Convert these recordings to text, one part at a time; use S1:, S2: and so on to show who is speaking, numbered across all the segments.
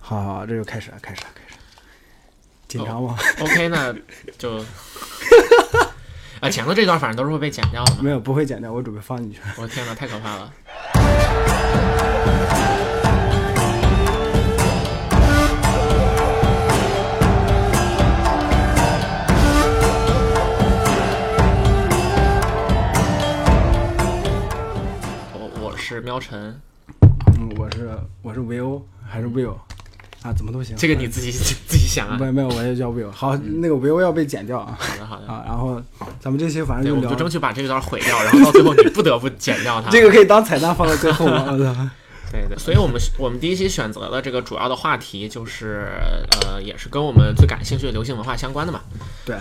S1: 好好，这就开始了，开始了，开始了。紧张吗？
S2: OK，那就啊，前头这段反正都是会被剪掉 的。
S1: 没有，不会剪掉，我准备放进去。
S2: 我的天哪，太可怕了！我我是喵晨，
S1: 嗯，我是我是 Will 还是 Will 啊？怎么都行。
S2: 这个你嗯自己自己想啊。
S1: 没没有，我就叫 Will。好，那个 Will 要被剪掉啊
S2: 好的好的，
S1: 啊！然后咱们这期反正
S2: 嗯对，我
S1: 就
S2: 们
S1: 聊
S2: 就争取把这段毁掉，然后到最后你不得不剪掉它。
S1: 这个可以当彩蛋放到最后 吗？我操！
S2: 对对，所以我们我们第一期选择的这个主要的话题就是，呃，也是跟我们最感兴趣的流行文化相关的嘛。
S1: 对，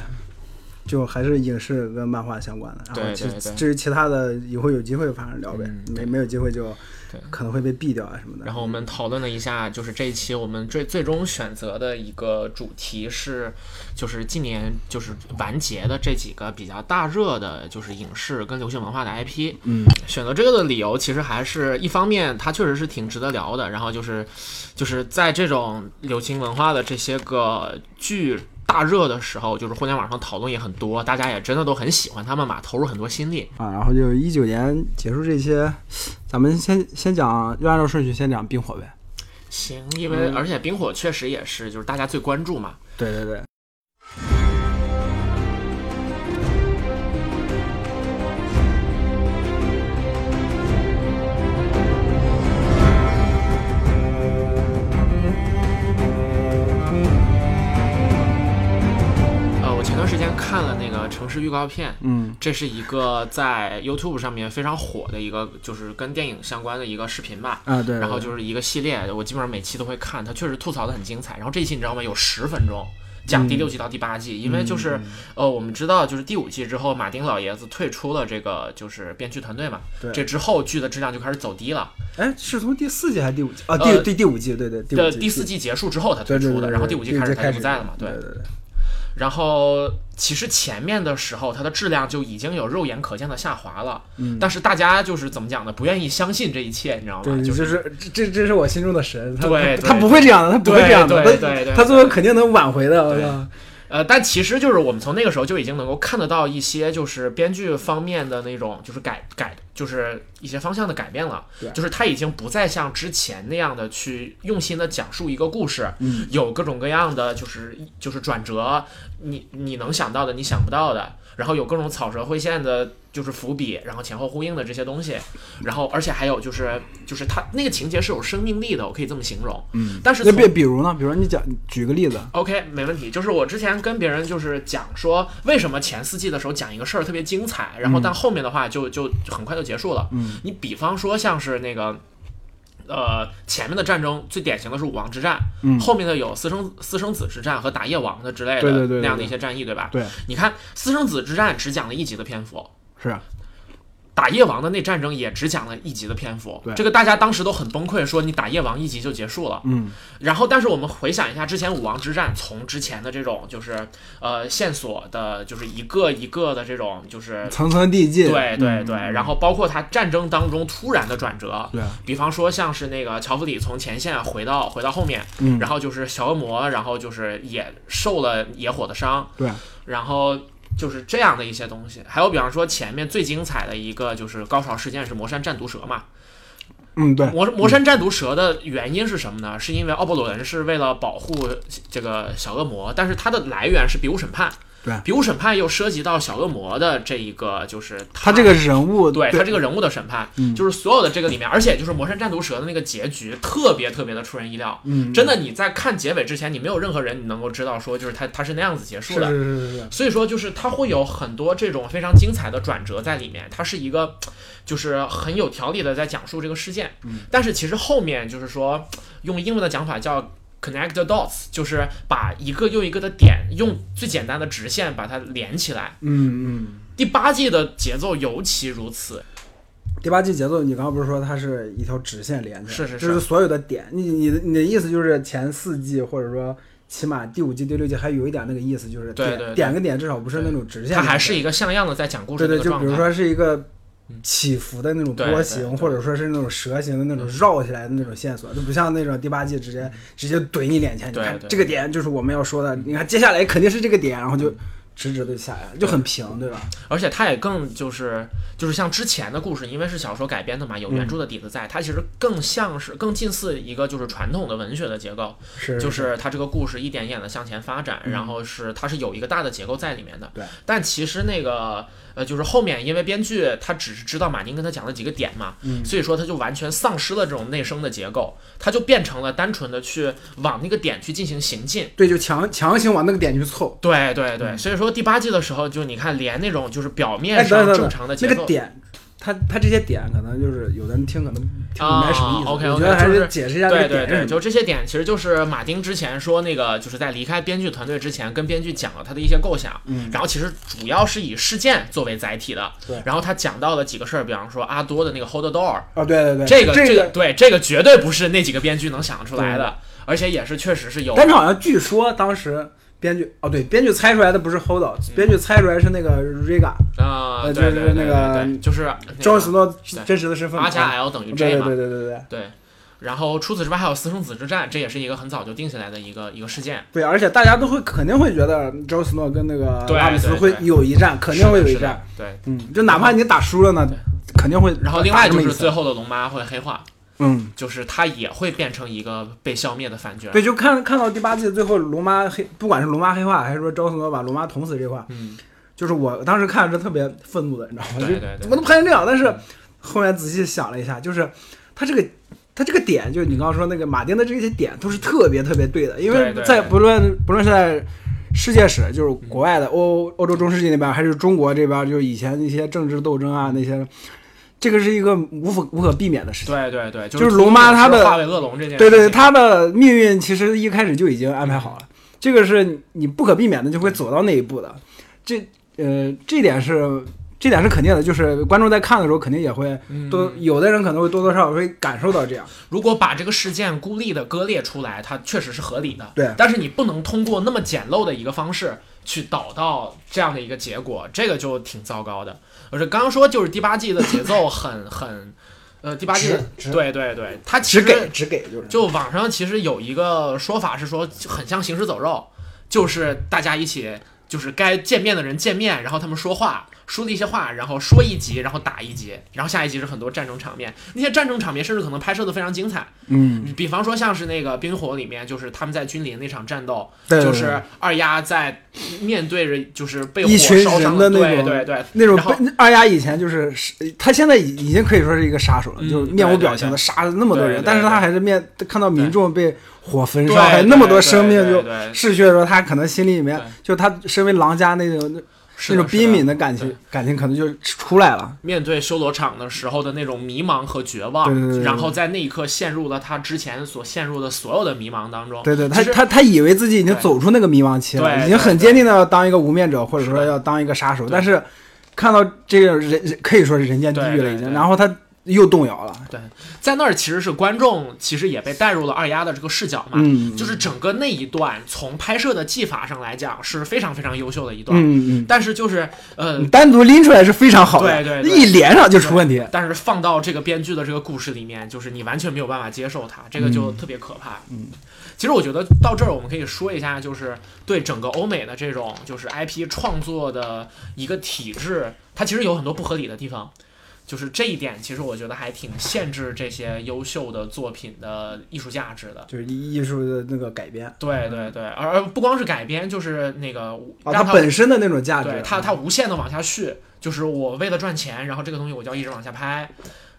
S1: 就还是影视跟漫画相关的。然后
S2: 对
S1: 其
S2: 对对
S1: 至于其他的，以后有机会反正聊呗，没没有机会就
S2: 对
S1: 可能会被毙掉啊什么的。
S2: 然后我们讨论了一下，就是这一期我们最最终选择的一个主题是，就是今年就是完结的这几个比较大热的，就是影视跟流行文化的 IP。
S1: 嗯，
S2: 选择这个的理由其实还是一方面，它确实是挺值得聊的。然后就是，就是在这种流行文化的这些个剧。大热的时候，就是互联网上讨论也很多，大家也真的都很喜欢他们嘛，投入很多心力。
S1: 啊，然后就一九年结束这些，咱们先先讲，就按照顺序先讲冰火呗。
S2: 行，因为而且冰火确实也是，就是大家最关注嘛。
S1: 对对对，
S2: 呃，我前段时间看了那个城市预告片，
S1: 嗯
S2: 这是一个在 YouTube 上面非常火的一个，就是跟电影相关的一个视频吧。
S1: 啊对，
S2: 然后
S1: 对
S2: 就是一个系列，我基本上每期都会看，它确实吐槽的很精彩。然后这一期你知道吗？有十分钟。
S1: 嗯
S2: 讲第六季到第八季，因为就是，呃，我们知道就是第五季之后，马丁老爷子退出了这个就是编剧团队嘛，
S1: 对
S2: 这之后剧的质量就开始走低了。
S1: 哎是从第四季还是第五季啊？
S2: 呃
S1: 第第第五季，对对第五
S2: 的
S1: 季
S2: 第四季结束之后他
S1: 对
S2: 退
S1: 对
S2: 出
S1: 对
S2: 的，
S1: 对，
S2: 然后第五季
S1: 对
S2: 开始
S1: 对
S2: 他
S1: 开
S2: 就不在了嘛，
S1: 对对对，
S2: 然后其实前面的时候，它的质量就已经有肉眼可见的下滑了。
S1: 嗯
S2: 但是大家就是怎么讲呢？不愿意相信这一切，你知道吗？
S1: 对，
S2: 就。
S1: 就是是这这这是我心中的神，他
S2: 对
S1: 他
S2: 对
S1: 不会这样的，他不会这样的，
S2: 对对
S1: 他
S2: 对对
S1: 他最后肯定能挽回的，我操，
S2: 呃，但其实就是我们从那个时候就已经能够看得到一些就是编剧方面的那种就是改改就是一些方向的改变了
S1: 对，
S2: 就是他已经不再像之前那样的去用心的讲述一个故事，
S1: 嗯
S2: 有各种各样的就是就是转折，你你能想到的你想不到的，然后有各种草蛇灰线的。就是伏笔，然后前后呼应的这些东西，然后而且还有就是就是它那个情节是有生命力的，我可以这么形容。
S1: 嗯，
S2: 但是
S1: 那
S2: 从
S1: 比比如呢？比如你讲举个例子，
S2: OK，没问题。就是我之前跟别人就是讲说，为什么前四季的时候讲一个事儿特别精彩，然后但后面的话就就很快就结束了。
S1: 嗯
S2: 你比方说像是那个，呃，前面的战争最典型的是武王之战，
S1: 嗯，
S2: 后面的有私生私生子之战和打夜王的之类的
S1: 对对对对
S2: 那样的
S1: 对
S2: 一些战役，对吧？
S1: 对
S2: 你看私生子之战只讲了一集的篇幅，
S1: 是
S2: 打夜王的那战争也只讲了一集的篇幅
S1: 对，
S2: 这个大家当时都很崩溃，说你打夜王一集就结束了。
S1: 嗯
S2: 然后，但是我们回想一下之前武王之战，从之前的这种就是呃线索的，就是一个一个的这种就是
S1: 层层递进，
S2: 对对
S1: 嗯
S2: 对，然后包括他战争当中突然的转折，
S1: 对，
S2: 比方说像是那个乔弗里从前线回到回到后面，
S1: 嗯
S2: 然后就是小恶魔，然后就是也受了野火的伤，
S1: 对，
S2: 然后。就是这样的一些东西，还有比方说前面最精彩的一个就是高潮事件是魔山战毒蛇嘛，
S1: 嗯对，
S2: 魔魔山战毒蛇的原因是什么呢？是因为奥伯伦是为了保护这个小恶魔，但是它的来源是比武审判。
S1: 对
S2: 比武审判又涉及到小恶魔的这一个，就是
S1: 他这个人物
S2: 对他
S1: 对
S2: 这个人物的审判，
S1: 嗯
S2: 就是所有的这个里面，而且就是魔山战毒蛇的那个结局特别特别的出人意料。
S1: 嗯
S2: 真的，你在看结尾之前，你没有任何人你能够知道说，就是他他是那样子结束
S1: 是
S2: 的。
S1: 是是是是，
S2: 所以说，就是它会有很多这种非常精彩的转折在里面，它是一个，就是很有条理的在讲述这个事件。
S1: 嗯，
S2: 但是其实后面就是说，用英文的讲法叫 connect the dots，就是把一个又一个的点用最简单的直线把它连起来。
S1: 嗯嗯。
S2: 第八季的节奏尤其如此。
S1: 第八季节奏，你刚刚不是说它是一条直线连着，
S2: 是是是
S1: 就是所有的点。你你的你的意思就是前四季或者说起码第五季、第六季还有一点那个意思，就是
S2: 对
S1: 点
S2: 对对
S1: 点跟点至少不是那种直线连着，
S2: 它还是一个像样的在讲故
S1: 对
S2: 事的
S1: 对，
S2: 一个
S1: 就比
S2: 状
S1: 如
S2: 态。
S1: 说是一个起伏的那种
S2: 对
S1: 波
S2: 对
S1: 形，
S2: 对嗯
S1: 或者说是那种蛇形的那种绕起来的那种线索，就不像那种第八季直接直接怼你脸前，你
S2: 对
S1: 看
S2: 对嗯
S1: 这个点就是我们要说的，你看接下来肯定是这个点，然后就直直的下来了，就很
S2: 嗯
S1: 平，对吧？
S2: 而且它也更就是就是像之前的故事，因为是小说改编的嘛，有
S1: 嗯
S2: 原著的底子在，它其实更像是更近似一个就是传统的文学的结构，
S1: 是
S2: 就是它这个故事一点一点的向前发展，然后是它是有一个大的结构在里面的。
S1: 嗯对，
S2: 但其实那个呃，就是后面因为编剧他只是知道马丁跟他讲了几个点嘛，
S1: 嗯
S2: 所以说他就完全丧失了这种内生的结构，他就变成了单纯的去往那个点去进行行进。
S1: 对，就强强行往那个点去凑。
S2: 对对对，所以说第八季的时候，就你看连那种就是
S1: 嗯
S2: 表
S1: 哎，等
S2: 面上
S1: 等
S2: 正
S1: 等
S2: 常的，结
S1: 那
S2: 构，
S1: 个点，他他这些点可能就是有的人听可能听不明白什么意思，
S2: 啊，OK，OK，
S1: 我觉得还
S2: 就是是
S1: 解释一下这
S2: 对
S1: 个
S2: 对
S1: 点是
S2: 对，
S1: 什么。
S2: 就这些点，其实就是马丁之前说那个，就是在离开编剧团队之前，跟编剧讲了他的一些构想。
S1: 嗯，
S2: 然后其实主要是以事件作为载体的。
S1: 对
S2: 然后他讲到了几个事儿，比方说阿多的那个 Hold the Door，
S1: 哦，对对对，
S2: 这个
S1: 这
S2: 个对这个绝对不是那几个编剧能想出来
S1: 对
S2: 的，而且也是确实是有
S1: 但是好像据说当时编剧哦，对，编剧猜出来的不是 Hold，out，编剧猜出来是那个 Riga
S2: 嗯啊，
S1: 呃
S2: 对
S1: 就是
S2: 对对
S1: 那个
S2: 对对就是那
S1: Jon
S2: 个
S1: Snow 真实的身份嘛。
S2: A 加 L 等于
S1: 对
S2: J
S1: 对
S2: 嘛
S1: 对，对对对
S2: 对。然后除此之外还有私生子之战，这也是一个很早就定下来的一个一个事件。
S1: 对，而且大家都会肯定会觉得 Jon Snow 跟那个
S2: 对
S1: 拉姆斯
S2: 对
S1: 会
S2: 对
S1: 有一战，肯定会有
S2: 是
S1: 一
S2: 的是
S1: 战。
S2: 的对。
S1: 嗯，就哪怕你打输了呢
S2: 对，
S1: 肯定会打。
S2: 然后另外就
S1: 打这么
S2: 是
S1: 一次
S2: 最后的龙妈会黑化，
S1: 嗯，
S2: 就是她也会变成一个被消灭的反角。
S1: 对，就看看到第八季最后龙妈黑，不管是龙妈黑化还是说 Jon Snow 把龙妈捅死这块，
S2: 嗯，
S1: 就是我当时看着是特别愤怒的，你知道吗？
S2: 对
S1: 就
S2: 对对
S1: 怎么能拍成这样？但是后来仔细想了一下，就是他这个他这个点，就是你刚刚说那个马丁的这些点都是特别特别对的，因为
S2: 对对
S1: 在
S2: 对
S1: 不论不论是在世界史，就是国外的欧欧洲中世纪那边，还是中国这边，就是以前那些政治斗争啊那些，这个是一个无可无可避免的事情。
S2: 对对对，
S1: 就是是龙妈她的
S2: 化为恶龙这件事情，
S1: 对对，他的命运其实一开始就已经安排好了，这个是你不可避免的就会走到那一步的。这呃，这点是这点是肯定的，就是观众在看的时候肯定也会
S2: 嗯
S1: 多，有的人可能会多多少少会感受到这样。
S2: 如果把这个事件孤立的割裂出来，它确实是合理的。
S1: 对
S2: 但是你不能通过那么简陋的一个方式去导到这样的一个结果，这个就挺糟糕的。而且刚刚说就是第八季的节奏很很，呃，第八季的
S1: 直直
S2: 对对对，它其
S1: 只
S2: 实
S1: 给只给就是
S2: 就网上其实有一个说法是说很像行尸走肉，就是大家一起就是该见面的人见面，然后他们说话，说了一些话，然后说一集，然后打一集，然后下一集是很多战争场面，那些战争场面甚至可能拍摄的非常精彩，
S1: 嗯，
S2: 比方说像是那个冰火里面，就是他们在君临那场战斗，
S1: 对对
S2: 就是二丫在面对着就是被火
S1: 一群
S2: 烧
S1: 人
S2: 伤
S1: 的那
S2: 对
S1: 种
S2: 对对，
S1: 那种
S2: 然后
S1: 被二丫以前就是是他现在已已经可以说是一个杀手了，
S2: 嗯
S1: 就是面无表情的
S2: 对
S1: 杀了那么多人
S2: 对，对
S1: 但是他还是面看到民众被火焚
S2: 对
S1: 烧，还有那么多
S2: 对
S1: 生命
S2: 对
S1: 就
S2: 对对
S1: 逝去的时候，他可能心里面
S2: 对
S1: 就他身为狼家那种
S2: 是
S1: 那
S2: 的
S1: 种
S2: 是的
S1: 悲悯的感情
S2: 对
S1: 感情可能就出来了。
S2: 面对修罗场的时候的那种迷茫和绝望，
S1: 对对对对
S2: 然后在那一刻陷入了他之前所陷入的所有的迷茫当中。
S1: 对对，他
S2: 哦其实
S1: 他他以为自己已经
S2: 对
S1: 走出那个迷茫期
S2: 对
S1: 了，
S2: 对
S1: 已经很坚定的要当一个无面者，或者
S2: 是
S1: 说
S2: 的
S1: 要当一个杀手，
S2: 对
S1: 但是看到这个人人可以说是人间地狱
S2: 对
S1: 了
S2: 对
S1: 已经，
S2: 对啊
S1: 然后他又动摇了。
S2: 在那儿其实是观众其实也被带入了二丫的这个视角嘛，
S1: 嗯，
S2: 就是整个那一段从拍摄的技法上来讲是非常非常优秀的一段，
S1: 嗯嗯
S2: 但是就是呃
S1: 嗯，，单独拎出来是非常好的，
S2: 对对对
S1: 一连上就出问题。
S2: 但是放到这个编剧的这个故事里面，就是你完全没有办法接受它，这个就特别可怕。
S1: 嗯，
S2: 其实我觉得到这儿我们可以说一下，就是对整个欧美的这种就是 IP 创作的一个体制，它其实有很多不合理的地方。就是这一点，其实我觉得还挺限制这些优秀的作品的艺术价值的。
S1: 就是艺术的那个改编
S2: 对对对，而而不光是改编，就是那个
S1: 啊，
S2: 让
S1: 它本身的那种价值啊
S2: 对，它它无限的往下续，就是我为了赚钱，然后这个东西我就要一直往下拍，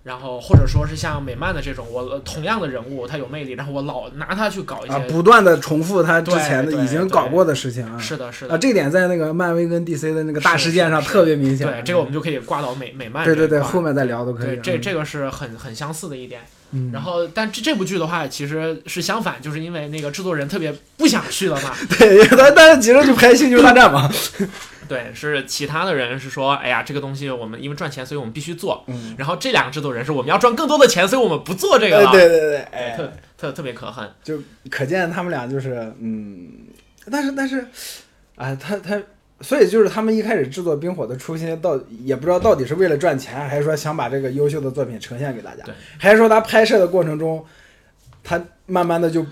S2: 然后或者说是像美漫的这种，我呃同样的人物他有魅力，然后我老拿他去搞一些，
S1: 啊，不断的重复他之前的
S2: 对对
S1: 已经搞过的事情啊。
S2: 是的，是
S1: 啊，
S2: 的，
S1: 这点在那个漫威跟 DC 的那个大
S2: 是
S1: 事件上
S2: 是
S1: 特别明显。
S2: 对，这个我们就可以挂到美美漫
S1: 对
S2: 这一
S1: 对对，
S2: 块儿
S1: 后面再聊都可以
S2: 对
S1: 啊。
S2: 这这个是很很相似的一点。
S1: 嗯
S2: 然后，但这这部剧的话，其实是相反，就是因为那个制作人特别不想续了嘛，
S1: 对，但但是急着就拍《星球大战》 嘛。
S2: 对，是其他的人是说，哎呀，这个东西我们因为赚钱，所以我们必须做。
S1: 嗯，
S2: 然后这两个制作人是我们要赚更多的钱，所以我们不做这个
S1: 哎
S2: 了。
S1: 对对对，
S2: 对，
S1: 哎
S2: 特，特特别可恨。
S1: 就可见他们俩就是嗯，但是但是，啊，他他所以就是他们一开始制作《冰火》的初心到，也不知道到底是为了赚钱，还是说想把这个优秀的作品呈现给大家
S2: 对，
S1: 还是说他拍摄的过程中，他慢慢的就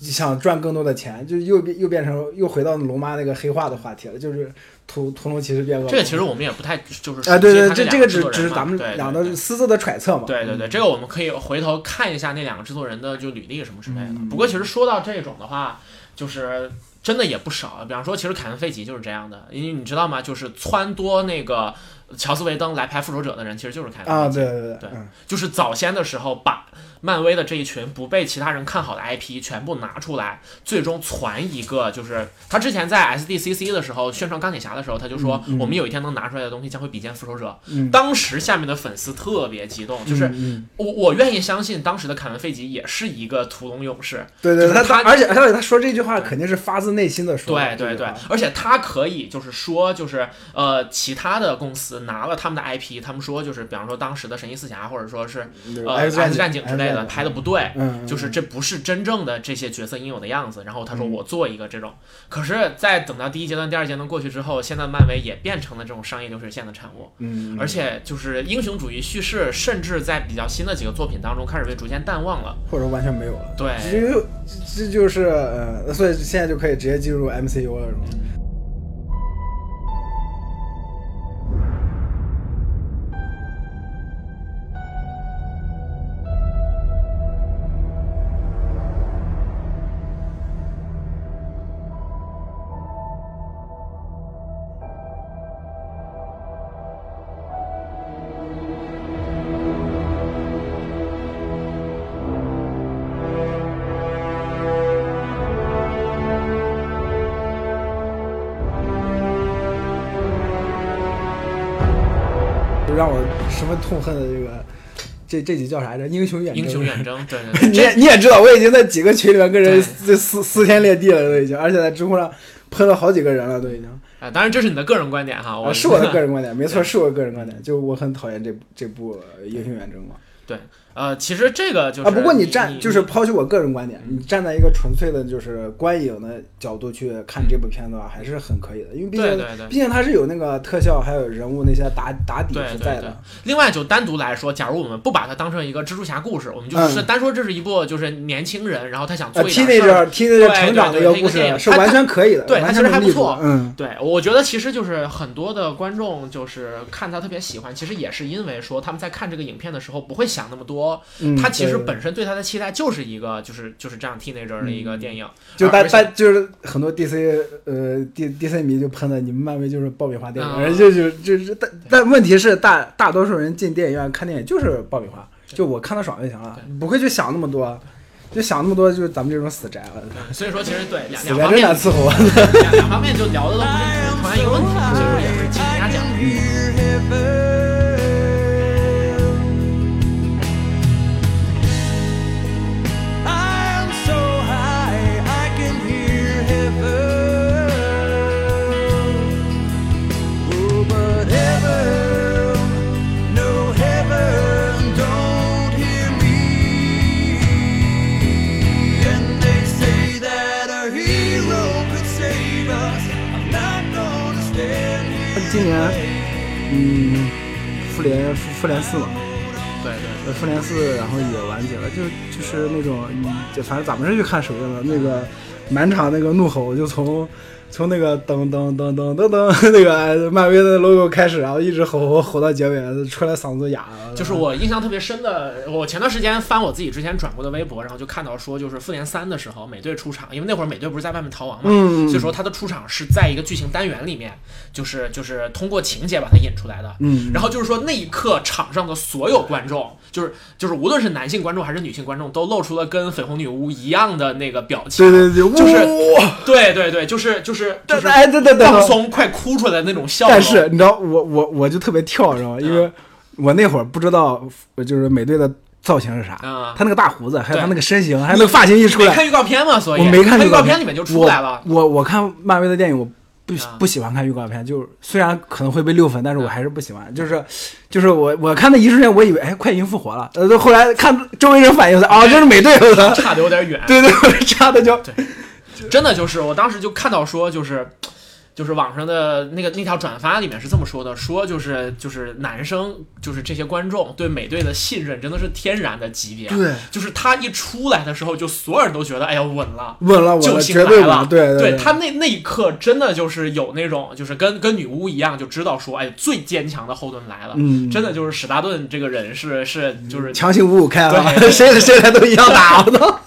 S1: 想赚更多的钱，就又变又变成又回到龙妈那个黑化的话题了，就是屠屠龙骑士变恶魔。
S2: 这个其实我们也不太就是
S1: 啊，对对，
S2: 这
S1: 这这个只只是嗯咱们俩
S2: 两
S1: 的私自的揣测嘛。
S2: 对对对，这个我们可以回头看一下那两个制作人的就履历什么之类的。
S1: 嗯
S2: 不过其实说到这种的话，就是真的也不少。比方说，其实凯文·费奇就是这样的，因为你知道吗？就是撺掇那个乔斯·韦登来拍《复仇者》的人，其实就是凯文·
S1: 啊，
S2: 费奇
S1: 对对
S2: 对
S1: 嗯，
S2: 就是早先的时候，把漫威的这一群不被其他人看好的 IP 全部拿出来，最终攒一个，就是他之前在 SDCC 的时候宣传钢铁侠的时候，他就说、
S1: 嗯嗯
S2: 我们有一天能拿出来的东西将会比肩复仇者。
S1: 嗯
S2: 当时下面的粉丝特别激动，就是
S1: 嗯，嗯
S2: 我我愿意相信当时的凯文·费吉也是一个屠龙勇士，
S1: 对对，
S2: 就是
S1: 他
S2: 他
S1: 而且而且他说这句话肯定是发自内心的说的，这
S2: 对对对
S1: 句话，
S2: 而且他可以就是说，就是呃，其他的公司拿了他们的 IP，他们说就是，比方说当时的《神奇四侠》或者说是呃《
S1: X 战
S2: X 战警》之类的拍的，不对，
S1: 嗯，
S2: 就是这不是真正的这些角色应有的样子。然后他说
S1: 嗯
S2: 我做一个这种，可是，在等到第一阶段、第二阶段过去之后，现在漫威也变成了这种商业流水线的产物，
S1: 嗯，
S2: 而且就是英雄主义叙事，甚至在比较新的几个作品当中开始被逐渐淡忘了。
S1: 或者完全没有了。
S2: 对，
S1: 这就这就是呃，所以现在就可以直接进入 MCU 了，是吗？就让我十分痛恨的这个这这集叫啥来着？英雄远征。
S2: 英雄远 征，对对对，
S1: 你也你也知道，我已经在几个群里面跟人撕撕撕天裂地了，都已经，而且在知乎上喷了好几个人了，都已经。
S2: 啊，当然这是你的个人观点哈，
S1: 啊，
S2: 我
S1: 是我的个人观点，没错，是我的个人观点，就我很讨厌这这部《英雄远征》嘛。
S2: 呃，其实这个就是
S1: 啊，不过你站
S2: 你嗯
S1: 就是抛弃我个人观点，你站在一个纯粹的就是观影的角度去看这部片子的话，还是很可以的，因为毕
S2: 嗯对
S1: 竟
S2: 对对。
S1: 毕竟它是有那个特效还有人物那些打打底
S2: 对
S1: 是
S2: 对
S1: 在
S2: 对
S1: 的。呃
S2: 另外，就单独来说，假如我们不把它当成一个蜘蛛侠故事，我们就是
S1: 嗯
S2: 单说这是一部就是年轻人，然后他想
S1: 呃
S2: 做一点事儿。
S1: ，teenager teenager
S2: 对
S1: 成长的
S2: 对
S1: 一个
S2: 对
S1: 故
S2: 这个
S1: 事
S2: 电影
S1: 是
S2: 它
S1: 完全可以的，
S2: 对它
S1: 完
S2: 其
S1: 全
S2: 实还
S1: 能立
S2: 不错
S1: 住的嗯，
S2: 对，我觉得其实就是很多的观众就是看他特别喜欢，其实也是因为说他们在看这个影片的时候不会想那么多，
S1: 嗯
S2: 他其实
S1: 对
S2: 本身对他的期待就是一个就是就是这样 teenager 的一个电影，
S1: 嗯
S2: 啊
S1: 就大
S2: 而
S1: 大就是很多 DC 呃 D DC 迷就喷了，你们漫威就是爆米花电影，
S2: 嗯
S1: 人家就就就但但问题是大大多数人进电影院看电影就是爆米花，就我看的爽就行了，不会去想那么多，就想那么多就是咱们这种死宅了，
S2: 对嗯所以说其实对两
S1: 死
S2: 两
S1: 宅
S2: 方
S1: 真
S2: 面
S1: 难伺候。啊
S2: 两两方面就聊的都不是同样一个问题，所以说也是请大家讲。
S3: hear heaven. I'm so high I can hear heaven. Oh, but heaven, no heaven, don't hear me. And they say that a hero could save us. I'm not gonna stand here.
S1: 今年嗯，复联复复联四嘛，
S2: 对对。
S1: 呃复联四然后也完结了，就就是那种嗯就反正咱们是去看首映的，那个满场那个怒吼就从。从那个噔噔噔噔噔噔那个漫威的 logo 开始，然后一直吼吼吼到结尾，出来嗓子哑了。
S2: 就是我印象特别深的，我前段时间翻我自己之前转过的微博，然后就看到说，就是复联三的时候，美队出场，因为那会儿美队不是在外面逃亡嘛，
S1: 嗯
S2: 所以说他的出场是在一个剧情单元里面，就是就是通过情节把它引出来的。
S1: 嗯，
S2: 然后就是说那一刻，场上的所有观众，就是就是无论是男性观众还是女性观众，都露出了跟绯红女巫一样的那个表
S1: 对
S2: 情。
S1: 对对，
S2: 就是
S1: 哇，
S2: 对对对就是就是就
S1: 但
S2: 是
S1: 哎等等等
S2: 放
S1: 等，
S2: 松快哭出来的那种笑容。
S1: 但是你知道我我我就特别跳，知道吗？因
S2: 嗯
S1: 为我那会儿不知道就是美队的造型是啥，
S2: 啊
S1: 他那个大胡子，还有他
S2: 对
S1: 那个身形，还有那个发型一出
S2: 没
S1: 来，
S2: 看预告片嘛，所以
S1: 我没看
S2: 它
S1: 预
S2: 预告
S1: 片
S2: 片里面就出来了。
S1: 我我我看漫威的电影，我不
S2: 啊
S1: 不喜欢看预告片，就是虽然可能会被六分，但是我还是不喜欢。就是就是我我看那一瞬间，我以为哎快银复活了，呃，后来看周围人反应是啊，这是美队，我操
S2: 差的有点远，
S1: 对对，我差的就
S2: 真的就是，我当时就看到说，就是，就是网上的那个那条转发里面是这么说的，说就是就是男生就是这些观众对美队的信任真的是天然的级别，啊
S1: 对，
S2: 就是他一出来的时候，就所有人都觉得哎呀稳了。
S1: 稳了，啊稳
S2: 救
S1: 了，
S2: 星
S1: 绝对
S2: 来
S1: 稳了，
S2: 了，
S1: 对对对
S2: 他那那一刻真的就是有那种，就是跟跟女巫一样，就知道说，哎，最坚强的后盾来了，
S1: 嗯
S2: 真的就是史达顿这个人是是就是，
S1: 强行五五开啊，
S2: 对 嗯
S1: 谁谁来都一样 打，我操！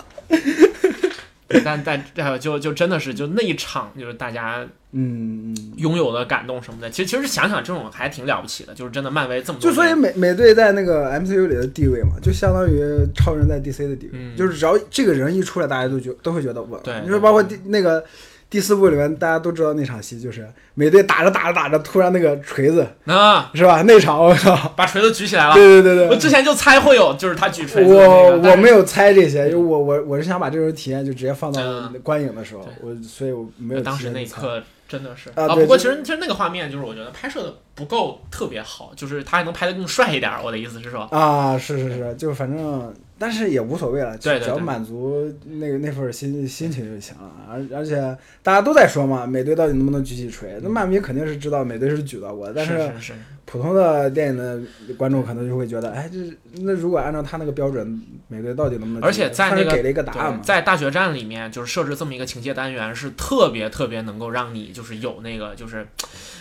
S2: 但但还有就就真的是就那一场，就是大家
S1: 嗯，嗯
S2: 拥有的感动什么的，其实其实想想这种还挺了不起的，就是真的漫威这么多
S1: 就
S2: 年，
S1: 所以美美队在那个 MCU 里的地位嘛，就相当于超人在 DC 的地位，
S2: 嗯
S1: 就是只要这个人一出来，大家都觉都会觉得稳。
S2: 对
S1: 你说包括第那个第四部里面，大家都知道那场戏，就是美队打着打着打着，突然那个锤子
S2: 啊，
S1: 是吧？那场我靠，
S2: 把锤子举起来了，
S1: 对对对
S2: 啊我
S1: 对。
S2: 之前就猜会有，就是他举锤子、那
S1: 我
S2: 个，但
S1: 我
S2: 是
S1: 没有猜这些，因为我我我是想把这种体验就直接放到
S2: 嗯
S1: 观影的时候，我所以我没有
S2: 当
S1: 提
S2: 时
S1: 前
S2: 那一
S1: 猜
S2: 刻真的是
S1: 啊对
S2: 不过其
S1: 就
S2: 实其实那个画面就是我觉得拍摄的不够特别好，就是他还能拍的更帅一点儿。我的意思是说，
S1: 啊，是是是，就反正，但是也无所谓了，
S2: 对对
S1: 只要
S2: 对
S1: 满足那个那份儿心心情就行了。而而且大家都在说嘛，美队到底能不能举起锤？那漫迷肯定是知道美队是举到过，但
S2: 嗯是
S1: 是
S2: 是是，
S1: 普通的电影的观众可能就会觉得，哎，这那如果按照他那个标准，美队到底能不能举？
S2: 而且在
S1: 算是
S2: 那个
S1: 给了一个答案
S2: 对
S1: 嘛，
S2: 在大决战里面就是设置这么一个情节单元，是特别特别能够让你就是有那个就是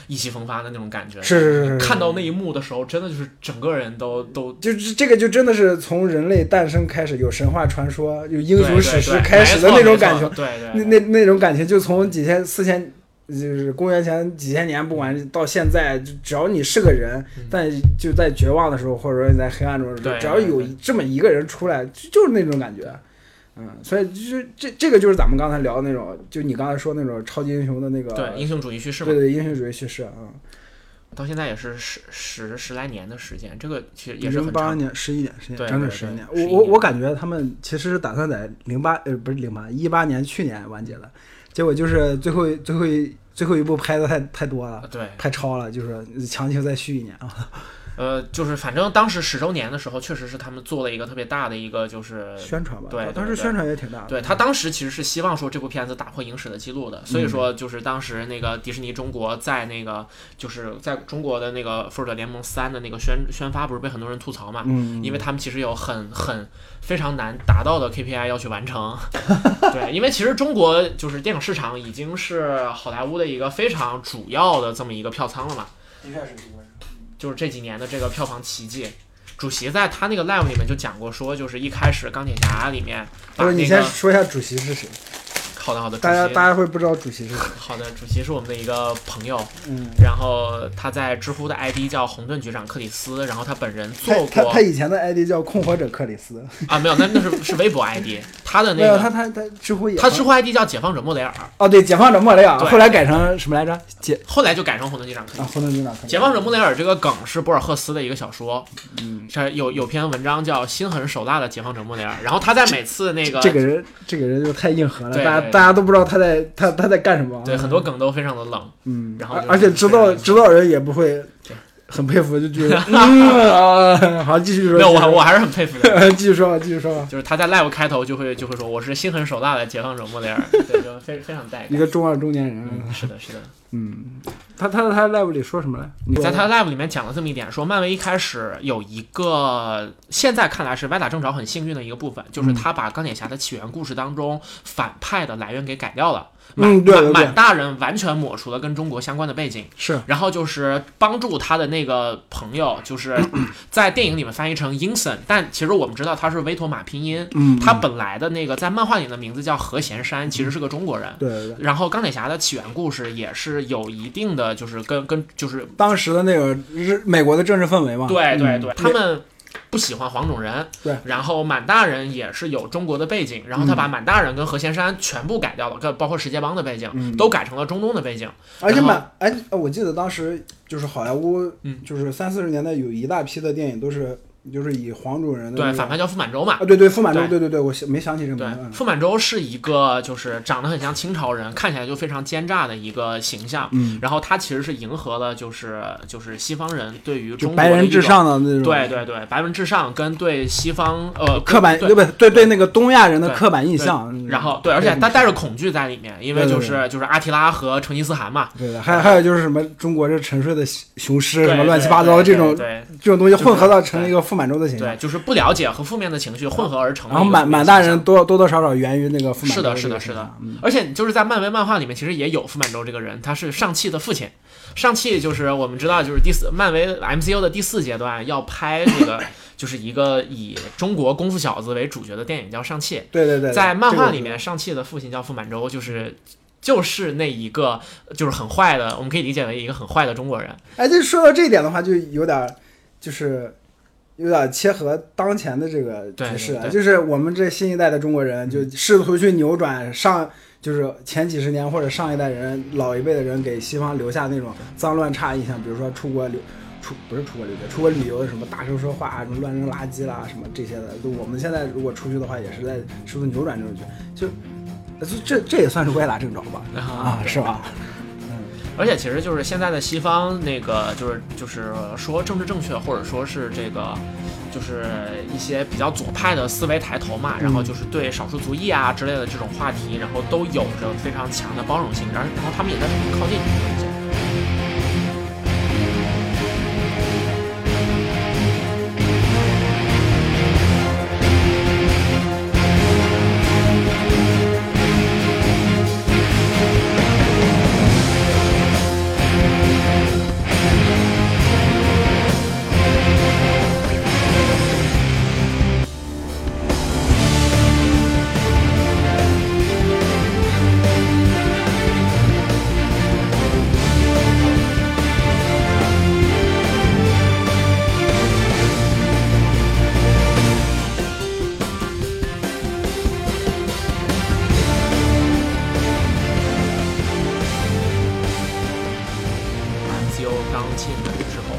S2: 意气风发的那种感觉。
S1: 是是是是
S2: 看到那一幕的时候，真的就是整个人都都。
S1: 就是这个就真的是从人类诞生开始，有神话传说，有英
S2: 对
S1: 雄
S2: 对
S1: 史诗
S2: 对
S1: 开始的
S2: 没
S1: 那
S2: 错
S1: 种
S2: 没错
S1: 感觉，
S2: 对对，
S1: 那
S2: 对
S1: 那那种感情，就从几千四千，就是公元前几千年，不管到现在，就只要你是个人，但就在绝望的时候，或者说你在黑暗中的时候，
S2: 嗯对
S1: 只要有
S2: 对
S1: 这么一个人出来，就就是那种感觉。嗯，所以就是这这个就是咱们刚才聊的那种，就你刚才说那种超级英雄的那个
S2: 对英雄主义叙事嘛
S1: 对，对英雄主义叙事啊，嗯
S2: 到现在也是十十十来年的时间，这个其实也是
S1: 零
S2: 很
S1: 八
S2: 长。
S1: 年、十一年、十一年，
S2: 对
S1: 整整
S2: 对
S1: 十一年。
S2: 对
S1: 我我
S2: 11
S1: 我感觉他们其实是打算在零八呃不是零八一八年去年完结的，结果就是最后最后一最后一部拍的太太多了，
S2: 呃对，
S1: 太超了，就是强行再续一年啊。
S2: 呃，就是反正当时十周年的时候，确实是他们做了一个特别大的一个，就是
S1: 宣传吧，啊
S2: 对对
S1: 当时
S2: 对
S1: 宣传也挺大的。
S2: 对他当时其实是希望说这部片子打破影史的记录的，所
S1: 嗯
S2: 以说就是当时那个迪士尼中国在那个就是在中国的那个《复仇者联盟三》的那个宣宣发，不是被很多人吐槽嘛？
S1: 嗯，
S2: 因为他们其实有很很非常难达到的 KPI 要去完成， 对，因为其实中国就是电影市场已经是好莱坞的一个非常主要的这么一个票仓了嘛，
S1: 的确是
S2: 就是这几年的这个票房奇迹。主席在他那个 live 里面就讲过，说就是一开始钢铁侠里面把
S1: 不
S2: 那
S1: 是
S2: 个
S1: 你先说一下主席是谁，
S2: 好的好的，主
S1: 大家
S2: 席
S1: 大家会不知道主席 是谁。
S2: 好的，主席是我们的一个朋友，
S1: 嗯，
S2: 然后他在知乎的 ID 叫红盾局长克里斯，然后他本人做
S1: 他他
S2: 过
S1: 他以前的 ID 叫控火者克里斯，
S2: 啊，没有，那那是是微博 ID，他的那
S1: 没有他
S2: 个
S1: 他他知乎也
S2: 他知乎 ID 叫解放者莫雷尔，
S1: 哦对解放者莫雷尔，
S2: 对
S1: 后来改成什么来着？解
S2: 后来就改成红盾局长克里斯。
S1: 啊红灯军长克里斯
S2: 解放者莫雷尔这个梗是博尔赫斯的一个小说，嗯，这有有篇文章叫《心狠手辣的解放者莫雷尔》，然后他在每次那个
S1: 这个人，这个人就太硬核了，
S2: 对
S1: 大家
S2: 对对
S1: 大家都不知道他在他他在干什么。
S2: 对很多梗都非常的冷，
S1: 嗯，
S2: 然后
S1: 而
S2: 就是
S1: 而且知道知道人也不会
S2: 对
S1: 很佩服，就觉 得嗯啊，好继续说。
S2: 没有我我还是很佩服的，
S1: 我 继续说吧，继续说吧。
S2: 就是他在 live 开头就会就会说我是心狠手辣的解放者莫雷尔，对，就非非常带
S1: 一
S2: 感。
S1: 个中二中年人，
S2: 嗯，是的，是的。
S1: 嗯，他他他 live 里说什么来？你
S2: 在他 live 里面讲了这么一点，说漫威一开始有一个现在看来是歪打正着很幸运的一个部分，
S1: 嗯
S2: 就是他把钢铁侠的起源故事当中反派的来源给改掉了，
S1: 嗯
S2: 满
S1: 对对
S2: 满
S1: 对
S2: 满大人完全抹除了跟中国相关的背景。
S1: 是
S2: 然后就是帮助他的那个朋友，就是 在电影里面翻译成 Inson，但其实我们知道他是威妥玛拼音，
S1: 嗯
S2: 他本来的那个在漫画里的名字叫何贤山，其实是个中国人。
S1: 对对对，
S2: 然后钢铁侠的起源故事也是有一定的，就是跟跟就是
S1: 当时的那个日美国的政治氛围嘛。
S2: 对对对，
S1: 嗯
S2: 他们不喜欢黄种人，
S1: 对嗯
S2: 然后满大人也是有中国的背景，然后他把满大人跟何贤山全部改掉了，跟包括世界帮的背景、
S1: 嗯
S2: 都改成了中东的背景，
S1: 而且
S2: 然后
S1: 满哎，我记得当时就是好莱坞，
S2: 嗯
S1: 就是三四十年代有一大批的电影都是就是以黄种人的那
S2: 对，
S1: 个
S2: 反派叫傅满洲嘛
S1: 啊，。对对，傅满洲，
S2: 对
S1: 对对对，我想没想起这个
S2: 对
S1: 名字，。嗯
S2: 傅满洲是一个就是长得很像清朝人，看起来就非常奸诈的一个形象。
S1: 嗯，
S2: 然后他其实是迎合了就是就是西方人对于
S1: 就
S2: 中国
S1: 白
S2: 的
S1: 人
S2: 一
S1: 至
S2: 种。
S1: 上的那种
S2: 对对对，白人至上跟对西方呃
S1: 刻板，
S2: 对
S1: 对不对？对对，那个东亚人的
S2: 对
S1: 刻板印象。嗯
S2: 然后对，而且他带着恐惧在里面，因为
S1: 对对
S2: 就是就是阿提拉和成吉思汗嘛，
S1: 对的，还还有就是什么中国这沉睡的雄雄狮
S2: 对
S1: 什么乱七八糟的这
S2: 对
S1: 种嗯
S2: 对
S1: 这种东西混合到成
S2: 对
S1: 一个傅满洲的形
S2: 对
S1: 象
S2: 对，，就是不了解和负面的情绪混合而成的
S1: 然
S2: 一
S1: 后
S2: 个形
S1: 满
S2: 象。
S1: 满大人多多多少少源于那个傅满洲
S2: 是的
S1: 这
S2: 是的
S1: 个
S2: 是
S1: 形
S2: 的
S1: 象嗯
S2: 而且就是在漫威漫画里面，其实也有傅满洲这个人，他是上汽的父亲。上汽就是我们知道，就是第四漫威 MCU 的第四阶段要拍这 个，就是一个以中国功夫小子为主角的电影，叫《上汽》。
S1: 对对对，
S2: 在
S1: 对
S2: 漫画里，面，上汽的父亲叫傅满洲，就是就是那一个就是很坏的，我们可以理解为一个很坏的中国人。
S1: 这个哎，这说到这一点的话，就有点儿就是。有点儿切合当前的这个
S2: 对
S1: 局势啊，
S2: 对对嗯
S1: 就是我们这新一代的中国人，就试图去扭转上，就是前几十年或者上一代人、老一辈的人给西方留下那种脏乱差印象，比如说出国留出不是出国留学，出国旅游的什么大声说话啊，什么乱扔垃圾啦，什么这些的。就我们现在如果出去的话，也是在试图扭转这种局，就就这这也算是歪打正着吧， 啊，是吧？
S2: 而且其实就是现在的西方那个就是就是说政治正确，或者说是这个就是一些比较左派的思维抬头嘛，然后
S1: 嗯
S2: 就是对少数族裔啊之类的这种话题，然后都有着非常强的包容性，然后然后他们也在努力靠近这个东西。MCU 刚进来之后，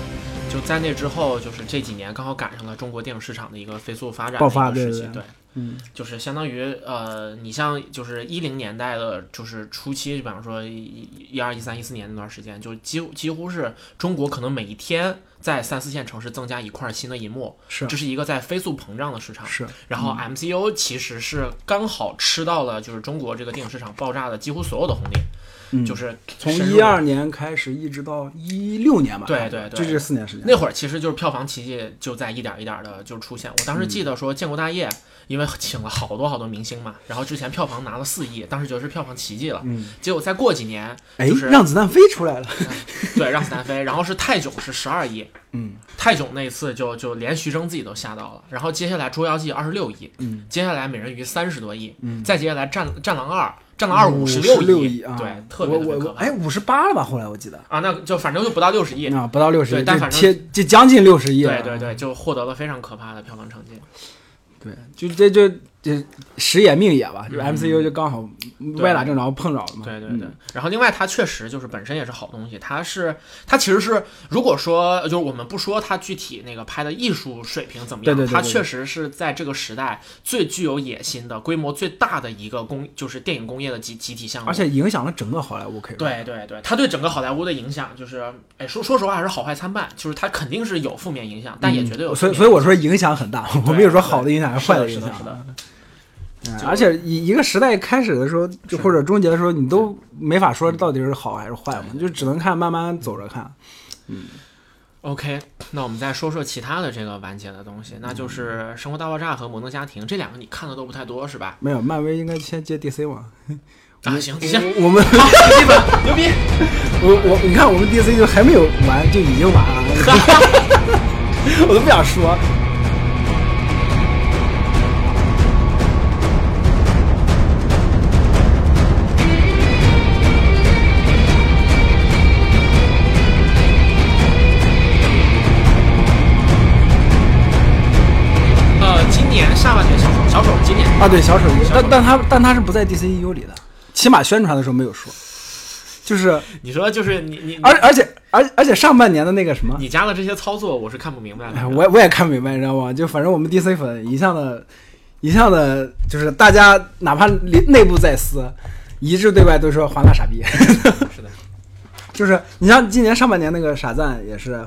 S2: 就在那之后，就是这几年刚好赶上了中国电影市场的一个飞速发展
S1: 爆发
S2: 的一个时期
S1: 对，对
S2: 对，
S1: 嗯，
S2: 就是相当于呃，你像就是一零年代的，就是初期，比方说一一二一三一四年那段时间，就几乎几乎是中国可能每一天在三四线城市增加一块新的银幕，
S1: 是
S2: 这是一个在飞速膨胀的市场。
S1: 是，嗯
S2: 然后 MCU 其实是刚好吃到了就是中国这个电影市场爆炸的几乎所有的红利，
S1: 嗯
S2: 就是
S1: 从
S2: 深入
S1: 一二年开始，一直到一六年吧，
S2: 对对对
S1: 就这四年时间。
S2: 那会儿其实就是票房奇迹就在一点儿一点的就出现。我
S1: 嗯
S2: 当时记得说《建国大业》，因为请了好多好多明星嘛，然后之前票房拿了四亿，当时觉得是票房奇迹了。
S1: 嗯，
S2: 结果再过几年，
S1: 哎，
S2: 就是
S1: 让子弹飞出 来了，
S2: 对，让子弹飞，然后是泰囧是十二亿，
S1: 嗯，
S2: 泰囧那一次就就连徐峥自己都吓到了。然后接下来《捉妖记》二十六亿，
S1: 嗯，
S2: 接下来《美人鱼》三十多亿，
S1: 嗯
S2: 再接下来战《战狼二》，《战狼二》五十
S1: 六
S2: 亿，
S1: 啊，
S2: 对，特别特别
S1: 我我
S2: 可
S1: 我
S2: 怕。
S1: 哎，五十八了吧？后来我记得
S2: 啊，那就反正就不到六十亿。
S1: 啊，不到六十
S2: 对
S1: 亿，
S2: 但
S1: 就
S2: 反正
S1: 贴就将近六十亿了，
S2: 对对对，就获得了非常可怕的票房成绩。
S1: 对，就这就这时也命也吧，就
S2: 嗯
S1: MCU 就刚好歪打正着碰着了嘛，
S2: 对对
S1: 嗯
S2: 对，然后另外它确实就是本身也是好东西，它是它其实是如果说就是我们不说它具体那个拍的艺术水平怎么样，
S1: 对对对
S2: 它
S1: 对对
S2: 确实是在这个时代最具有野心的、规模最大的一个工就是电影工业的集集体项目，
S1: 而且影响了整个好莱坞，可以说，
S2: 对对对，它对整个好莱坞的影响就是，哎，说说实话还是好坏参半，就是它肯定是有负面影响，但也绝对有
S1: 嗯所
S2: 正
S1: 以
S2: 面影响、
S1: 所以我说影响很大，我没有说好的影响还是坏
S2: 是
S1: 影
S2: 的
S1: 响
S2: 是的，是的
S1: 嗯
S2: 就
S1: 而且一一个时代开始的时候，就是或者终结的时候，你都没法说到底是好还是坏嘛，就只能看慢慢走着看。
S2: OK，那我们再说说其他的这个完结的东西，那就是《生活大爆炸》和《摩登家庭》这两个你看的都不太多是吧？
S1: 没有，漫威应该先接 DC 嘛？
S2: 啊，行行，
S1: 我们
S2: 好，基本牛逼。
S1: 我我你看，我们 DC 就还没有完就已经完了， 我都不想说。
S2: 呃，今年下半年小丑，小丑今年
S1: 啊，对，小丑鱼，但但他但他是不在 DCU 里的，起码宣传的时候没有说。就是，
S2: 你说就是你你
S1: 而而且而而且上半年的那个什么，
S2: 你加的这些操作我是看不明白 的。
S1: 哎，我也我也看不明白，你知道吗？就反正我们 DC 粉一向的，一向的，就是大家哪怕里内部在撕，一致对外都说华纳傻逼。
S2: 是的，
S1: 就是你像今年上半年那个傻赞也是，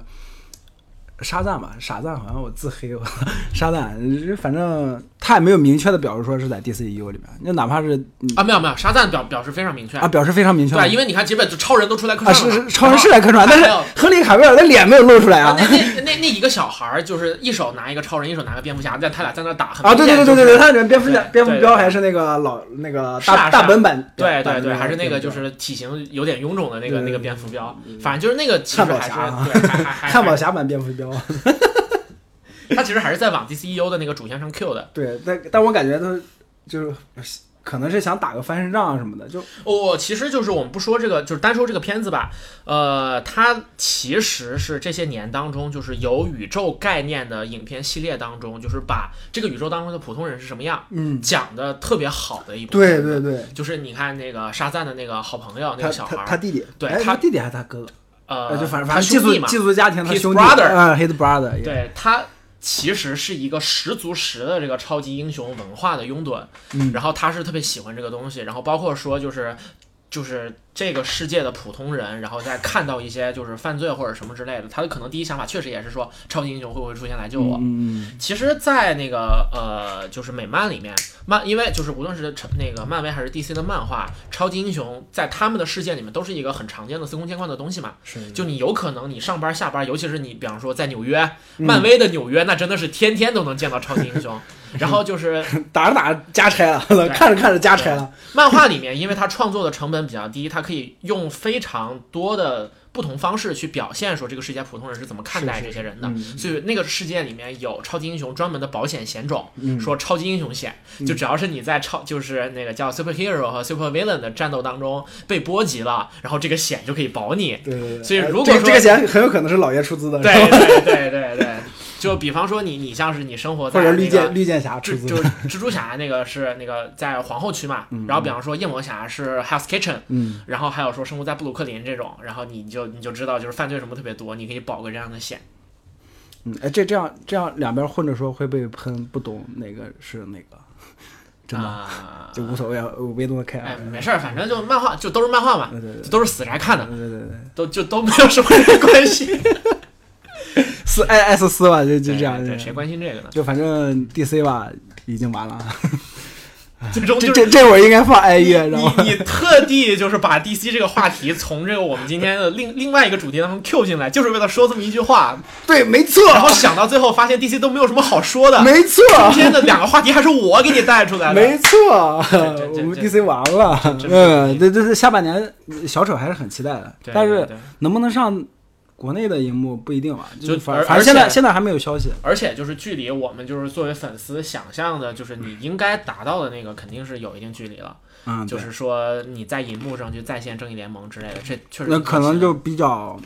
S1: 沙赞吧，傻赞好像我自黑我， 沙赞，反正他也没有明确的表示说是在 DCU 里面，就哪怕是嗯
S2: 啊，没有没有，沙赞表表示非常明确
S1: 啊，表示非常明确嘛，
S2: 对，因为你看基本就超人都出来客
S1: 啊
S2: 串
S1: 是
S2: 了
S1: 是
S2: 嘛
S1: 超人是来客串，但是
S2: 然后
S1: 亨利卡维尔的脸没有露出来
S2: 然后
S1: 啊
S2: 那那那那一个小孩儿就是一手拿一个超人，一手拿个蝙蝠侠，但他俩在那打，很
S1: 啊，对对对对对
S2: 明显就是
S1: 对，他里面蝙蝠侠
S2: 对
S1: 蝙蝠
S2: 对
S1: 标
S2: 对
S1: 还是那个老那个
S2: 是啊
S1: 大
S2: 是啊
S1: 大本版，
S2: 对
S1: 大
S2: 对
S1: 本
S2: 对，
S1: 版
S2: 还是那个
S1: 蝙蝠
S2: 就
S1: 侠
S2: 是体型有点臃肿的那个
S1: 对
S2: 那个蝙蝠标，反正就是那个其实
S1: 嗯汉堡
S2: 还
S1: 侠
S2: 是
S1: 啊
S2: 对，还还还
S1: 汉堡，侠版蝙蝠标，
S2: 他其实还是在往 DCU 的那个主线上 Q 的。
S1: 对，但但我感觉他就是可能是想打个翻身仗啊什么的，就
S2: 我、其实就是我们不说这个，就是单说这个片子吧，呃，它其实是这些年当中，就是有宇宙概念的影片系列当中，就是把这个宇宙当中的普通人是什么样
S1: 嗯，
S2: 讲的特别好的一部
S1: 对
S2: 分。
S1: 对对，
S2: 就是你看那个沙赞的那个好朋友，那
S1: 他
S2: 个小孩
S1: 他他
S2: 儿，
S1: 弟弟，
S2: 对
S1: 哎他
S2: 他
S1: 弟弟还是他哥哥，
S2: 呃
S1: 呃，就反正
S2: 他
S1: 反正寄
S2: 兄
S1: 宿
S2: 弟嘛，
S1: 寄宿家庭他
S2: His
S1: 兄弟
S2: brother
S1: 啊，his brother，也，
S2: 对他其实是一个十足十的这个超级英雄文化的拥趸，
S1: 嗯
S2: 然后他是特别喜欢这个东西，然后包括说就是。就是这个世界的普通人，然后再看到一些就是犯罪或者什么之类的，他可能第一想法确实也是说，超级英雄会不会出现来救我？
S1: 嗯嗯
S2: 其实，在那个呃，就是美漫里面，漫因为就是无论是成那个漫威还是 DC 的漫画，超级英雄在他们的世界里面都是一个很常见的司空见惯的东西嘛。
S1: 是
S2: 就你有可能你上班下班，尤其是你比方说在纽约，漫威的纽约那真的是天天都能见到超级英雄。然后就是
S1: 嗯打着打着加拆了，看着看着加拆了，
S2: 漫画里面，因为它创作的成本比较低，它可以用非常多的不同方式去表现说这个世界普通人是怎么看待
S1: 是
S2: 这
S1: 是
S2: 些人的。
S1: 嗯
S2: 所以那个世界里面有超级英雄专门的保险险种，
S1: 嗯
S2: 说超级英雄险，就只要是你在超就是那个叫 superhero 和 supervillain 的战斗当中被波及了，然后这个险就可以保你。
S1: 对对对，
S2: 所以
S1: 哎
S2: 如果
S1: 这个
S2: 说
S1: 这个钱很有可能是老爷出资的，
S2: 对对对对对，就比方说你你像是你生活在
S1: 或者绿
S2: 那个
S1: 箭绿箭 侠出
S2: 蜘
S1: 资
S2: 就
S1: 的，
S2: 是蜘蛛侠那个是那个在皇后区嘛，然后比方说夜魔侠是 Hell's Kitchen，
S1: 嗯，
S2: 然后还有说生活在布鲁克林这种，然后你就你就知道就是犯罪什么特别多，你可以保个这样的险。
S1: 嗯，哎，这这样这样两边混着说会被喷，不懂哪个是哪个，真的、
S2: 啊
S1: 就无所谓，啊，我别动开
S2: 哎，
S1: 啊。
S2: 没事儿，反正就漫画就都是漫画嘛
S1: 对对对，
S2: 就都是死宅看的，
S1: 对对对，对
S2: 都就都没有什么人关心。哎
S1: 撕爱爱撕撕吧， 就就这样，
S2: 对，对
S1: 就
S2: 谁关心这个呢？
S1: 就反正 DC 吧已经完了，啊
S2: 最终
S1: 这
S2: 哦就
S1: 这
S2: 是。
S1: 这会儿应该放哀乐，然后
S2: 你你特地就是把 DC 这个话题从这个我们今天的另另外一个主题当中 Q 进来，就是为了说这么一句话，
S1: 对，没错，
S2: 然后想到最后发现 DC 都没有什么好说的，
S1: 没错，
S2: 今天的两个话题还是我给你带出来的。
S1: 没错，
S2: 这这
S1: 我们
S2: 这
S1: DC 完了，
S2: 这
S1: 嗯，对对对，下半年小丑还是很期待的，
S2: 对
S1: 但
S2: 对
S1: 是
S2: 对
S1: 能不能上国内的荧幕不一定吧，
S2: 就是
S1: 反
S2: 而
S1: 反正
S2: 而
S1: 现在
S2: 且
S1: 现在还没有消息，
S2: 而且就是距离我们就是作为粉丝想象的，就是你应该达到的那个，肯定是有一定距离了。
S1: 嗯，
S2: 就
S1: 对
S2: 是说你在银幕上去再现《正义联盟》之类的，这确实
S1: 那可能
S2: 挺
S1: 就比较，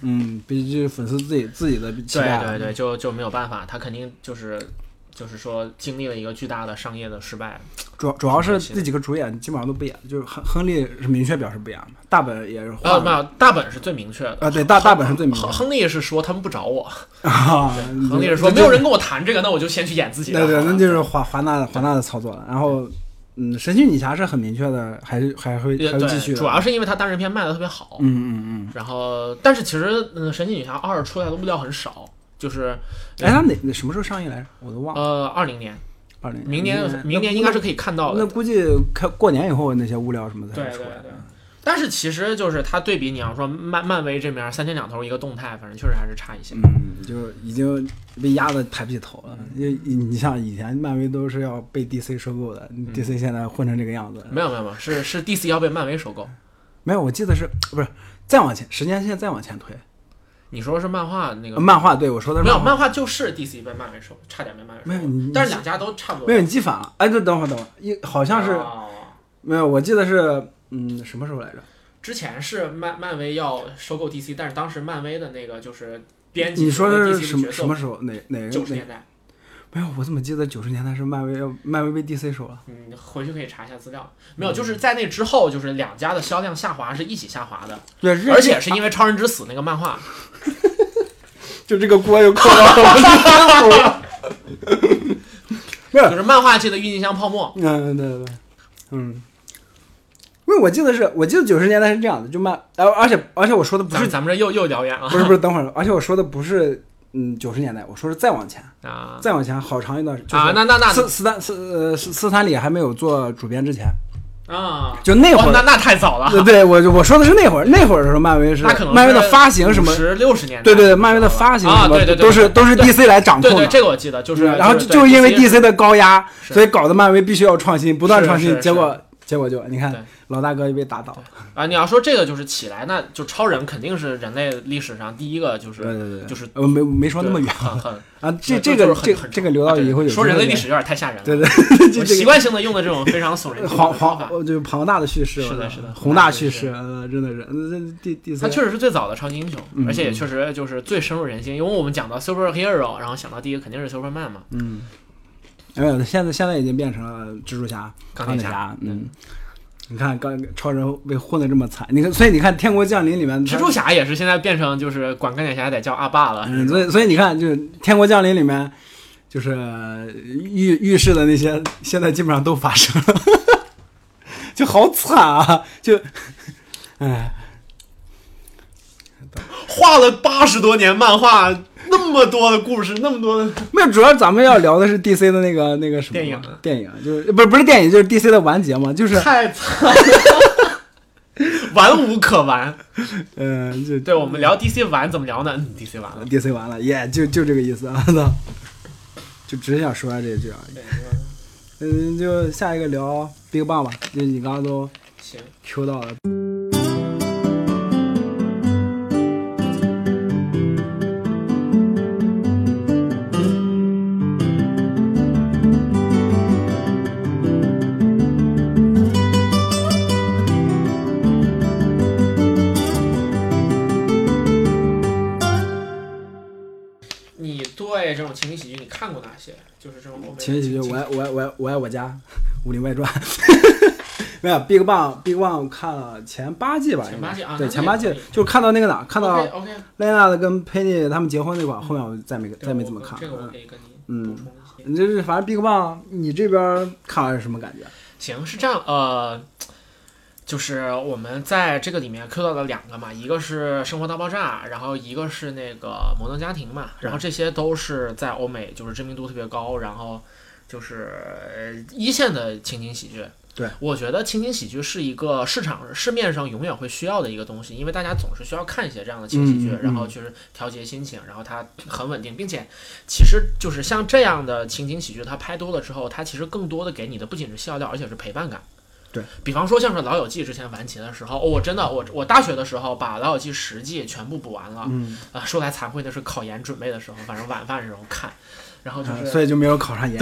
S1: 嗯，比就是粉丝自己自己的期
S2: 对
S1: 待了，
S2: 对对，就就没有办法，他肯定就是就是说经历了一个巨大的商业的失败。
S1: 主要主要是
S2: 是的
S1: 这几个主演基本上都不演，就是亨亨利是明确表示不演的，大本也是
S2: 呃，
S1: 换
S2: 没
S1: 了
S2: 有，大本是最明确的。
S1: 嗯啊，对大大本是最明确
S2: 亨
S1: 的
S2: 亨利是说他们不找我，
S1: 啊，
S2: 亨利是说
S1: 那
S2: 没
S1: 就
S2: 有人跟我谈这个，那我就先去演啊自己的。
S1: 对对，
S2: 好吧
S1: 那就是华华纳华纳的操作了。然后，嗯，神奇女侠是很明确的，还是还会还
S2: 呃
S1: 会继续
S2: 对，
S1: 的。
S2: 主要是因为他单人片卖的特别好。
S1: 嗯嗯
S2: 然后，但是其实，嗯，《神奇女侠二》出来的物料很少，就是
S1: 嗯，哎，它哪哪什么时候上映来着？我都忘了。
S2: 呃，二零年，
S1: 二零
S2: 明年明
S1: 明
S2: 年应该是可以看到
S1: 那
S2: 的。
S1: 估计开过年以后那些物料什么才
S2: 对
S1: 会
S2: 对
S1: 出
S2: 对
S1: 来。。
S2: 但是其实就是它对比，你要说漫漫威这面三天两头一个动态，反正确实还是差一些。
S1: 嗯，就已经被压的抬不起头
S2: 嗯
S1: 了。因为你像以前漫威都是要被 DC 收购的，DC
S2: 嗯
S1: 现在混成这个样子。
S2: 没有没有没有，是是 DC 要被漫威收购。
S1: 没有，我记得是不是再往前时间线再往前推？
S2: 你说是漫画那个？
S1: 漫画对我说的是
S2: 没有，
S1: 漫画
S2: 漫画就是 DC 被漫威收，差点被漫威收购。
S1: 没有你
S2: 但是两家都差不多。
S1: 没有，你记反了。哎，对，等会儿等会儿，一好像是
S2: 哦
S1: 没有，我记得是嗯什么时候来着？
S2: 之前是漫漫威要收购 DC，但是当时漫威的那个就是编辑
S1: 你说
S2: 和
S1: 的
S2: DC
S1: 是什
S2: 哎的
S1: 么
S2: 角色
S1: 什么时候？哪哪个
S2: 九十
S1: 哪
S2: 年代，
S1: 没有，我怎么记得九十年代是漫威要漫威被 DC 收了？
S2: 嗯，回去可以查一下资料。没
S1: 嗯
S2: 有，就是在那之后，就是两家的销量下滑是一起下滑的，
S1: 对，
S2: 而且是因为《超人之死》那个漫画。
S1: 就这个锅 又扣到了我们头上。
S2: 就是漫画界的郁金香泡沫。
S1: 嗯，对对对，嗯。因为我记得是，我记得九十年代是这样的，就漫，而而且而且我说的不
S2: 咱
S1: 是
S2: 们咱们这又又聊远了。
S1: 不是不是，等会儿，而且我说的不是嗯九十年代，我说是再往前，
S2: 啊
S1: 再往前好长一段时间。
S2: 啊，那那那
S1: 斯斯坦斯呃斯斯坦李还没有做主编之前，
S2: 啊，
S1: 就那
S2: 哦
S1: 会，
S2: 那
S1: 儿，
S2: 那太早了，
S1: 对对，我就我说的是那会儿，那会儿的时候，漫威是
S2: 那可能
S1: 漫威的发行什么，
S2: 十六十年代，
S1: 对对对，漫威的发行
S2: 啊，
S1: 什么
S2: 对对对，
S1: 都是都是
S2: 对
S1: DC 来掌控
S2: 对对，
S1: 的。
S2: 这个我记得，就是
S1: 嗯然后
S2: 就是
S1: 就就是因为
S2: DC
S1: DC 的高压，
S2: 是
S1: 所以搞得漫威必须要创新，不断
S2: 是
S1: 创
S2: 是
S1: 新，
S2: 是
S1: 结果结果就你
S2: 对
S1: 看老大哥就被打倒了。
S2: 啊，你要说这个就是起来，那就超人肯定是人类历史上第一个，就是
S1: 对对对，
S2: 就是
S1: 我呃没没说那么
S2: 对
S1: 远
S2: 很很
S1: 啊，这这
S2: 就就
S1: 个
S2: 是很
S1: 这
S2: 很
S1: 这个留到以后有
S2: 啊对
S1: 机
S2: 说
S1: 会
S2: 人类
S1: 再
S2: 历史有点太吓人了，
S1: 对对，
S2: 我
S1: 这
S2: 习
S1: 这
S2: 惯性的用的这种非 常耸人听
S1: 庞
S2: 闻的方法
S1: 庞，呃就是庞大的叙事，啊
S2: 是的是的
S1: 宏大叙
S2: 是
S1: 事，呃，真的是，呃第第
S2: 他
S1: 三，
S2: 确实是最早的超级英雄，
S1: 嗯
S2: 而且也确实就是最深入人心，因为我们讲到 superhero，然后想到第一个肯定是 Superman 嘛，
S1: 嗯，没有，现在现在已经变成了蜘蛛侠、
S2: 钢
S1: 铁
S2: 铁侠，
S1: 嗯，你看刚超人被混的这么惨，你看，所以你看《天国降临》里面
S2: 蜘蛛，侠也是现在变成就是管钢铁侠得叫阿爸了
S1: 他，嗯，所以所以你看，就是《天国降临》里面。就是呃遇遇事的那些，现在基本上都发生了， 就好惨啊！就，哎，
S2: 画了八十多年漫画，那么多的故事，那么多的，
S1: 没有，主要咱们要聊的是 DC 的那个那个什么
S2: 电影啊
S1: 电影就是不是不是电影，就是 DC 的完结嘛，就是
S2: 太惨了， 玩无可玩。
S1: 嗯、呃就
S2: 对我们聊 DC 玩怎么聊呢？嗯，DC 玩了。
S1: DC 完了，耶、就就这个意思啊， 操，就只想说这句啊，嗯，就下一个聊 Big Bang 吧，就你刚刚都
S2: 行，
S1: Q 到了。
S2: 你对这种情景喜剧你看过哪些？就是这种欧美的
S1: 情景喜剧，我爱我爱我爱我爱我家，《武林外传》 没有 Big Bang Big Bang 看了前八季吧，
S2: 前八季啊
S1: 对
S2: 那
S1: 前
S2: 也
S1: 八
S2: 可
S1: 季
S2: 以
S1: 就是看到那个哪，看到
S2: OK OK，
S1: 莱娜的跟佩妮他们结婚那块儿，后面我再没再没怎么看。
S2: 这个我
S1: 嗯
S2: 可以跟你
S1: 嗯
S2: 补充一些。
S1: 你这是反正 Big Bang，你这边看完是什么感觉？啊
S2: 行，是这样，呃，就是我们在这个里面 Q 到了两个嘛，一个是《生活大爆炸》，然后一个是那个《摩登家庭》嘛，然后这些都是在欧美就是知名度特别高，然后就是呃一线的情景喜剧。
S1: 对，
S2: 我觉得情景喜剧是一个市场市面上永远会需要的一个东西，因为大家总是需要看一些这样的情景喜剧，
S1: 嗯嗯
S2: 然后就是调节心情，然后它很稳定，并且其实就是像这样的情景喜剧，它拍多了之后，它其实更多的给你的不仅是笑料，而且是陪伴感。
S1: 对
S2: 比方说，像是《老友记》之前完结的时候，哦我真的我我大学的时候把《老友记》十季全部补完了。
S1: 嗯，
S2: 啊、说来惭愧的是，考研准备的时候，反正晚饭的时候看，然后就是、
S1: 啊所以就没有考上研。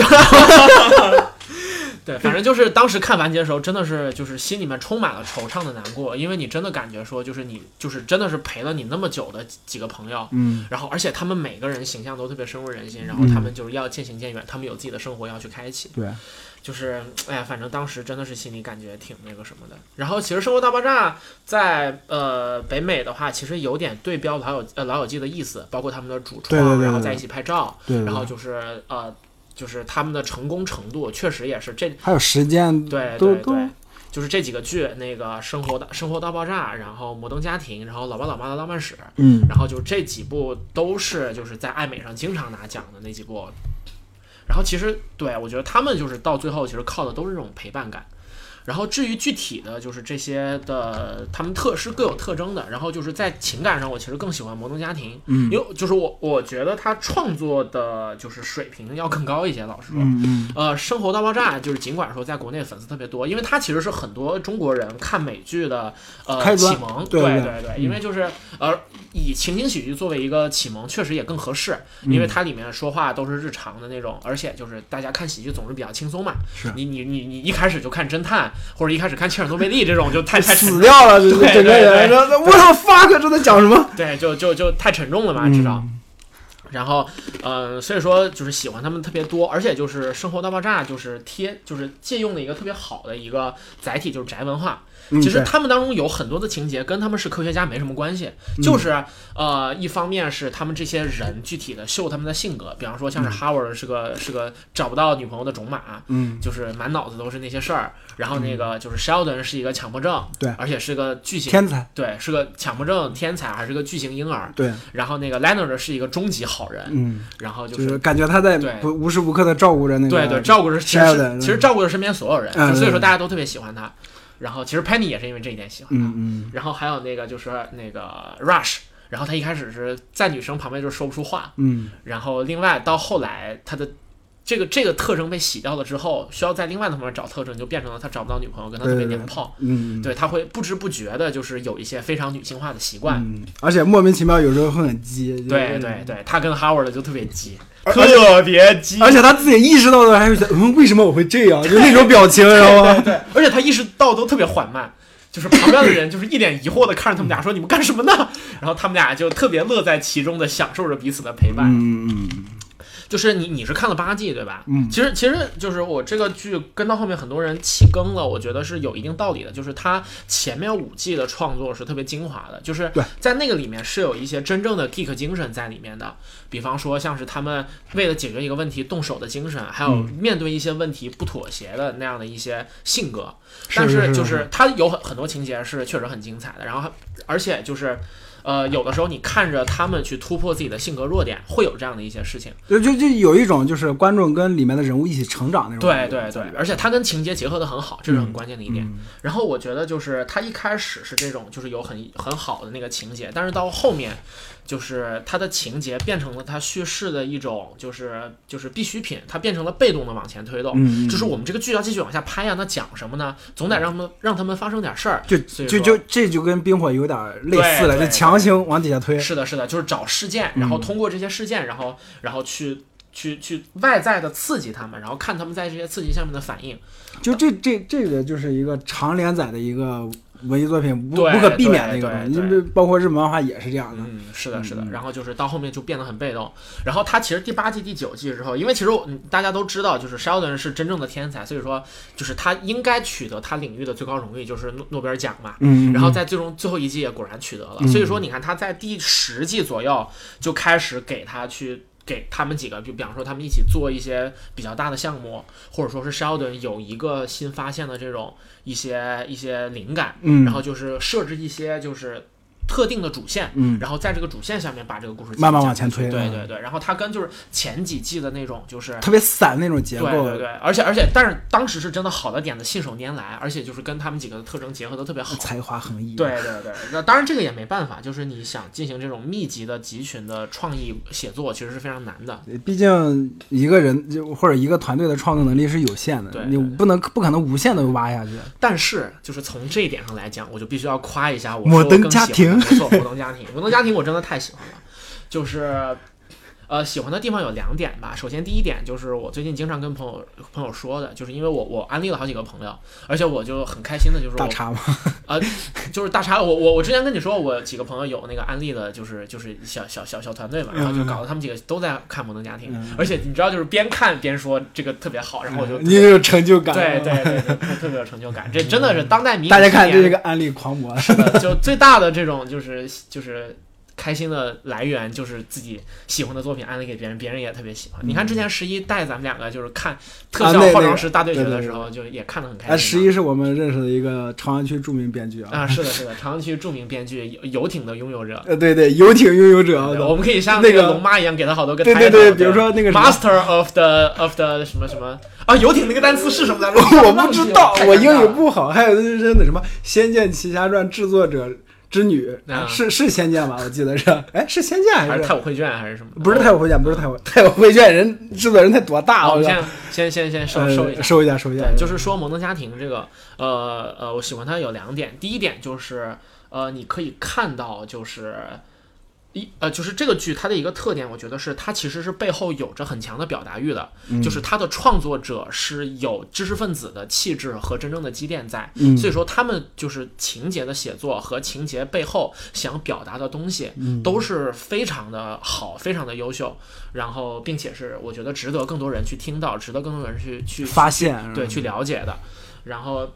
S2: 对，反正就是当时看完结的时候，真的是就是心里面充满了惆怅的难过，因为你真的感觉说，就是你就是真的是陪了你那么久的几个朋友，
S1: 嗯，
S2: 然后而且他们每个人形象都特别深入人心，然后他们就是要渐行渐远，他们有自己的生活要去开启，
S1: 对，
S2: 就是哎呀，反正当时真的是心里感觉挺那个什么的。然后其实《生活大爆炸》在呃北美的话，其实有点对标老友呃老友记的意思，包括他们的主创，
S1: 对对对对
S2: 然后在一起拍照，
S1: 对对
S2: 然后就是呃就是他们的成功程度确实也是这
S1: 还有时间，
S2: 对
S1: 都
S2: 对
S1: 都
S2: 对，就是这几个剧，那个生活大生活大爆炸，然后摩登家庭，然后老爸老妈的浪漫史，
S1: 嗯，
S2: 然后就这几部都是就是在爱美上经常拿奖的那几部。然后其实对我觉得他们就是到最后其实靠的都是这种陪伴感。然后至于具体的就是这些的，他们特是各有特征的。然后就是在情感上，我其实更喜欢《摩登家庭》，
S1: 嗯
S2: 因为就是我我觉得他创作的就是水平要更高一些。老实说，
S1: 嗯嗯，
S2: 呃，《生活大爆炸》就是尽管说在国内粉丝特别多，因为它其实是很多中国人看美剧的
S1: 开
S2: 呃
S1: 端
S2: 启蒙，
S1: 对
S2: 对
S1: 对嗯
S2: 对因为就是呃以情景喜剧作为一个启蒙，确实也更合适，因
S1: 嗯
S2: 为它里面说话都是日常的那种，而且就是大家看喜剧总是比较轻松嘛，
S1: 是
S2: 你你你你一开始就看侦探或者一开始看切尔诺贝利这种就 太太沉
S1: 死掉了，这
S2: 对
S1: 这整个
S2: 对
S1: 人，
S2: 对
S1: 我操，fuck，这在讲什么？嗯
S2: 对，就就就太沉重了嘛，至少。然后，呃，所以说就是喜欢他们特别多，而且就是《生活大爆炸》就是贴就是借用了一个特别好的一个载体，就是宅文化。
S1: 嗯
S2: 其实
S1: 对
S2: 他们当中有很多的情节跟他们是科学家没什么关系，
S1: 嗯
S2: 就是呃，一方面是他们这些人具体的秀他们的性格，比方说像是哈维是个是个找不到女朋友的种马，
S1: 嗯，
S2: 就是满脑子都是那些事儿。然后那个就是 Sheldon 是一个强迫症，
S1: 对
S2: 而且是个巨型，
S1: 天才，
S2: 对，是个强迫症天才，还是个巨型婴儿。
S1: 对，
S2: 然后那个 Leonard 是一个终极好人，
S1: 嗯，
S2: 然后就。
S1: 就是是感觉他在
S2: 对
S1: 不无时无刻的照顾着那个，
S2: 对对，照顾着其实是
S1: Sheldon，
S2: 其实照顾着身边所有人，
S1: 嗯
S2: 就所以
S1: 嗯
S2: 说大家都特别喜欢他。然后其实 Penny 也是因为这一点喜欢他。
S1: 嗯嗯，
S2: 然后还有那个就是那个 Rush，然后他一开始是在女生旁边就说不出话，
S1: 嗯
S2: 然后另外到后来他的这个这个特征被洗掉了之后，需要在另外的方面找特征，就变成了他找不到女朋友，跟他特
S1: 对
S2: 别
S1: 对对
S2: 娘炮。
S1: 嗯，嗯
S2: 对，他会不知不觉的，就是有一些非常女性化的习惯。
S1: 嗯，而且莫名其妙有时候会很激，就是
S2: 对对，对，他跟 Howard 就特别激，
S1: 嗯而
S2: 特别激
S1: 而且他自己意识到的时候还会觉得，嗯，为什么我会这样？就那种表情，然后
S2: 而且他意识到都特别缓慢，就是旁边的人就是一脸疑惑的看着他们俩说：“你们干什么呢？”然后他们俩就特别乐在其中的享受着彼此的陪伴。
S1: 嗯嗯嗯
S2: 就是你你是看了八季对吧？
S1: 嗯
S2: 其实其实就是我这个剧跟到后面很多人弃更了，我觉得是有一定道理的。就是它前面五季的创作是特别精华的，就是
S1: 对
S2: 在那个里面是有一些真正的 geek 精神在里面的。比方说像是他们为了解决一个问题动手的精神，还有面对一些问题不妥协的那样的一些性格。
S1: 是
S2: 但
S1: 是是
S2: 就是它有很很多情节是确实很精彩的，然后还而且就是。呃，有的时候你看着他们去突破自己的性格弱点，会有这样的一些事情。
S1: 就就就有一种就是观众跟里面的人物一起成长那种
S2: 对
S1: 感觉，
S2: 对对，而且它跟情节结合的很好，这是很关键的一点。
S1: 嗯
S2: 然后我觉得就是它一开始是这种，就是有很很好的那个情节，但是到后面，就是它的情节变成了它叙事的一种，就是就是必需品，它变成了被动的往前推动。
S1: 嗯，嗯
S2: 就是我们这个剧要继续往下拍呀，那讲什么呢？总得让他们让他们发生点事儿。
S1: 就
S2: 所以
S1: 就
S2: 说
S1: 就这就跟冰火有点类似
S2: 对
S1: 了，
S2: 对
S1: 就强行往底下推，
S2: 是的，是的，就是找事件，然后
S1: 嗯
S2: 通过这些事件，然后然后去去去外在的刺激他们，然后看他们在这些刺激下面的反应。
S1: 就这这这个就是一个长连载的一个文艺作品，不
S2: 对
S1: 不可避免的一个
S2: 对
S1: 东
S2: 对
S1: 西，因
S2: 对
S1: 为包括日本文化也是这样的。
S2: 嗯，是的，是的
S1: 嗯。嗯
S2: 然后就是到后面就变得很被动。然后他其实第八季、第九季之后，因为其实我嗯大家都知道，就是 Sheldon 是真正的天才，所以说就是他应该取得他领域的最高荣誉，就是诺诺贝尔奖嘛。
S1: 嗯，嗯
S2: 然后
S1: 嗯
S2: 在最终最后一季也果然取得了，
S1: 嗯
S2: 所以说你看他在第十季左右就开始给他去给他们几个，就比方说他们一起做一些比较大的项目，或者说是 Sheldon 有一个新发现的这种一些一些灵感，
S1: 嗯，
S2: 然后就是设置一些就是特定的主线，
S1: 嗯
S2: 然后在这个主线下面把这个故事
S1: 慢慢
S2: 讲
S1: 往前推
S2: 对
S1: 嗯
S2: 对对，然后它跟就是前几季的那种就是。
S1: 特别散那种结
S2: 对
S1: 构，
S2: 对对，而且而且，但是当时是真的好的点子信手拈来，而且就是跟他们几个的特征结合的特别好。
S1: 才华横溢。
S2: 对，对对，那当然这个也没办法，就是你想进行这种密集的集群的创意写作，其实是非常难的。
S1: 毕竟一个人就或者一个团队的创作能力是有限的，
S2: 对
S1: 你
S2: 对对
S1: 不能不可能无限的挖下去。
S2: 但是就是从这一点上来讲，我就必须要夸一下我
S1: 摩
S2: 说我
S1: 登
S2: 更
S1: 家
S2: 喜
S1: 庭
S2: 欢的不错，摩登家庭，摩登家庭我真的太喜欢了，就是。呃，喜欢的地方有两点吧。首先，第一点就是我最近经常跟朋友朋友说的，就是因为我我安利了好几个朋友，而且我就很开心的，就是
S1: 大
S2: 我
S1: 叉嘛，
S2: 就是大茶，我我我之前跟你说，我几个朋友有那个安利的，就是就是小小小小团队嘛，然后就搞得他们几个都在看《摩登家庭》
S1: 嗯
S2: 而且你知道，就是边看边说这个特别好，然后 我就、
S1: 你也有成就感。嗯
S2: 对对对对，特特别有成就感。这真的是当代迷
S1: 大家看这
S2: 这
S1: 是个案例狂魔，
S2: 个，就最大的这种就是就是开心的来源，就是自己喜欢的作品安利给别人，别人也特别喜欢。你看之前十一带咱们两个就是看特
S1: 嗯啊
S2: 效
S1: 那
S2: 化妆
S1: 那
S2: 师大对决
S1: 对对
S2: 的
S1: 对
S2: 时候，就也看得很开心嘛。
S1: 哎，十一是我们认识的一个朝阳区著名编剧啊，
S2: 啊，是的，是的，朝阳区著名编剧游游艇的拥 有者，
S1: 呃，对对，游艇拥有者啊，
S2: 对我们可以像
S1: 那
S2: 个
S1: 个
S2: 龙妈一样给他好多个
S1: 对对
S2: title，
S1: 对，比如说那个什么
S2: Master of the of the 什么什么啊，游艇那个单词是什么来着？
S1: 我不知道，
S2: 太尴尬了
S1: 我英语不好。还有就是那什么《仙剑奇侠传》制作者之女，
S2: 啊
S1: 是是《仙剑》吧？我记得是，哎，是《仙剑》
S2: 还
S1: 还
S2: 是
S1: 是
S2: 太？武绘卷还是什么的？
S1: 不是太武回卷，不是太武太武回卷，人制作人才多大？
S2: 哦好，我
S1: 我
S2: 们
S1: 靠
S2: 先先先先收
S1: 呃
S2: 收一下。嗯
S1: 收一下，收一下
S2: 对，，就是说《摩登家庭》这个，呃呃，我喜欢它有两点。第一点就是，呃，你可以看到，就是一呃，就是这个剧它的一个特点，我觉得是它其实是背后有着很强的表达欲的，就是它的创作者是有知识分子的气质和真正的积淀在，
S1: 嗯
S2: 所以说他们就是情节的写作和情节背后想表达的东西
S1: 嗯
S2: 都是非常的好，非常的优秀，然后并且是我觉得值得更多人去听到，值得更多人去去
S1: 发现是吧
S2: 嗯对去了解的，然后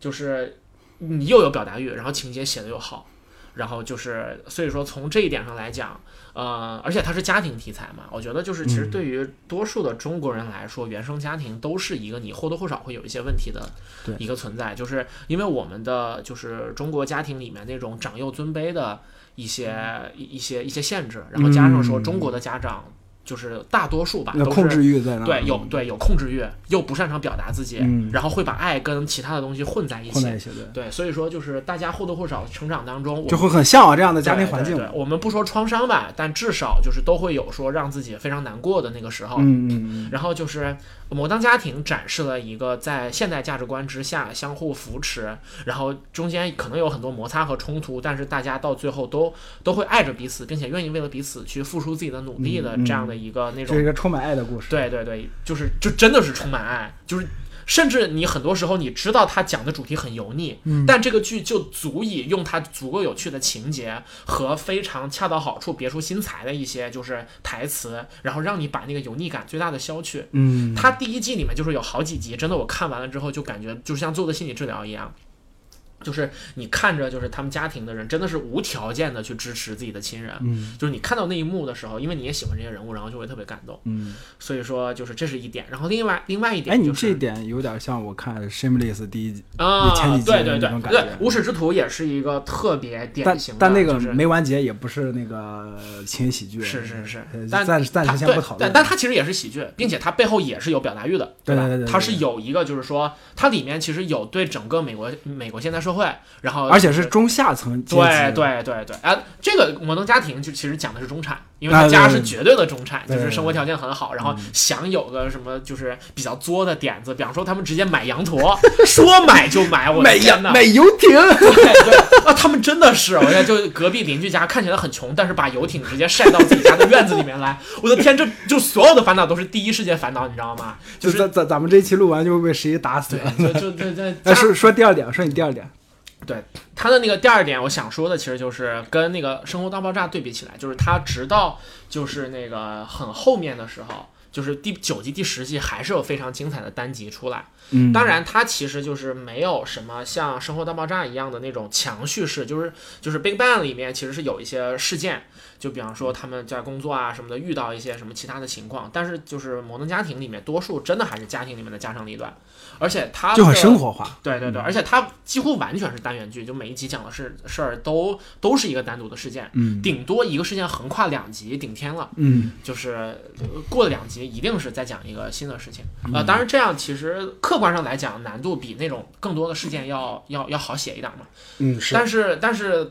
S2: 就是你又有表达欲，然后情节写的又好，然后就是所以说从这一点上来讲，呃，而且它是家庭题材嘛，我觉得就是其实对于多数的中国人来说，原生家庭都是一个你或多或少会有一些问题的
S1: 对
S2: 一个存在，就是因为我们的就是中国家庭里面那种长幼尊卑的一些一一些一些限制，然后加上说
S1: 嗯
S2: 中国的家长。就是大多数吧，
S1: 那嗯
S2: 都是
S1: 控制欲在哪？
S2: 对，有对有控制欲，又不擅长表达自己，
S1: 嗯
S2: 然后会把爱跟其他的东西混在一
S1: 混
S2: 起。
S1: 在一起，对，
S2: 对，所以说就是大家或多或少成长当中，我
S1: 就
S2: 们
S1: 会很向往这样的家
S2: 对
S1: 庭环境。
S2: 对对我们不说创伤吧，但至少就是都会有说让自己非常难过的那个时候。
S1: 嗯嗯
S2: 然后就是《摩登家庭》展示了一个在现代价值观之下相互扶持，然后中间可能有很多摩擦和冲突，但是大家到最后都都会爱着彼此，并且愿意为了彼此去付出自己的努力的
S1: 嗯嗯
S2: 这样的一个那
S1: 嗯，
S2: 种
S1: 这是一个充满爱的故事。
S2: 对对对，就是就真的是充满爱，就是甚至你很多时候你知道他讲的主题很油腻，
S1: 嗯
S2: 但这个剧就足以用它足够有趣的情节和非常恰到好处、别出心裁的一些就是台词，然后让你把那个油腻感最大的消去。
S1: 嗯，
S2: 它第一季里面就是有好几集，真的我看完了之后就感觉就像做的心理治疗一样。就是你看着，就是他们家庭的人真的是无条件的去支持自己的亲人，
S1: 嗯
S2: 就是你看到那一幕的时候，因为你也喜欢这些人物，然后就会特别感动。
S1: 嗯，
S2: 所以说就是这是一点，然后另外另外一
S1: 哎，
S2: 点
S1: 你
S2: 就
S1: 这一
S2: 是
S1: 点有点像我看《Shameless》第一集，
S2: 啊
S1: 你前几，集
S2: 对
S1: 的那
S2: 对对
S1: 种感
S2: 对
S1: 觉，
S2: 无耻之徒也是一个特别典
S1: 但
S2: 型的，
S1: 但那个
S2: 就是
S1: 没完结，也不是那个呃情景喜剧。
S2: 是是是
S1: 呃，
S2: 但
S1: 暂时暂
S2: 它
S1: 时先不讨
S2: 对，但
S1: 论。
S2: 但它其实也是喜剧，并且它背后也是有表达欲的，
S1: 对
S2: 吧？
S1: 对对对
S2: 它是有一个就是说，它里面其实有对整个美国美国现代社会，然后
S1: 而且是中下层阶级。
S2: 对对对对，哎、这个摩登家庭就其实讲的是中产，因为
S1: 啊
S2: 他
S1: 对
S2: 家
S1: 对
S2: 是绝对的中产，
S1: 对
S2: 就
S1: 对嗯
S2: 是生活条件很好，然后想有个什么就是比较作的点子，比方说他们直接买羊驼， 说买就买，我的
S1: 美
S2: 天呐，
S1: 美游 艇，
S2: 对对啊，他们真的是，我觉得就隔壁邻居家看起来很穷，但是把游艇直接晒到自己家的院子里面来，我的天，这就所有的烦恼都是第一世界烦恼，你知道吗？就
S1: 就是咱咱咱们这期录完就会被十一打死
S2: 对
S1: 了。，
S2: 就就就就
S1: 哎，
S2: 家
S1: 说说第二点，说你第二点，
S2: 他的那个第二点，我想说的其实就是跟那个《生活大爆炸》对比起来，就是他直到就是那个很后面的时候，就是第九集、第十集还是有非常精彩的单集出来。
S1: 嗯
S2: 当然，它其实就是没有什么像《生活大爆炸》一样的那种强叙事，就是就是《Big Bang》里面其实是有一些事件，就比方说他们在工作啊什么的遇到一些什么其他的情况，但是就是《摩登家庭》里面多数真的还是家庭里面的家长里短，而且它
S1: 就很
S2: 的
S1: 生活化。
S2: 对对对，而且它几乎完全是单元剧，就每一集讲的事事儿都都是一个单独的事件，
S1: 嗯
S2: 顶多一个事件横跨两集顶天了，
S1: 嗯，
S2: 就是呃过了两集一定是在讲一个新的事情。呃，当然这样其实客观上来讲难度比那种更多的事件要要要好写一点嘛。
S1: 嗯是
S2: 但是但是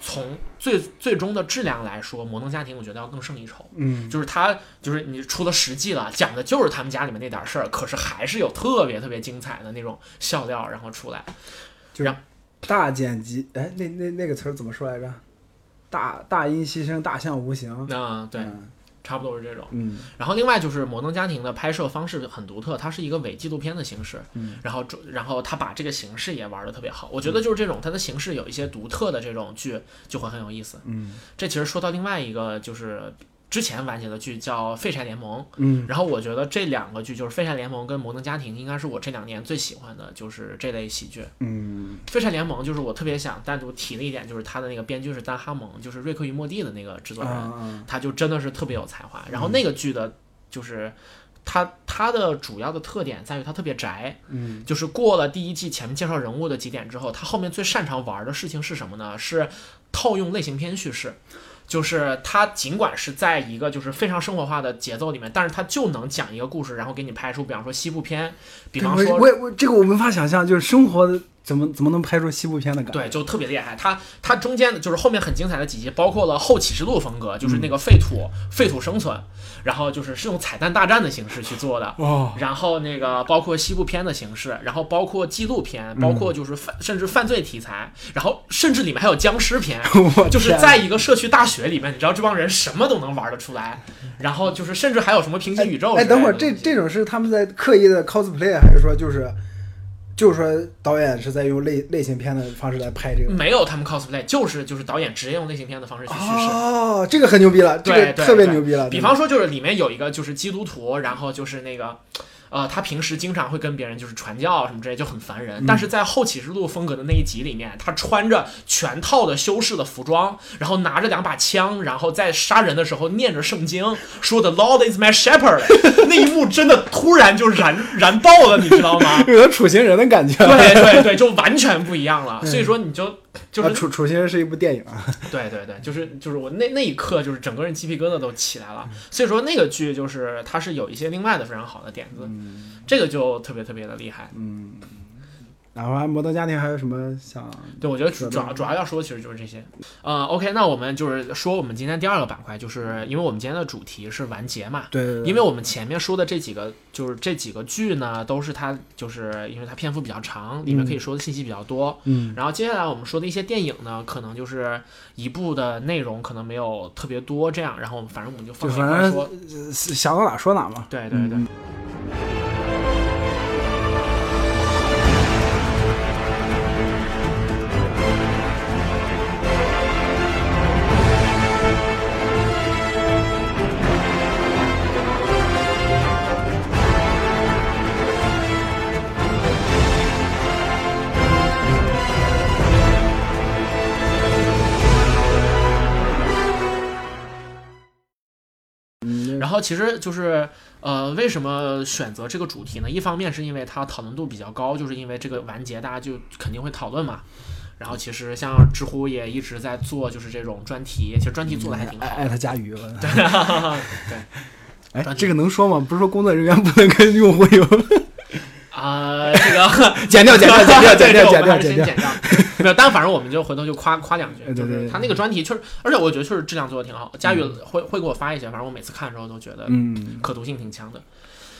S2: 从最最终的质量来说，《摩登家庭》我觉得要更胜一筹。
S1: 嗯
S2: 就是他，就是你出了实际了，讲的就是他们家里面那点事儿，可是还是有特别特别精彩的那种笑料，然后出来。
S1: 大剪辑，哎，那那那个词儿怎么说来着？大大音希声，大象无形。
S2: 嗯，对，
S1: 嗯
S2: 差不多是这种。
S1: 嗯
S2: 然后另外就是《摩登家庭》的拍摄方式很独特，它是一个伪纪录片的形式，
S1: 嗯
S2: 然后主然后他把这个形式也玩的特别好。我觉得就是这种它的形式有一些独特的这种剧就会很有意思。
S1: 嗯
S2: 这其实说到另外一个就是之前完结的剧叫《废柴联盟》，
S1: 嗯
S2: 然后我觉得这两个剧就是《废柴联盟》跟《摩登家庭》应该是我这两年最喜欢的就是这类喜剧。
S1: 嗯
S2: 《废柴联盟》就是我特别想单独提的一点，就是它的那个编剧是丹哈蒙，就是《瑞克与莫蒂》的那个制作
S1: 啊
S2: 人。
S1: 啊，
S2: 他就真的是特别有才华。然后那个剧的，就是他他的主要的特点在于他特别宅，
S1: 嗯
S2: 就是过了第一季前面介绍人物的几点之后，他后面最擅长玩的事情是什么呢？是套用类型片叙事。就是他尽管是在一个就是非常生活化的节奏里面，但是他就能讲一个故事，然后给你拍出，比方说西部片，比
S1: 对
S2: 方
S1: 我
S2: 说
S1: 我我这个我没法想象，就是生活的怎么怎么能拍出西部片的感觉？
S2: 对，就特别厉害。它它中间的就是后面很精彩的几集，包括了后启示录风格，就是
S1: 嗯
S2: 那个废土、废土生存，然后就是是用彩蛋大战的形式去做的。
S1: 哦，
S2: 然后那个包括西部片的形式，然后包括纪录片，包
S1: 嗯
S2: 括就是犯甚至犯罪题材，然后甚至里面还有僵尸片，
S1: 我
S2: 就是
S1: 天
S2: 在一个社区大学里面，你知道这帮人什么都能玩得 出来，然后就是甚至还有什么平行宇宙之类的东
S1: 哎，等
S2: 西。
S1: 会儿这这种是他们在刻意的 cosplay，还是说就是就是说导演是在用类类型片的方式来拍这个？
S2: 没有他们 cosplay，就是就是导演直接用类型片的方式去叙事。
S1: 哦，这个很牛逼了，这
S2: 对
S1: 个
S2: 对
S1: 特别
S2: 对
S1: 牛逼了。
S2: 比方说，就是里面有一个就是基督徒，然后就是那个，呃，他平时经常会跟别人就是传教什么之类，就很烦
S1: 嗯
S2: 人。但是在后启示录风格的那一集里面，他穿着全套的修饰的服装，然后拿着两把枪，然后在杀人的时候念着圣经，说的 “Lord is my shepherd”，那一幕真的突然就燃燃爆了，你知道 吗？
S1: 有点楚行人的感觉。
S2: 对对对，就完全不一样了。所以说，你就就是
S1: 啊，楚楚行人是一部电影啊。
S2: 对对对，就是就是我那那一刻，就是整个人鸡皮疙瘩都起来
S1: 嗯
S2: 了。所以说那个剧就是它是有一些另外的非常好的点子，
S1: 嗯
S2: 这个就特别特别的厉害。
S1: 然后《摩登家庭》还有什么想？
S2: 对，我觉得
S1: 是的
S2: 主主要主要要说的其实就是这些。呃，OK，那我们就是说我们今天第二个板块，就是因为我们今天的主题是完结嘛。
S1: 对对对，
S2: 因为我们前面说的这几个，就是这几个剧呢，都是它就是因为它篇幅比较长，里面可以说的信息比较多，
S1: 嗯
S2: 然后接下来我们说的一些电影呢，可能就是一部的内容可能没有特别多这样，然后我们反正我们就放
S1: 就
S2: 到一块
S1: 反正
S2: 儿
S1: 嗯
S2: 说。
S1: 呃想到哪说哪嘛。
S2: 对对对。
S1: 嗯
S2: 然后其实就是呃，为什么选择这个主题呢？一方面是因为它讨论度比较高，就是因为这个完结大家就肯定会讨论嘛。然后其实像知乎也一直在做就是这种专题，其实专题做的还挺
S1: 艾
S2: 好。
S1: 艾特加鱼了。
S2: 对。
S1: 哎，
S2: 专题
S1: 这个能说吗？不是说工作人员不能跟用户有
S2: 啊、这个
S1: 剪掉剪掉剪 掉剪掉剪
S2: 对
S1: 掉剪
S2: 这个我们还是先
S1: 掉
S2: 剪掉。没有，但反正我们就回头就夸夸两句，
S1: 对
S2: 就
S1: 对
S2: 是
S1: 对
S2: 他那个专题确实，而且我觉得确实质量做的挺好。佳宇会会给我发一些，反正我每次看的时候都觉得
S1: 嗯，
S2: 可读性挺强的。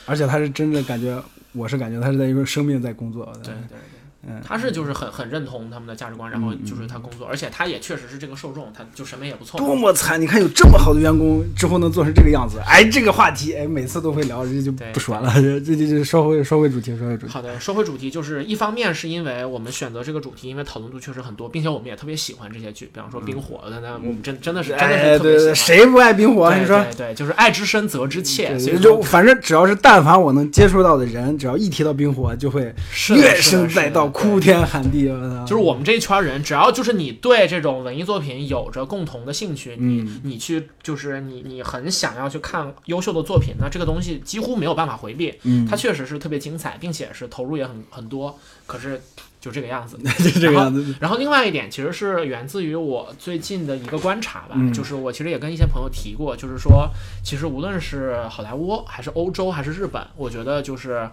S1: 而且他是真的感觉，我是感觉他是在用生命在工作。
S2: 对对对。
S1: 嗯，
S2: 他是就是很很认同他们的价值观，然后就是他工作，而且他也确实是这个受众，他就审美也不错。
S1: 多么惨！你看有这么好的员工，之后能做成这个样子。哎，这个话题，哎，每次都会聊，这就
S2: 对
S1: 不说了。这这这这说回说回主题，说回主题。
S2: 好的，说回主题，就是一方面是因为我们选择这个主题，因为讨论度确实很多，并且我们也特别喜欢这些剧，比方说《冰火》的，那我们真真的是真的
S1: 嗯哎，
S2: 是特
S1: 对
S2: 别喜
S1: 对，
S2: 欢。
S1: 谁不爱冰火？
S2: 对
S1: 你说，
S2: 对对，就是爱之深责之切，所以
S1: 对，
S2: 说
S1: 就反正只要是但凡我能接触到的人，只要一提到冰火，就会
S2: 是的
S1: 怨
S2: 是的
S1: 声
S2: 是的
S1: 载道，
S2: 对
S1: 哭天喊地。我操
S2: 就是我们这一圈人，只要就是你对这种文艺作品有着共同的兴趣，
S1: 嗯
S2: 你你去就是你你很想要去看优秀的作品，那这个东西几乎没有办法回避。
S1: 嗯
S2: 它确实是特别精彩，并且是投入也很很多，可是就这个样子。
S1: 就这个样子。
S2: 然后另外一点其实是源自于我最近的一个观察吧，
S1: 嗯
S2: 就是我其实也跟一些朋友提过，就是说，其实无论是好莱坞还是欧洲还是日本，我觉得就是。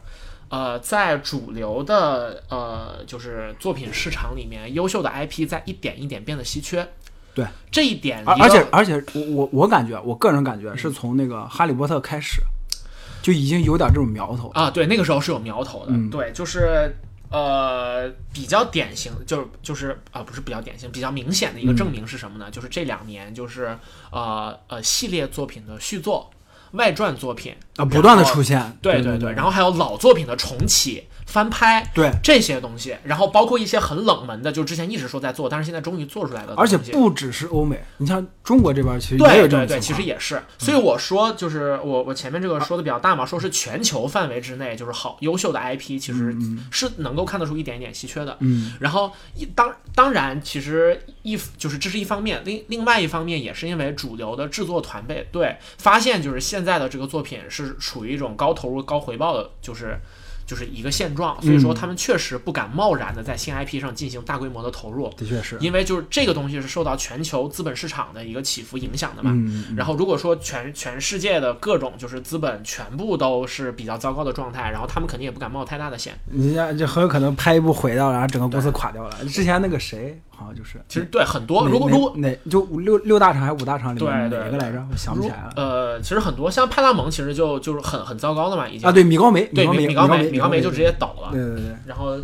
S2: 呃，在主流的呃，就是作品市场里面，优秀的 IP 在一点一点变得稀缺。
S1: 对
S2: 这一点一个，
S1: 而而且而且，我我我感觉，啊我个人感觉
S2: 嗯
S1: 是从那个《哈利波特》开始，就已经有点这种苗头了。
S2: 啊，对，那个时候是有苗头的，
S1: 嗯
S2: 对，就是呃比较典型，就是就是啊、不是比较典型，比较明显的
S1: 嗯
S2: 一个证明是什么呢？就是这两年就是呃呃系列作品的续作、外传作品
S1: 啊，不断的
S2: 现。然后
S1: 出现。
S2: 对
S1: 对
S2: 对，然后嗯还有老作品的重启、翻拍，
S1: 对
S2: 这些东西，然后包括一些很冷门的，就之前一直说在做，但是现在终于做出来的东
S1: 而
S2: 西，
S1: 且不只是欧美，你像中国这边其实也有
S2: 对
S1: 这种情况。嗯
S2: 对对，
S1: 啊
S2: 其实也是，所以我说就是我我前面这个说的比较大嘛，说是全球范围之内就是好优秀的 IP，其实是能够看得出一点一点稀缺的。
S1: 嗯，
S2: 然后一当当然，其实一就是这是一方面，另另外一方面也是因为主流的制作团队对发现就是现在的这个作品是处于一种高投入高回报的，就是。就是一个现状，所以
S1: 嗯
S2: 说他们确实不敢贸然的在新 IP 上进行大规模的投入，
S1: 的确是，
S2: 因为就是这个东西是受到全球资本市场的一个起伏影响的嘛。
S1: 嗯，嗯
S2: 然后如果说全全世界的各种就是资本全部都是比较糟糕的状态，然后他们肯定也不敢冒太大的险。
S1: 你像就很有可能拍一部毁掉了，然后整个公司垮掉了。之前那个谁好像就是，
S2: 其实对很多，
S1: 哪
S2: 如果
S1: 哪
S2: 如果
S1: 哪就五六六大厂还是五大厂里面
S2: 对对
S1: 哪个来着？我想不
S2: 如
S1: 起来了。
S2: 呃，其实很多像派大蒙，其实就就是很很糟糕的嘛，已经
S1: 啊，对，米高梅，
S2: 对
S1: 高梅，
S2: 米
S1: 米
S2: 高梅
S1: 梅，
S2: 米高梅就直接倒了
S1: 对，对对，
S2: 然后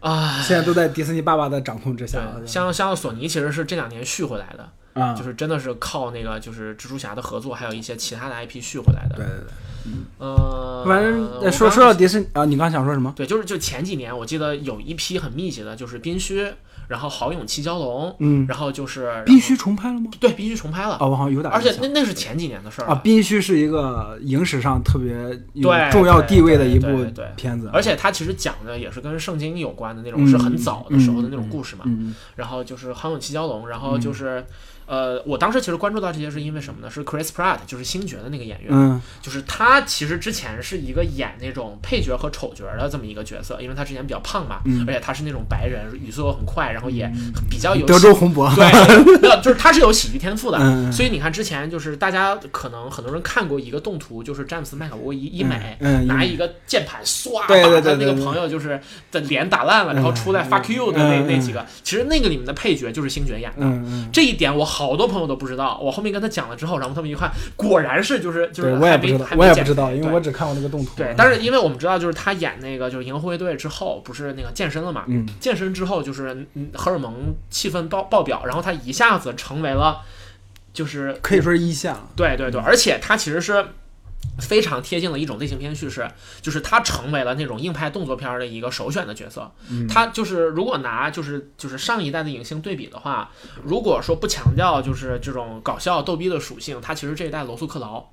S2: 啊。
S1: 现在都在迪士尼爸爸的掌控之下了。
S2: 对，像像索尼其实是这两年续回来的，
S1: 啊，
S2: 就是真的是靠那个就是蜘蛛侠的合作，还有一些其他的 IP 续回来的。
S1: 对对对，
S2: 呃，
S1: 反正呃说
S2: 我刚
S1: 说到迪士尼啊，你刚想说什么？
S2: 对，就是就前几年我记得有一批很密集的，就是宾虚，然后好勇七蛟龙，
S1: 嗯
S2: 然后就是
S1: 必须重拍了吗？
S2: 对必须重拍了，
S1: 啊，我好像有点
S2: 而且
S1: 印象
S2: 那那是前几年的事儿
S1: 啊，
S2: 了。
S1: 必须是一个影史上特别有
S2: 对
S1: 重要地位的一部
S2: 对对对对
S1: 片子，
S2: 而且它其实讲的也是跟圣经有关的那种，
S1: 嗯
S2: 是很早的时候的那种
S1: 嗯
S2: 故事嘛。
S1: 嗯，
S2: 然后就是《航勇七蛟龙》，然后就是，呃，我当时其实关注到这些是因为什么呢？是 Chris Pratt，就是星爵的那个演员，
S1: 嗯
S2: 就是他其实之前是一个演那种配角和丑角的这么一个角色，因为他之前比较胖嘛，
S1: 嗯
S2: 而且他是那种白人，语速又很快，然后也比较有
S1: 嗯，德
S2: 喜
S1: 州红 博，
S2: 对，没有就是他是有喜剧天赋的。
S1: 嗯，
S2: 所以你看，之前就是大家可能很多人看过一个动图，就是詹姆斯麦考沃伊医美，
S1: 嗯嗯
S2: 拿一个键盘唰
S1: 对对
S2: 把
S1: 对对
S2: 他那个
S1: 对
S2: 朋友就是的脸打烂了，然后出来
S1: 嗯
S2: fuck you 的那
S1: 嗯
S2: 那
S1: 嗯
S2: 几个，其实那个里面的配角就是星爵演的。
S1: 嗯嗯，
S2: 这一点我好多朋友都不知道，我后面跟他讲了之后，然后他们一看，果然是就是就
S1: 对
S2: 是还
S1: 我也不
S2: 没
S1: 知道
S2: 还，没
S1: 我也不
S2: 剪
S1: 知道，因为
S2: 对
S1: 我只看过那个动图。
S2: 对
S1: 嗯，
S2: 但是因为我们知道，就是他演那个就是《银河护卫队》之后，不是那个健身了嘛？
S1: 嗯
S2: 健身之后就是嗯荷尔蒙气氛爆爆表，然后他一下子成为了就是
S1: 可以说是一线了。
S2: 对对对，而且他其实是。非常贴近了一种类型片叙事，就是他成为了那种硬派动作片儿的一个首选的角色。他就是如果拿就是就是上一代的影星对比的话，如果说不强调就是这种搞笑逗逼的属性，他其实这一代罗素克劳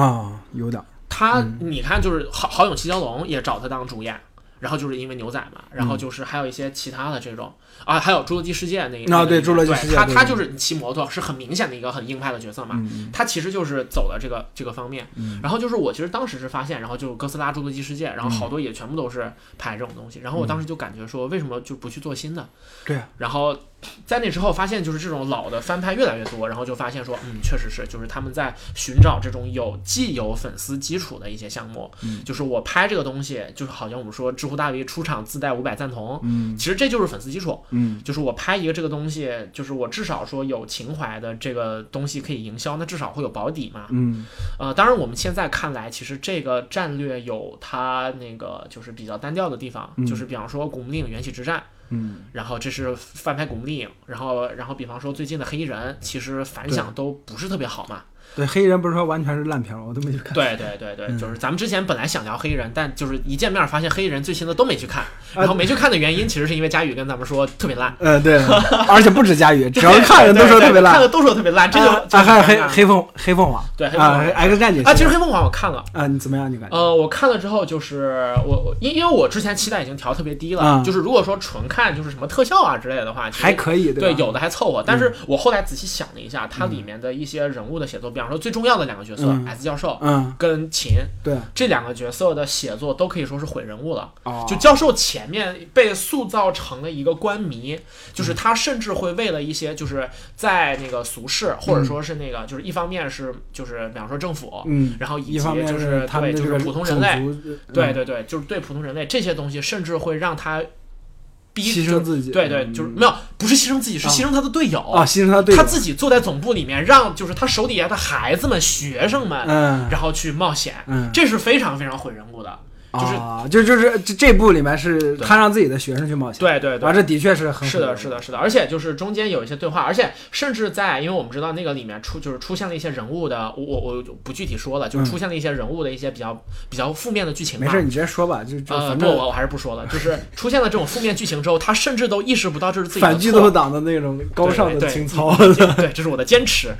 S1: 啊，有点儿，
S2: 他
S1: 嗯
S2: 你看就是好好勇七蛟龙也找他当主演。然后就是因为牛仔嘛，然
S1: 嗯
S2: 后就是还有一些其他的这种、啊，还有侏罗纪世界那一
S1: 啊
S2: 那个
S1: 对
S2: 里面
S1: 侏罗纪世界
S2: 对他
S1: 对嗯
S2: 他
S1: 对
S2: 就是骑摩托是很明显的一个很硬派的角色嘛，他其实就是走了这个这个方面。
S1: 嗯
S2: 然后就是我其实当时是发现，然后就是哥斯拉、侏罗纪世界，然后
S1: 嗯
S2: 好多也全部都是拍这种东西，然后我当时就感觉说为什么就不去做新的？
S1: 对啊，
S2: 然后在那之后发现，就是这种老的翻拍越来越多，然后就发现说，嗯，确实是，就是他们在寻找这种有既有粉丝基础的一些项目。
S1: 嗯
S2: 就是我拍这个东西，就是好像我们说知乎大 V 出场自带五百赞同，
S1: 嗯
S2: 其实这就是粉丝基础。
S1: 嗯
S2: 就是我拍一个这个东西，就是我至少说有情怀的这个东西可以营销，那至少会有保底嘛。
S1: 嗯
S2: 呃，当然我们现在看来，其实这个战略有它那个就是比较单调的地方，
S1: 嗯
S2: 就是比方说《古墓丽影：缘起之战》。
S1: 嗯，
S2: 然后这是翻拍《古墓丽影》，然后然后比方说最近的《黑衣人》，其实反响都不是特别好嘛。
S1: 对，黑衣人不是说完全是烂片儿吗？我都没去看。
S2: 对对对对，
S1: 嗯
S2: 就是咱们之前本来想聊《黑衣人》，但就是一见面发现《黑衣人》最新的都没去看，
S1: 啊
S2: 然后没去看的原因其实是因为佳宇跟咱们说特别烂，
S1: 呃，对，而且不止佳宇，只要看人都说
S2: 对对
S1: 特别烂
S2: 看。了都说特别烂，这就
S1: 啊
S2: 这
S1: 啊，
S2: 就
S1: 还有
S2: 很尴
S1: 黑
S2: 尬
S1: 黑凤黑凤凰，
S2: 对黑凤
S1: 啊
S2: 凰
S1: ，X 战警
S2: 啊，其实黑凤凰我看了。
S1: 啊，你怎么样？你感觉？
S2: 呃，我看了之后，就是我我因因为我之前期待已经调特别低了，
S1: 嗯
S2: 就是如果说纯看就是什么特效啊之类的话，其实
S1: 还可以，
S2: 对，
S1: 吧？嗯
S2: 有的还凑合。但是我后来仔细想了一下，它里面的一些人物的写作，比方说最重要的两个角色
S1: 嗯
S2: ，S 教授
S1: 嗯，
S2: 跟秦
S1: 对，
S2: 这两个角色的写作都可以说是毁人物了。
S1: 哦
S2: 就教授前面被塑造成了一个官迷，
S1: 嗯
S2: 就是他甚至会为了一些就是在那个俗世，或者说是那个就是一方面是就是比方说政府，
S1: 嗯，
S2: 然后以及
S1: 一方面
S2: 就是
S1: 他们
S2: 对
S1: 的
S2: 就
S1: 这个
S2: 是普通人
S1: 种
S2: 类，
S1: 族，呃
S2: 对，对对，就是对普通人类这些东西，甚至会让他逼
S1: 牺
S2: 就
S1: 牲自己，
S2: 对对，就是没有，不是牺牲自己，是牺牲他的队友。
S1: 嗯啊，牺牲他对
S2: 他自己坐在总部里面，让就是他手底下的孩子们、学生们，
S1: 嗯
S2: 然后去冒险，
S1: 嗯，
S2: 这是非常非常毁人物的。就是
S1: 啊，就就是这这部里面是
S2: 对
S1: 他让自己的学生去冒险，
S2: 对对对
S1: 啊，，这的确是很
S2: 是的，是
S1: 的，
S2: 的，是的，而且就是中间有一些对话，而且甚至在，因为我们知道那个里面出就是出现了一些人物的，我我我就不具体说了，就是出现了一些人物的一些比较比较负面的剧情
S1: 嗯
S2: 吧。
S1: 没事，你直接说吧，就就
S2: 呃，
S1: 反
S2: 不，
S1: 正
S2: 我我还是不说了。就是出现了这种负面剧情之后，他甚至都意识不到这是自己的
S1: 反剧
S2: 错
S1: 斗党的那种高
S2: 对
S1: 尚的
S2: 对
S1: 情操
S2: 对，这是我的坚持。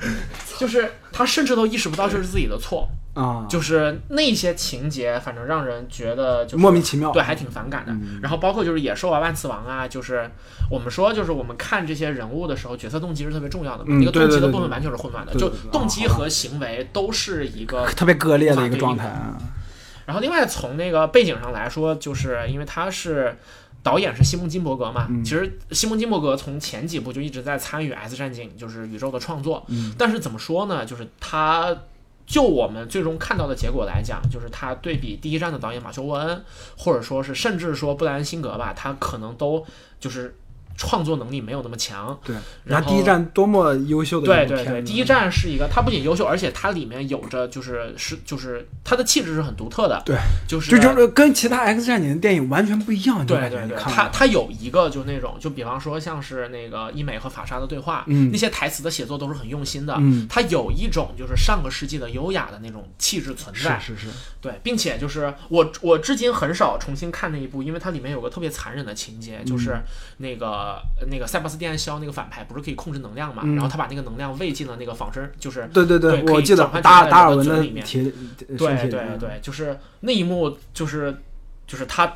S2: 就是他甚至都意识不到这是自己的错，
S1: 啊，
S2: 就是那些情节，反正让人觉得就是
S1: 莫名其妙，嗯
S2: 对，还挺反感的。然后包括就是野兽啊、万磁王啊，就是我们说，就是我们看这些人物的时候，角色动机是特别重要的嘛。
S1: 嗯
S2: 一个动
S1: 对对
S2: 机的
S1: 对
S2: 部分
S1: 对
S2: 完全是混乱的，
S1: 对
S2: 就
S1: 对对
S2: 动
S1: 啊
S2: 机
S1: 好吧
S2: 和行为都是一个
S1: 特别割裂的一个
S2: 无法对立
S1: 状态
S2: 的
S1: 啊，
S2: 然后另外从那个背景上来说，就是因为他是。导演是西蒙金伯格嘛？其实西蒙金伯格从前几部就一直在参与《S 战警》，就是宇宙的创作。
S1: 嗯
S2: 但是怎么说呢？就是他就我们最终看到的结果来讲，就是他对比第一站的导演马修·沃恩，或者说是甚至说布莱恩·辛格吧，他可能都就是创作能力没有那么强。
S1: 对，然
S2: 然后
S1: 后第一站多么优秀的
S2: 对
S1: 一部
S2: 对
S1: 片
S2: 对，
S1: 子
S2: 第一站是一个，它不仅优秀，而且它里面有着就是是就是它的气质是很独特的，
S1: 对，
S2: 就是
S1: 这就是跟其他 X 战警的电影完全不一样，你
S2: 对
S1: 感觉
S2: 对
S1: 你
S2: 对，
S1: 看
S2: 他
S1: 了
S2: 他有一个就是那种，就比方说像是那个伊美和法沙的对话，
S1: 嗯
S2: 那些台词的写作都是很用心的，
S1: 嗯
S2: 他有一种就是上个世纪的优雅的那种气质存在，
S1: 是是是，
S2: 对，并且就是我我至今很少重新看那一部，因为它里面有个特别残忍的情节，就是
S1: 嗯
S2: 那个、那个塞巴斯蒂安肖那个反派不是可以控制能量嘛，
S1: 嗯
S2: 然后他把那个能量喂进了那个仿生，就是
S1: 对对
S2: 对可以
S1: 我记得
S2: 转换
S1: 达
S2: 成
S1: 尔达
S2: 在
S1: 尔
S2: 人的
S1: 文
S2: 嘴
S1: 的
S2: 里面
S1: 呃体嗯
S2: 对对对，就是那一幕，就是就是他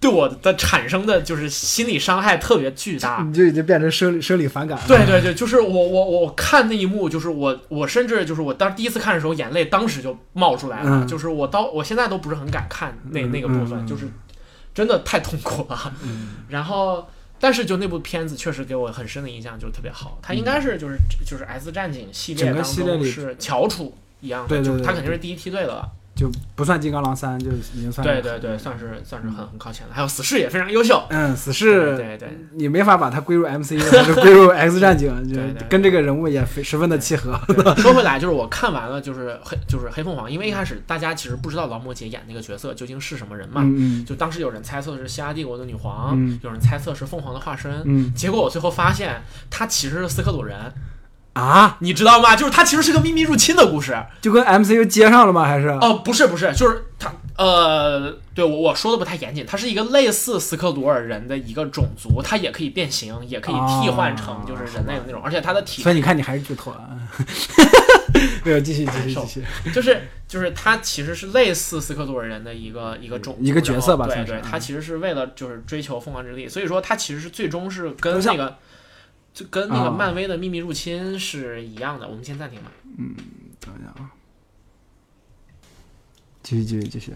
S2: 对我的产生的就是心理伤害特别巨大。
S1: 你就已经变成生理生理反感了，
S2: 对对对，就是我我我看那一幕，就是我我甚至就是我当第一次看的时候，眼泪当时就冒出来了，
S1: 嗯
S2: 就是我到我现在都不是很敢看那那个部分，
S1: 嗯嗯嗯
S2: 就是真的太痛苦了。
S1: 嗯
S2: 然后，但是就那部片子确实给我很深的印象，就特别好。它应该是就是、就是 S 战警系
S1: 嗯
S2: 列
S1: 整
S2: 当
S1: 个系列
S2: 中
S1: 里
S2: 是翘楚一样的，
S1: 对对
S2: 就是它
S1: 对
S2: 肯定是第一梯队的了。
S1: 就不算金刚狼三，就已经算
S2: 对对对，算是算是很很靠前的。还有死侍也非常 优秀，
S1: 嗯，死侍
S2: 对对
S1: 你没法把它归入 MCU，它就归入 X 战警，就
S2: 对对
S1: 跟这个人物也非十分的契合。
S2: 对。说回来，就是我看完了，就是黑就是黑凤凰，因为一开始大家其实不知道劳模姐演那个角色究竟是什么人嘛，
S1: 嗯
S2: 就当时有人猜测是希拉帝国的女皇，
S1: 嗯
S2: 有人猜测是凤凰的化身。
S1: 嗯
S2: 结果我最后发现，他其实是斯克鲁人，
S1: 啊，
S2: 你知道吗？就是他其实是个秘密入侵的故事。
S1: 就跟 MCU 接上了吗？还是
S2: 哦，不是不是，就是他呃，对我我说的不太严谨，它是一个类似斯克鲁尔人的一个种族，它也可以变形，也可以替换成就是人类的那种，而且它的
S1: 啊
S2: 体
S1: 所以你看，你还是剧透了。 没有，继续继续继续。
S2: 就是就是它其实是类似斯克鲁尔人的一个一个种
S1: 一个角色吧
S2: 然后
S1: 算是
S2: 对
S1: 嗯
S2: 对，它其实是为了就是追求凤凰之力，所以说它其实是最终是跟
S1: 不像
S2: 那个就跟那个
S1: 啊
S2: 漫威的秘密入侵是一样的。我们先暂停吧。
S1: 等一下啊，继续继续继续。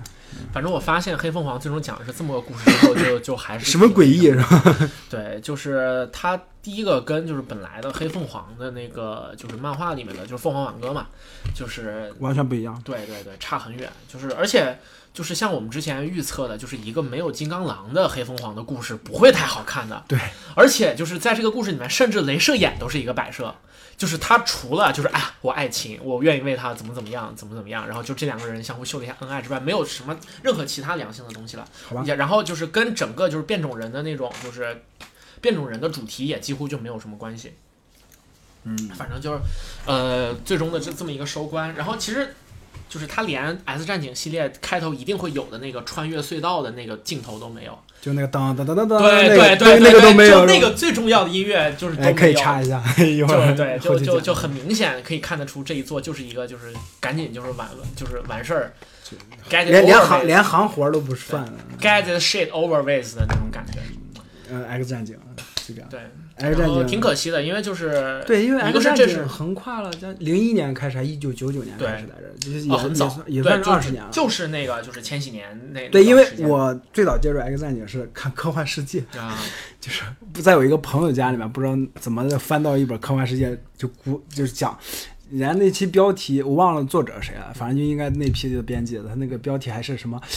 S2: 反正我发现黑凤凰最终讲的是这么个故事之后，就就还 是
S1: 什么
S2: 挺
S1: 诡异是吧？
S2: 对，就是它第一个跟就是本来的黑凤凰的那个就是漫画里面的，就是凤凰挽歌嘛，就是
S1: 完全不一样。
S2: 对对对，差很远。就是而且就是像我们之前预测的，就是一个没有金刚狼的黑凤凰的故事不会太好看的。
S1: 对，
S2: 而且就是在这个故事里面，甚至镭射眼都是一个摆设。就是他除了就是哎呀，我爱情，我愿意为他怎么怎么样，怎么怎么样，然后就这两个人相互秀了一下恩爱之外，没有什么任何其他良性的东西了。
S1: 好吧
S2: 也然后就是跟整个就是变种人的那种就是变种人的主题也几乎就没有什么关系。嗯，反正就是呃最终的这这么一个收官。然后其实就是他连《S 战警》系列开头一定会有的那个穿越隧道的那个镜头都没有。
S1: 就那个当当当当当，那
S2: 对
S1: 个
S2: 对对，
S1: 那个都没有
S2: 就。那
S1: 是吧
S2: 个最重要的音乐就是都没
S1: 哎，
S2: 有。
S1: 可以插一下， 一会
S2: 就
S1: 儿
S2: 对，
S1: 后
S2: 就
S1: 期
S2: 就
S1: 讲
S2: 就很明显可以看得出这一座就是一个就是赶紧就是完就是完事儿，get it
S1: 连连
S2: over
S1: 行
S2: with
S1: 连行活儿都不算了。
S2: get the shit over with 的那种感觉。
S1: 嗯，X 战警是这样。
S2: 对，
S1: X
S2: 然
S1: 哎战
S2: 后
S1: 警
S2: 挺可惜的，因为就是
S1: 对，因为
S2: 一
S1: X
S2: 个是
S1: 战
S2: 这是
S1: 警横跨了将零一年开始，还一九九九年开始来着，就是也、
S2: 哦很早，
S1: 也算也算是
S2: 对就
S1: 二十年了。
S2: 就是那个就是千禧年那
S1: 对，
S2: 那
S1: 因
S2: 段
S1: 为
S2: 时间
S1: 我最早接触 X 战警是看《科幻世界》，
S2: 啊，
S1: 就是不在我一个朋友家里面，不知道怎么翻到一本《科幻世界》，就估就是讲，人家那期标题我忘了作者谁了，反正就应该那批的编辑，他那个标题还是什么。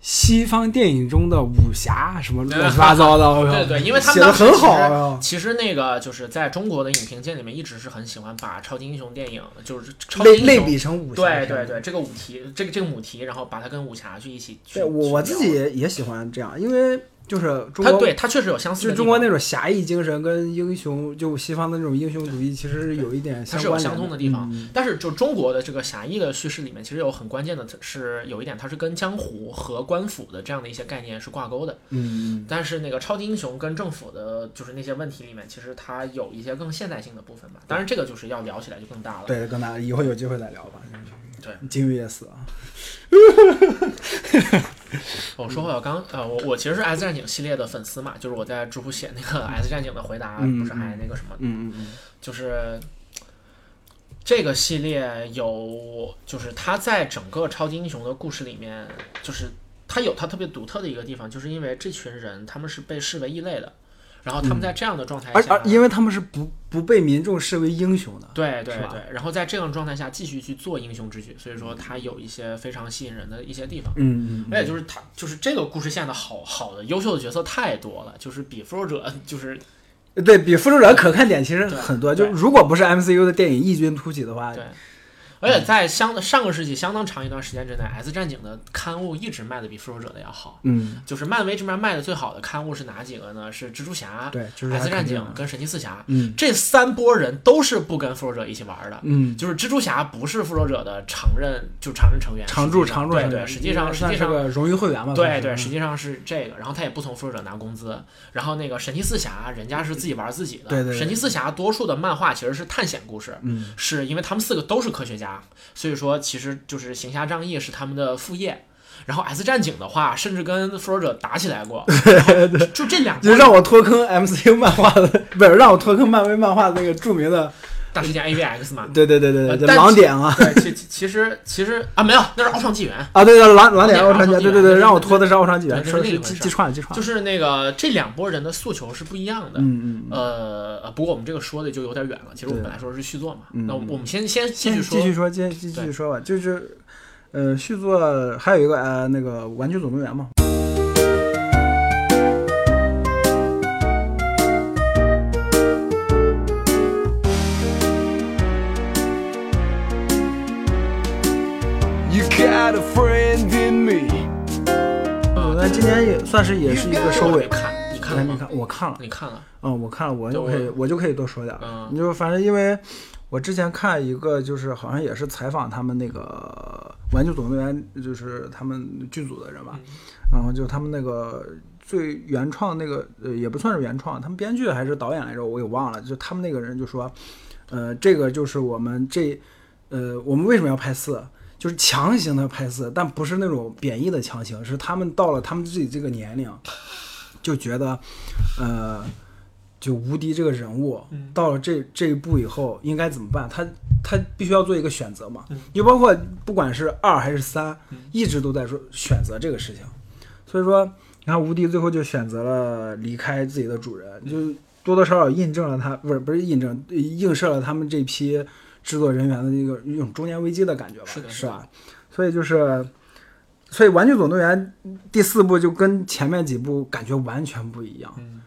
S1: 西方电影中的武侠什么乱七八糟的，我靠
S2: 对对，因为他
S1: 嗯 写
S2: 们
S1: 的
S2: 当时
S1: 很
S2: 其
S1: 好
S2: 实
S1: 啊，
S2: 其实那个就是在中国的影评界里面，一直是很喜欢把超级英雄电影就是超级
S1: 类
S2: 英
S1: 类
S2: 雄
S1: 比成武侠
S2: 对
S1: 片
S2: 对对，这个母题，这个这个母题，然后把它跟武侠去一起去。
S1: 对我
S2: 去
S1: 我
S2: 聊
S1: 自己，也也喜欢这样，因为就是中
S2: 它
S1: 国
S2: 对它确实有相似
S1: 就
S2: 的地
S1: 是
S2: 方，
S1: 中国那种侠义精神跟英雄，就西方的那种英雄主义，其实是有一点
S2: 它
S1: 相
S2: 是有
S1: 关
S2: 相通
S1: 联
S2: 的地方。
S1: 嗯
S2: 但是就中国的这个侠义的叙事里面，其实有很关键的是有一点，它是跟江湖和官府的这样的一些概念是挂钩的。
S1: 嗯，
S2: 但是那个超级英雄跟政府的，就是那些问题里面，其实它有一些更现代性的部分吧。当然，这个就是要聊起来就更大了。
S1: 对，跟大家以后有机会再聊吧。
S2: 对，
S1: 金鱼也死啊，
S2: 我说回我刚呃，我我其实是 S 战警系列的粉丝嘛，就是我在知乎写那个 S 战警的回答，
S1: 嗯
S2: 不是还那个什么，
S1: 嗯嗯
S2: 就是这个系列有，就是它在整个超级英雄的故事里面，就是它有它特别独特的一个地方，就是因为这群人他们是被视为异类的，然后他们在这样的状态
S1: 嗯而
S2: 下，
S1: 而因为他们是不不被民众视为英雄的，
S2: 对对
S1: 是吧
S2: 对，然后在这样的状态下继续去做英雄之举，所以说它有一些非常吸引人的一些地方。
S1: 嗯嗯，
S2: 而且就是他，就是这个故事线的好好的优秀的角色太多了，就是比复仇者就是
S1: 嗯对比复仇者可看点其实
S2: 对
S1: 很多，就
S2: 对
S1: 如果不是 MCU 的电影异军突起的话，
S2: 对，而
S1: 嗯
S2: 且在相上个世纪相当长一段时间之内，《S 战警》的刊物一直卖的比复仇者的要好。
S1: 嗯，
S2: 就是漫威这边卖的最好的刊物是哪几个呢？是蜘蛛侠、
S1: 对，就是
S2: S 啊战
S1: 看这
S2: 警
S1: 个
S2: 跟神奇四侠。
S1: 嗯
S2: 这三波人都是不跟复仇者一起玩的，
S1: 嗯，
S2: 就是蜘蛛侠不是复仇者的常任，就常任成员，
S1: 常驻
S2: 实际上
S1: 常驻
S2: 对
S1: 成
S2: 对，
S1: 员，
S2: 实际上实
S1: 算
S2: 际
S1: 是
S2: 上
S1: 个荣誉会员嘛，
S2: 对对，
S1: 算
S2: 实
S1: 是嗯
S2: 际上是这个，然后他也不从复仇者拿工资，然后那个神奇四侠人家是自己玩自己的，
S1: 对对对
S2: 神奇四侠多数的漫画其实是探险故事，
S1: 嗯
S2: 是因为他们四个都是科学家，所以说其实就是行侠仗义是他们的副业。然后 S 战警的话，甚至跟复仇者打起来 过，然后就这两
S1: 就
S2: 个
S1: 让我脱坑 MCU 漫画的，不是让我脱坑漫威漫画的那个著名的，
S2: 大事件 AVX 嘛。
S1: 对对对对
S2: 呃
S1: 对，就
S2: 但
S1: 狼
S2: 其
S1: 点啊，
S2: 对，其其其实其实啊没有，那是奥创纪元，
S1: 啊，对对，狼狼点
S2: 狼
S1: 奥创纪
S2: 点奥创
S1: 元，
S2: 纪
S1: 对
S2: 元
S1: 对对，
S2: 对
S1: 让我
S2: 对
S1: 脱的是奥创纪元，
S2: 对
S1: 说
S2: 这
S1: 是
S2: 是另一回
S1: 记
S2: 事
S1: 记串了记串
S2: 就
S1: 了，
S2: 是那个这两拨人的诉求是不一样的。
S1: 嗯嗯嗯，
S2: 呃，呃不过我们这个说的就有点远了。其实我们
S1: 对
S2: 本来说是续作嘛，
S1: 嗯
S2: 那我们先先继
S1: 先
S2: 续
S1: 继
S2: 说
S1: 续说，继继继续
S2: 对
S1: 说吧，就是。呃，续作还有一个呃，那个《玩具总动员》嘛，
S3: You got a friend in me.
S2: 呃
S1: 那今年也算是也是一个收
S2: 我
S1: 尾
S2: 没。看，你
S1: 我
S2: 看
S1: 还
S2: 了
S1: 没
S2: 吗？
S1: 看，我看了，
S2: 你看了？
S1: 嗯，我看了，我
S2: 对
S1: 就
S2: 我
S1: 可以，我就可以多说点儿。
S2: 嗯
S1: 你就反正因为我之前看一个，就是好像也是采访他们那个《玩具总动员》，就是他们剧组的人吧，然后就他们那个最原创那个，呃，也不算是原创，他们编剧还是导演来着，我给忘了。就他们那个人就说，呃，这个就是我们这，呃，我们为什么要拍四？就是强行的拍四，但不是那种贬义的强行，是他们到了他们自己这个年龄，就觉得，呃，就无敌这个人物
S2: 嗯
S1: 到了这这一步以后应该怎么办？他他必须要做一个选择嘛
S2: 嗯。
S1: 就包括不管是二还是三
S2: 嗯，
S1: 一直都在说选择这个事情。所以说，你看无敌最后就选择了离开自己的主人，就多多少少印证了他不是不是印证映射了他们这批制作人员的一个一种中年危机的感觉吧？
S2: 是的
S1: 是
S2: 是的
S1: 吧？所以就是。所以《玩具总动员》第四部就跟前面几部感觉完全不一样，
S2: 嗯，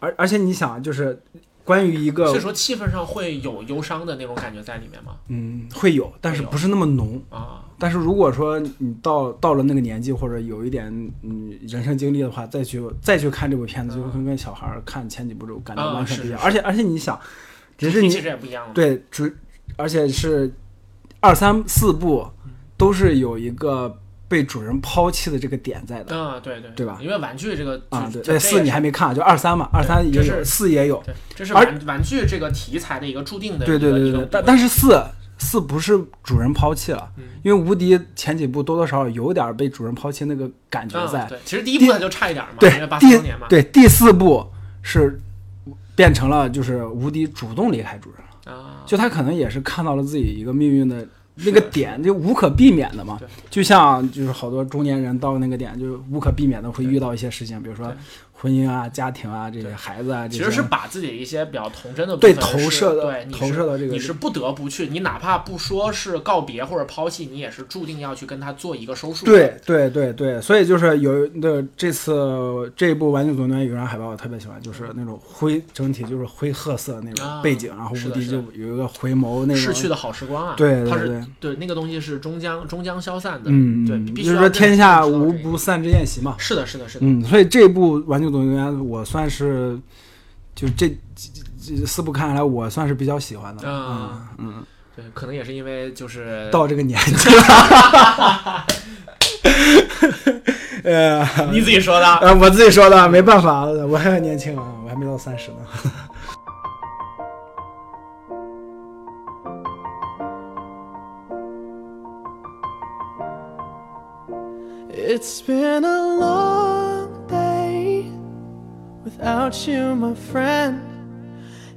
S1: 而而且你想，啊就是关于一
S2: 所
S1: 个
S2: 以说气氛上会有忧伤的那种感觉在里面吗？
S1: 嗯会有，但是不是那么浓。
S2: 啊，
S1: 但是如果说你到到了那个年纪，或者有一点嗯人生经历的话，再去再去看这部片子，就会跟跟小孩儿看前几部就感觉
S2: 啊
S1: 完全不一样。
S2: 是是
S1: 而且而且你想，迪士
S2: 主题
S1: 尼
S2: 其实也不一样了。
S1: 对主，而且是二三四部都是有一个被主人抛弃的这个点在的。
S2: 啊，对对
S1: 对吧
S2: 因为玩具这个
S1: 啊，
S2: 就
S1: 对，
S2: 这
S1: 对四你还没看，就二三嘛，二三
S2: 对
S1: 也
S2: 这
S1: 有，
S2: 是
S1: 四也有，
S2: 对，这是
S1: 而
S2: 玩玩具这个题材的一个注定的一
S1: 对
S2: 个
S1: 对对
S2: 一
S1: 对
S2: 个，
S1: 但但是四四不是主人抛弃了，
S2: 嗯
S1: 因为无敌前几部多多少少有点被主人抛弃那个感觉在
S2: 啊，。对，其实第一部它就差一点嘛，
S1: 对
S2: 因为八四周年
S1: 第
S2: 嘛，
S1: 对第四部是变成了就是无敌主动离开主人了，
S2: 啊，
S1: 就他可能也是看到了自己一个命运的。那
S2: 是
S1: 个
S2: 的
S1: 点就无可避免的嘛
S2: 对，
S1: 就像就是好多中年人到那个点，就是无可避免的会遇到一些事情，比如说
S2: 对
S1: 婚姻啊、家庭啊、这些
S2: 对
S1: 孩子啊，这
S2: 其
S1: 些
S2: 实是把自己一些比较童真的部
S1: 对
S2: 分
S1: 投
S2: 是
S1: 射的
S2: 对你
S1: 投
S2: 是
S1: 射到这个
S2: 你
S1: 地
S2: 是不得不去，你哪怕不说是告别或者抛弃，你也是注定要去跟他做一个收束。
S1: 对，对对对，所以就是有的这次这一部《玩具总动员》有张海报我特别喜欢，就是那种灰整体就是灰褐色那种
S2: 啊
S1: 背景，然后
S2: 是
S1: 无
S2: 的
S1: 敌
S2: 是
S1: 就
S2: 的
S1: 有一个回眸那
S2: 逝去
S1: 种。
S2: 的好时光啊，
S1: 对对
S2: 它
S1: 对
S2: 是对那个东西是终将终将消散的，
S1: 嗯，
S2: 对，
S1: 嗯
S2: 必须
S1: 就是
S2: 要
S1: 说
S2: 认识
S1: 天下
S2: 到这
S1: 无
S2: 一
S1: 不散之宴席嘛
S2: 点。是的，是的，是的，
S1: 嗯，所以这部《玩具总动员》我算是就这这这四部看下来，我算是比较喜欢的。嗯
S2: 啊
S1: 嗯，
S2: 对，可能也是因为就是
S1: 到这个年纪了， 呃。
S2: 你自己 说的，
S1: 呃，我自己说的，没办法，我还很年轻啊，我还没到三十呢。
S4: It's been a long day without you, my friend.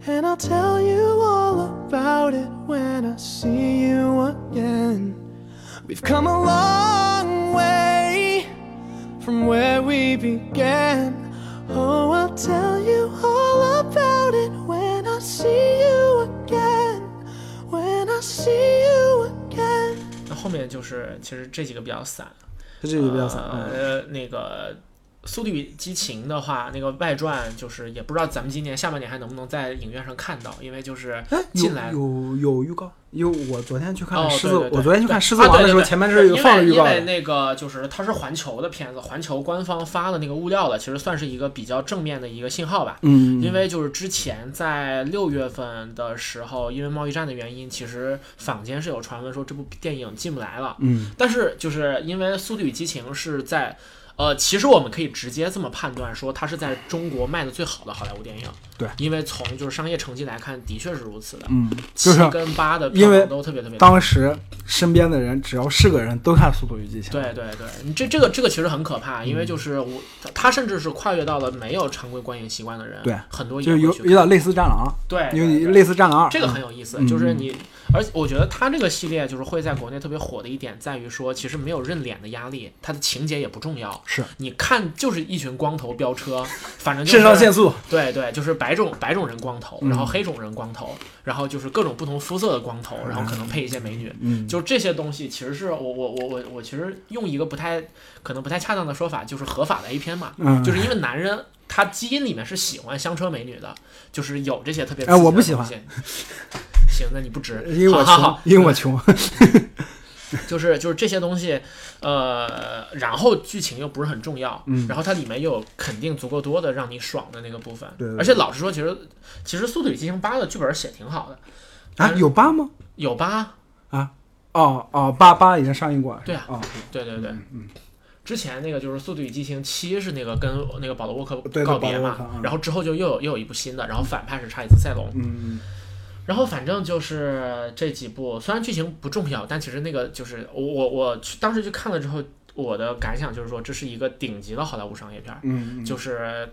S4: And I'll tell you all about it when I see you again. We've come a long way from where we began. Oh, I'll tell you all about it when I see you again. When I see you again.
S2: 那后面就是其实这几个比较散，
S1: 这就比较散啊。
S2: 呃，那个《速度与激情》的话，那个外传就是也不知道咱们今年下半年还能不能在影院上看到，因为就是
S1: 哎，有
S2: 进来
S1: 有有预告，有我昨天去看
S2: 哦，
S1: 狮
S2: 对
S1: 子，
S2: 对对
S1: 我昨天去看
S2: 对
S1: 狮子
S2: 啊
S1: 王
S2: 对
S1: 的
S2: 对
S1: 时候，
S2: 对
S1: 前面
S2: 对
S1: 是有
S2: 因
S1: 放了
S2: 为
S1: 预告
S2: 因为
S1: 的。
S2: 那个就是它是环球的片子，环球官方发了那个物料了，其实算是一个比较正面的一个信号吧。
S1: 嗯，
S2: 因为就是之前在六月份的时候，因为贸易战的原因，其实坊间是有传闻说这部电影进不来了。
S1: 嗯
S2: 但是就是因为《速度与激情》是在，呃，其实我们可以直接这么判断说，它是在中国卖的最好的好莱坞电影。
S1: 对
S2: 因为从就是商业成绩来看，的确是如此的。
S1: 嗯，就
S2: 七
S1: 是
S2: 跟八的
S1: 因
S2: 票
S1: 为
S2: 房都特别特别高。
S1: 当时身边的人只要是个人都看《速度与激情》。
S2: 对对对，你这这个这个其实很可怕，因为就是我他他甚至是跨越到了没有常规观影习惯的人，
S1: 嗯对
S2: 很多也
S1: 就是
S2: 会
S1: 有
S2: 去
S1: 有点类似战狼，
S2: 对，
S1: 有
S2: 对
S1: 点
S2: 对
S1: 类似战狼二，
S2: 这个很有意思，
S1: 嗯
S2: 就是你，而且我觉得他这个系列就是会在国内特别火的一点在于说，其实没有认脸的压力，它的情节也不重要，
S1: 是
S2: 你看就是一群光头飙车，反正
S1: 嗯
S2: 就
S1: 肾上腺
S2: 是
S1: 素，
S2: 对对，就是白种白种人光头，
S1: 嗯
S2: 然后黑种人光头，然后就是各种不同肤色的光头，然后可能配一些美女，
S1: 嗯，
S2: 就这些东西其实是我我我我我其实用一个不太可能不太恰当的说法，就是合法的 A 片嘛，
S1: 嗯
S2: 就是因为男人。他基因里面是喜欢香车美女的，就是有这些特别
S1: 哎我不
S2: 刺激的
S1: 喜
S2: 东西。行，那你不值，
S1: 因为我
S2: 好好
S1: 穷
S2: 好，，
S1: 因为我穷，
S2: 就是就是这些东西，呃，然后剧情又不是很重要，
S1: 嗯
S2: 然后它里面又有肯定足够多的让你爽的那个部分，
S1: 对对对
S2: 而且老实说，其实其实《速度与激情八》的剧本写挺好的，
S1: 啊，有八吗？
S2: 有吧？
S1: 哦哦，八八已经上映过了，
S2: 对啊
S1: 哦，
S2: 对对对，
S1: 嗯嗯
S2: 之前那个就是《速度与激情七》是那个跟那个保罗沃克
S1: 对
S2: 告
S1: 保
S2: 别
S1: 罗沃
S2: 嘛
S1: 克嗯，
S2: 然后之后就又有又有一部新的，然后反派是查理斯塞隆，
S1: 嗯
S2: 然后反正就是这几部，虽然剧情不重要，但其实那个就是我我我去当时去看了之后，我的感想就是说这是一个顶级的好莱坞商业片儿，
S1: 嗯嗯，
S2: 就是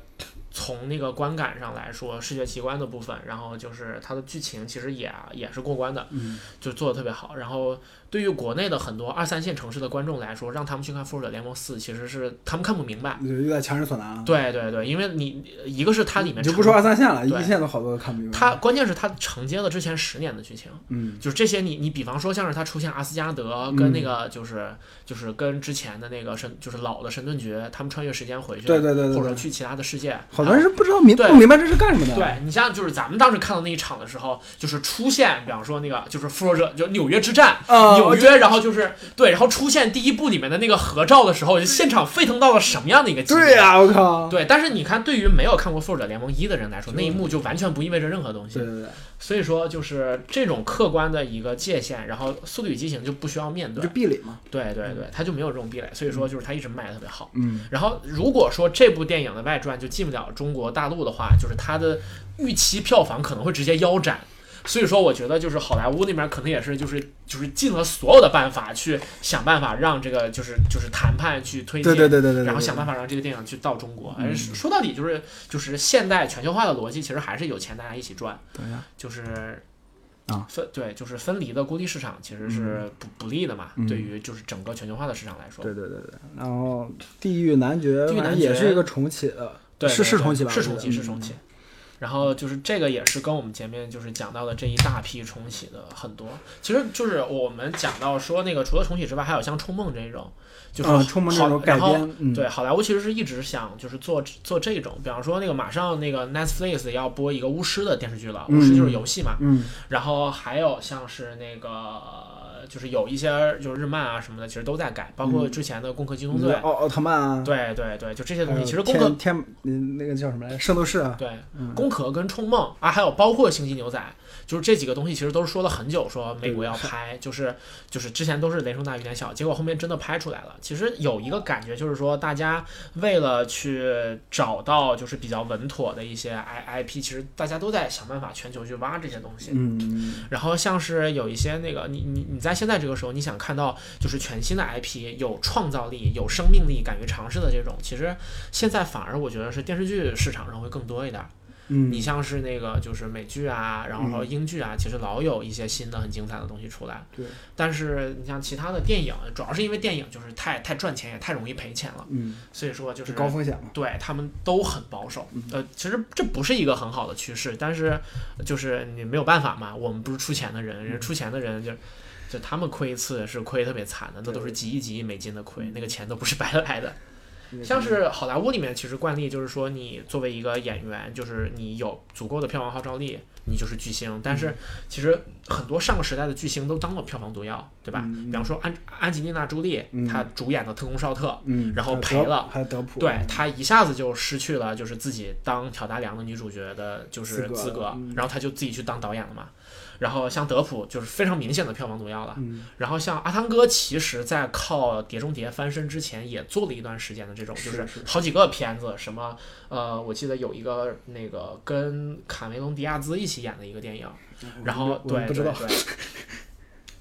S2: 从那个观感上来说，视觉奇观的部分，然后就是它的剧情其实也也是过关的，
S1: 嗯
S2: 就做的特别好。然后对于国内的很多二三线城市的观众来说，让他们去看《复仇者联盟四》，其实是他们看不明白。
S1: 就有点强人所难了，，
S2: 对对对，因为你一个是它里
S1: 嗯
S2: 面
S1: 你就
S2: 承
S1: 不说二三线了，
S2: 对
S1: 一线都好多都看不明白，
S2: 它关键是它承接了之前十年的剧情，
S1: 嗯
S2: 就是这些你你比方说像是他出现阿斯加德跟那个就是、就是跟之前的那个神就是老的神盾局他们穿越时间回去，
S1: 对对对对对
S2: 或者去其他的世界，
S1: 好多人是不知道明
S2: 对
S1: 不明白这是干什么的，
S2: 对你像就是咱们当时看到那一场的时候，就是出现，比方说那个就是复仇者，就纽约之战，
S1: 啊
S2: 纽约，然后就是对，然后出现第一部里面的那个合照的时候，就现场沸腾到了什么样的一个级别？
S1: 对呀，我靠，
S2: 对，但是你看，对于没有看过《复仇者联盟一》的人来说，那一幕就完全不意味着任何东西
S1: 对。对对，
S2: 所以说，就是这种客观的一个界限，然后《速度与激情》就不需要面
S1: 你
S2: 对
S1: 就，嗯壁垒嘛，
S2: 对对对，它就没有这种壁垒，所以说就是它一直卖的特别好。
S1: 嗯
S2: 然后，如果说这部电影的外传就进不了中国大陆的话，就是它的预期票房可能会直接腰斩。所以说，我觉得就是好莱坞那边可能也是就是就是尽了所有的办法去想办法让这个就是就是谈判去推进，
S1: 对对对对对，
S2: 然后想办
S1: 法，
S2: 法让这个电影去到中国。
S1: 嗯
S2: 而说到底就是就是现代全球化的逻辑，其实还是有钱大家一起赚，
S1: 等一下，
S2: 就是。
S1: 啊
S2: 分对，就是分离的孤立市场其实是不不利的嘛，
S1: 嗯
S2: 对于就是整个全球化的市场来说，
S1: 对对对对，然后地狱男爵
S2: 地狱
S1: 反
S2: 男
S1: 正
S2: 爵
S1: 也是一个重启的，
S2: 对，
S1: 是
S2: 对
S1: 是
S2: 对
S1: 重启吧
S2: 是
S1: 我记
S2: 重
S1: 得
S2: 启，是
S1: 嗯
S2: 重启。然后就是这个也是跟我们前面就是讲到的这一大批重启的很多，其实就是我们讲到说那个除了重启之外，还有像《冲梦》这种，就是好、
S1: 啊，充满这种改
S2: 然后
S1: 编，嗯，
S2: 对，好莱坞其实是一直想就是做做这种，比方说那个马上那个 Netflix 要播一个巫师的电视剧了，
S1: 嗯
S2: 巫师就是游戏嘛，
S1: 嗯，
S2: 然后还有像是那个就是有一些就是日漫啊什么的，其实都在改，包
S1: 嗯
S2: 括之前的《攻壳机动队》
S1: 奥奥特曼啊，
S2: 对对对，就这些东
S1: 还
S2: 西，
S1: 有
S2: 其实攻壳
S1: 天天嗯那个叫什么来着，圣斗士啊，
S2: 对
S1: 嗯
S2: 攻壳跟冲梦啊，还有包括星际牛仔，就是这几个东西其实都是说了很久，说美国要拍，就是就是之前都是雷声大雨点小，结果后面真的拍出来了。其实有一个感觉就是说，大家为了去找到就是比较稳妥的一些 I IP，其实大家都在想办法全球去挖这些东西。
S1: 嗯，
S2: 然后像是有一些那个，你你你在现在这个时候，你想看到就是全新的 IP，有创造力、有生命力、敢于尝试的这种，其实现在反而我觉得是电视剧市场上会更多一点。
S1: 嗯
S2: 你像是那个就是美剧啊，然后说英剧啊，其实老有一些新的很精彩的东西出来。
S1: 对，
S2: 但是你像其他的电影，主要是因为电影就是太太赚钱也太容易赔钱了，
S1: 嗯，
S2: 所以说就是
S1: 是高风险嘛，
S2: 对他们都很保守。
S1: 嗯
S2: 呃，其实这不是一个很好的趋势，但是就是你没有办法嘛，我们不是出钱的人，
S1: 嗯
S2: 人家出钱的人就。就他们亏一次是亏特别惨的，那
S1: 对
S2: 都是几亿几亿美金的亏，那个钱都不是白来的。像是好莱坞里面，其实惯例就是说，你作为一个演员，就是你有足够的票房号召力，你就是巨星。但
S1: 嗯
S2: 是其实很多上个时代的巨星都当过票房毒药，对吧？
S1: 嗯
S2: 比方说安安吉丽娜·朱莉，
S1: 嗯
S2: 她主演的《特工少特》，
S1: 嗯，
S2: 然后
S1: 还
S2: 赔
S1: 德
S2: 了
S1: 还有德普，啊
S2: 对她一下子就失去了就是自己当挑大梁的女主角的就
S1: 资
S2: 是
S1: 格
S2: 资格，
S1: 嗯
S2: 然后她就自己去当导演了嘛。然后像德普就是非常明显的票房毒药了。
S1: 嗯，
S2: 然后像阿汤哥，其实在靠《碟中谍》翻身之前，也做了一段时间的这种，就是
S1: 是
S2: 好几个片子，什么呃，我记得有一个那个跟卡梅隆·迪亚兹一起演的一个电影，然后
S1: 我
S2: 对
S1: 不知道
S2: 对对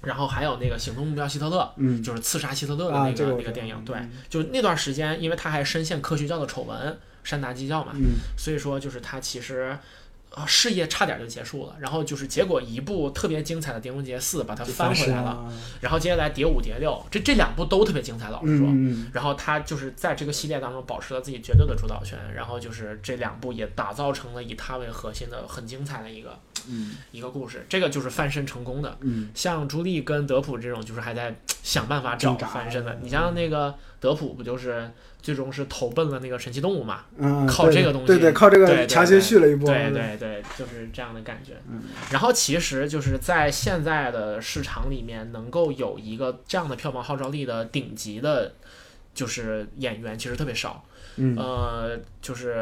S2: 然后还有那个《行动目标希特勒
S1: 嗯》，，
S2: 就是刺杀希特勒的
S1: 啊
S2: 那
S1: 这个我
S2: 那
S1: 知
S2: 个
S1: 道
S2: 电影，
S1: 嗯
S2: 对，就那段时间，因为他还深陷科学教的丑闻，山达基教嘛，
S1: 嗯，
S2: 所以说就是他其实。呃，事业差点就结束了，然后就是结果一部特别精彩的《碟中谍四》把它
S1: 就
S2: 翻回
S1: 身
S2: 来了，
S1: 啊，
S2: 然后接下来《碟五》《碟六》，这这两部都特别精彩，老实说。
S1: 嗯，
S2: 然后他就是在这个系列当中保持了自己绝对的主导权，然后就是这两部也打造成了以他为核心的很精彩的一个
S1: 嗯
S2: 一个故事，这个就是翻身成功的。
S1: 嗯，
S2: 像朱莉跟德普这种，就是还在想办法找
S1: 挣扎嗯
S2: 翻身的。你像那个德普，不就是最终是投奔了那个神奇动物嘛？
S1: 嗯，
S2: 靠
S1: 对
S2: 这个东西
S1: 对对，靠这
S2: 对对
S1: 个强行续了一波，
S2: 对对对，就是这样的感觉。
S1: 嗯
S2: 然后其实就是在现在的市场里面，能够有一个这样的票房号召力的顶级的，就是演员其实特别少。
S1: 嗯，
S2: 呃，就是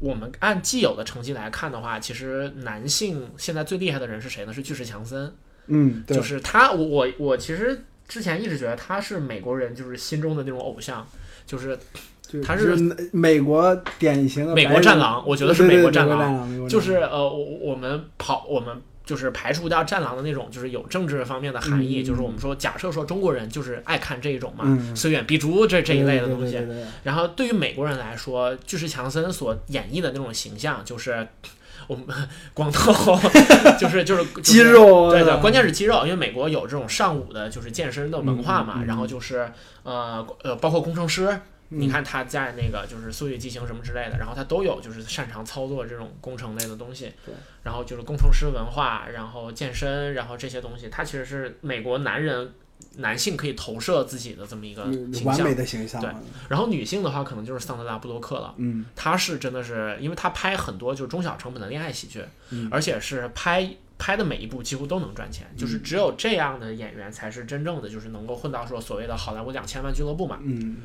S2: 我们按既有的成绩来看的话，其实男性现在最厉害的人是谁呢？是巨石强森，
S1: 嗯，对
S2: 就，是他。我我我其实之前一直觉得他是美国人就是心中的那种偶像，就是
S1: 就
S2: 他
S1: 就是美美国典型的
S2: 美
S1: 呃白
S2: 国
S1: 人
S2: 战，狼，我
S1: 我
S2: 觉得是美国战狼。
S1: 狼，美国
S2: 就
S1: 战
S2: 是呃，我我们跑我们。就是排除掉战狼的那种，就是有政治方面的含义，
S1: 嗯
S2: 就是我们说，假设说中国人就是爱看这一种嘛，
S1: 嗯
S2: 虽远必诛这这一类的
S1: 对
S2: 东西。
S1: 对对对对
S2: 然后对于美国人来说，巨石强森所演绎的那种形象，就是我们 光头， 就是就是就是
S1: 肌肉
S2: 对的，
S1: 嗯
S2: 关键是肌肉，因为美国有这种上午的，就是健身的文化嘛，
S1: 嗯嗯嗯
S2: 然后就是呃呃，包括工程师，
S1: 嗯
S2: 你看他在那个就是《速度与激情》什么之类的，然后他都有就是擅长操作这种工程类的东西
S1: 对，
S2: 然后就是工程师文化，然后健身，然后这些东西，他其实是美国男人男性可以投射自己的这么一个
S1: 有
S2: 形
S1: 嗯完美
S2: 象，
S1: 的形象，啊
S2: 对然后女性的话可能就是桑德拉布洛克了。
S1: 嗯
S2: 她是真的是，因为她拍很多就是中小成本的恋爱喜剧，
S1: 嗯
S2: 而且是拍拍的每一部几乎都能赚钱，就是只有这样的演员才是真正的就是能够混到说所谓的好莱坞两千万俱乐部嘛。
S1: 嗯，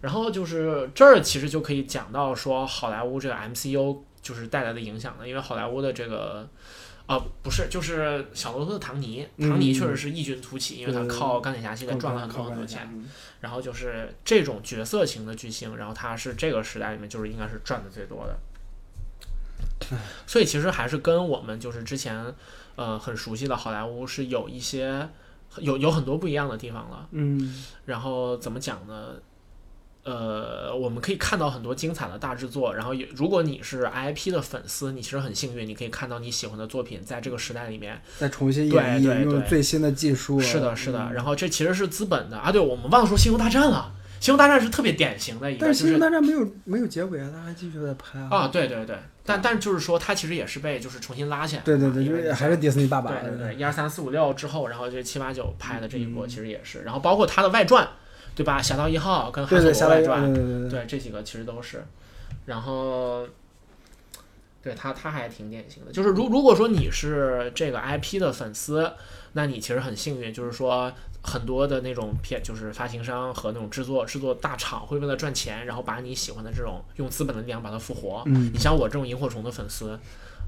S2: 然后就是这儿其实就可以讲到说好莱坞这个 MCU 就是带来的影响了，因为好莱坞的这个。啊、不是，就是小罗伯特·唐尼，唐尼确实是异军突起，因为他
S1: 对
S2: 嗯靠钢铁侠系列赚了很多很多钱。，然后就是这种角色型的巨星，然后他是这个时代里面就是应该是赚的最多的。所以其实还是跟我们就是之前呃很熟悉的好莱坞是有一些有有很多不一样的地方了。
S1: 嗯
S2: 然后怎么讲呢？呃，我们可以看到很多精彩的大制作。然后也，如果你是 IP 的粉丝，你其实很幸运，你可以看到你喜欢的作品在这个时代里面
S1: 再重新
S2: 对
S1: 演
S2: 对
S1: 绎，用
S2: 对
S1: 最新的技术，啊嗯
S2: 是的，是的。然后这其实是资本的啊，对，我们忘了说《星球大战》了，《星球大战》是特别典型的一个，
S1: 但是《
S2: 就
S1: 星球
S2: 是
S1: 大战》没有没有结尾啊，他还继续在拍啊。
S2: 啊，对对对，但但就是说它其实也是被就是重新拉起来的
S1: 对
S2: 嘛，
S1: 对对，
S2: 因
S1: 就
S2: 为
S1: 是
S2: 你
S1: 还
S2: 像
S1: 是迪士尼爸爸。
S2: 对对对，一二三四五六之后，然后就七八九拍的这一波
S1: 嗯
S2: 其实也是，然后包括它的外传，对吧？《侠盗一号》跟《
S1: 对
S2: 汉
S1: 对，
S2: 索
S1: 下
S2: 罗
S1: 来对
S2: 外传》
S1: 对对对，
S2: 对，这几个其实都是。然后，对他他还挺典型的，就是如如果说你是这个 IP 的粉丝，那你其实很幸运，就是说很多的那种片，就是发行商和那种制作制作大厂会为了赚钱，然后把你喜欢的这种用资本的力量把它复活。
S1: 嗯
S2: 你像我这种萤火虫的粉丝，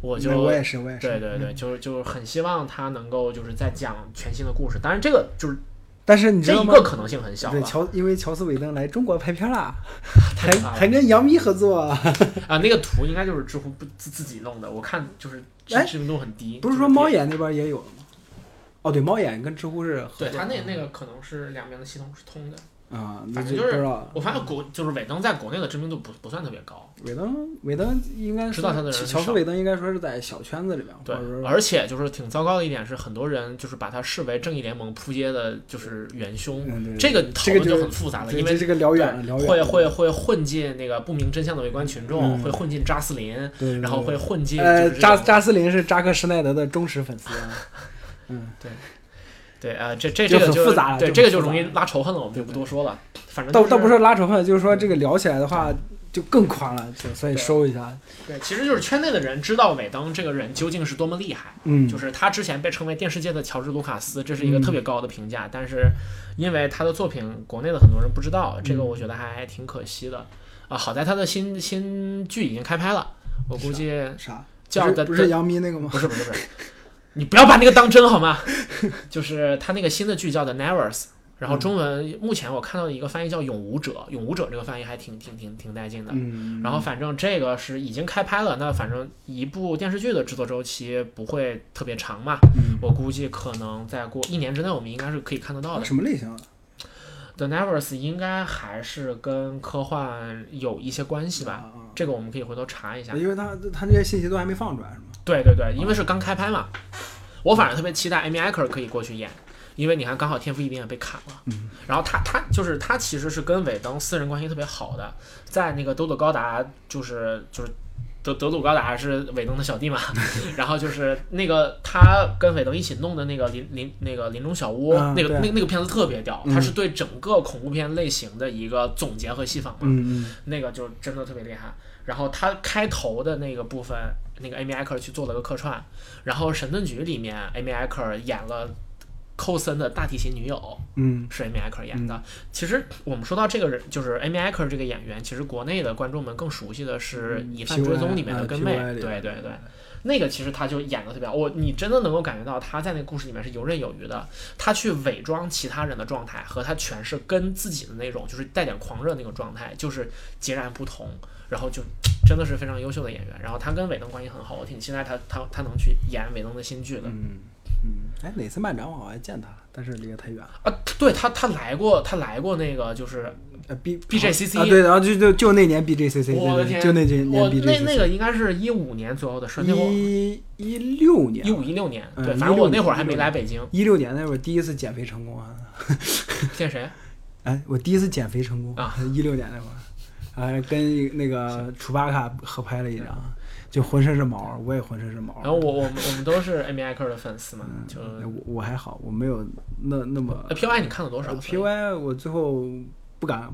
S2: 我就
S1: 那我也是嗯我也是。
S2: 对对对，就是就是很希望他能够就是在讲全新的故事，当然这个就是
S1: 但是你知
S2: 这
S1: 道
S2: 一
S1: 吗
S2: 个？可能性很小
S1: 对
S2: 了，
S1: 乔，因为乔斯韦登来中国拍片了，
S2: 太
S1: 还
S2: 可怕了
S1: 还跟杨幂合作，
S2: 啊，那个图应该就是知乎不自自己弄的，我看就是知
S1: 哎
S2: 知名度很低。
S1: 不是说猫？眼那边也有吗？哦，对，猫眼跟知乎是合
S2: 对，
S1: 作
S2: 它
S1: 的
S2: 那那个可能是两边的系统是通的。
S1: 啊，那
S2: 反
S1: 就不
S2: 正就
S1: 知
S2: 是
S1: 道。
S2: 我发现国就是尾灯在国内的知名度不不算特别高，
S1: 韦登，韦登应该
S2: 知
S1: 是
S2: 道他的人很
S1: 乔夫
S2: 少
S1: 韦登应该说是在小圈子里面，
S2: 对
S1: 或者，说
S2: 而且就是挺糟糕的一点是，很多人就是把它视为正义联盟扑街的，就是元凶。
S1: 嗯对
S2: 这个讨
S1: 这
S2: 论
S1: 个就
S2: 就是很复杂了，
S1: 这
S2: 因
S1: 这
S2: 为
S1: 这个聊远了，聊远
S2: 会
S1: 了
S2: 会会混进那个不明真相的围观群众，
S1: 嗯
S2: 会混进扎斯林，
S1: 对，对
S2: 然后
S1: 对
S2: 会混进
S1: 呃，
S2: 就是这
S1: 扎
S2: 种
S1: 扎斯林是扎克施耐德的忠实粉 丝啊，嗯，
S2: 对啊，呃这这
S1: 就
S2: 这个
S1: 很
S2: 就
S1: 复杂了
S2: 对
S1: 就
S2: 这个
S1: 很
S2: 就
S1: 复杂
S2: 容易
S1: 了
S2: 拉仇恨了，我们就不多说了。反正
S1: 倒
S2: 都
S1: 倒不是拉仇恨，就是说这个聊起来的话就更宽了，就所以
S2: 对啊
S1: 收一下，
S2: 对，其实就是圈内的人知道尾灯这个人究竟是多么厉害，
S1: 嗯，
S2: 就是他之前被称为电视界的乔治·卢卡斯，这是一个
S1: 嗯
S2: 特别高的评价。但是因为他的作品，国内的很多人不知道，
S1: 嗯
S2: 这个我觉得还挺可惜的。啊，好在他的新新剧已经开拍了，我估计
S1: 啥？
S2: 叫
S1: 不是
S2: 的
S1: 不是杨幂那个吗
S2: 不？是不是不是，你不要把那个当真好吗？就是他那个新的剧叫的 Nevers，然后
S1: 嗯
S2: 中文目前我看到的一个翻译叫《永无者》，《永无者》这个翻译还挺挺挺挺带劲的。
S1: 嗯，
S2: 然后反正这个是已经开拍了，那反正一部电视剧的制作周期不会特别长嘛，
S1: 嗯
S2: 我估计可能再过一年之内，我们应该是可以看得到
S1: 啊
S2: 的。
S1: 什么类型啊？
S2: The Nevers 应该还是跟科幻有一些关系吧，
S1: 啊？啊
S2: 这个我们可以回头查一下。
S1: 因为他他这些信息都还没放出来，是吗？
S2: 对对对，因为是刚开拍嘛，我反正特别期待 Amy Acker 可以过去演，因为你看刚好天赋异禀也被砍了，
S1: 嗯
S2: 然后他他就是他其实是跟尾灯私人关系特别好的，在那个德鲁高达就是就是。德德鲁高达是尾灯的小 弟嘛，然后就是那个他跟尾灯一起弄的那个林林那个林中小屋，
S1: 啊
S2: 那个
S1: 对
S2: 那个那个片子特别屌，
S1: 嗯
S2: 它是对整个恐怖片类型的一个总结和细仿嘛。
S1: 嗯
S2: 那个就真的特别厉害。然后他开头的那个部分，那个 Amy Acker 去做了个客串，然后《神盾局》里面 Amy Acker 演了寇森的大提琴女友，
S1: 嗯
S2: 是 Amy Acker 演的。其实我们说到这个人，就是 Amy Acker 这个演员，其实国内的观众们更熟悉的是
S1: 嗯
S2: 《疑犯追踪》里面的
S1: POI
S2: 根妹
S1: 啊，POI 里
S2: 对对对。那个其实他就演的特别好，我你真的能够感觉到他在那个故事里面是游刃有余的，他去伪装其他人的状态和他诠释跟自己的那种就是带点狂热那个状态就是截然不同，然后就 真的是非常优秀的演员。然后他跟韦登关系很好，我挺期待他他他能去演韦登的新剧的。
S1: 嗯嗯，哎，哪次漫展我好像见他，但是离得太远了。
S2: 啊，对他他来过他来过那个就是
S1: 呃，B
S2: BJCC
S1: 啊，对，然后就就就那年 BJCC，
S2: 我的
S1: 对
S2: 天
S1: 对，就那年
S2: 我那
S1: BJCC，
S2: 那个应该是一五年左右的事，那会儿
S1: 一一六年
S2: 一，五一六年，
S1: 嗯
S2: 对，反正我
S1: 16
S2: 那会儿还没来北京。
S1: 一六年那会儿第一次减肥成功啊，
S2: 见谁？
S1: 哎，我第一次减肥成功
S2: 啊，
S1: 一六年那会儿，哎，跟一那个楚巴卡合拍了一张，就浑身是毛，我也浑身是毛。
S2: 然后我我们我们都是 Amy Acker 的粉丝嘛，就
S1: 哎我我还好，我没有那那么
S2: 呃 PY 你看了多少
S1: P Y，我最后不敢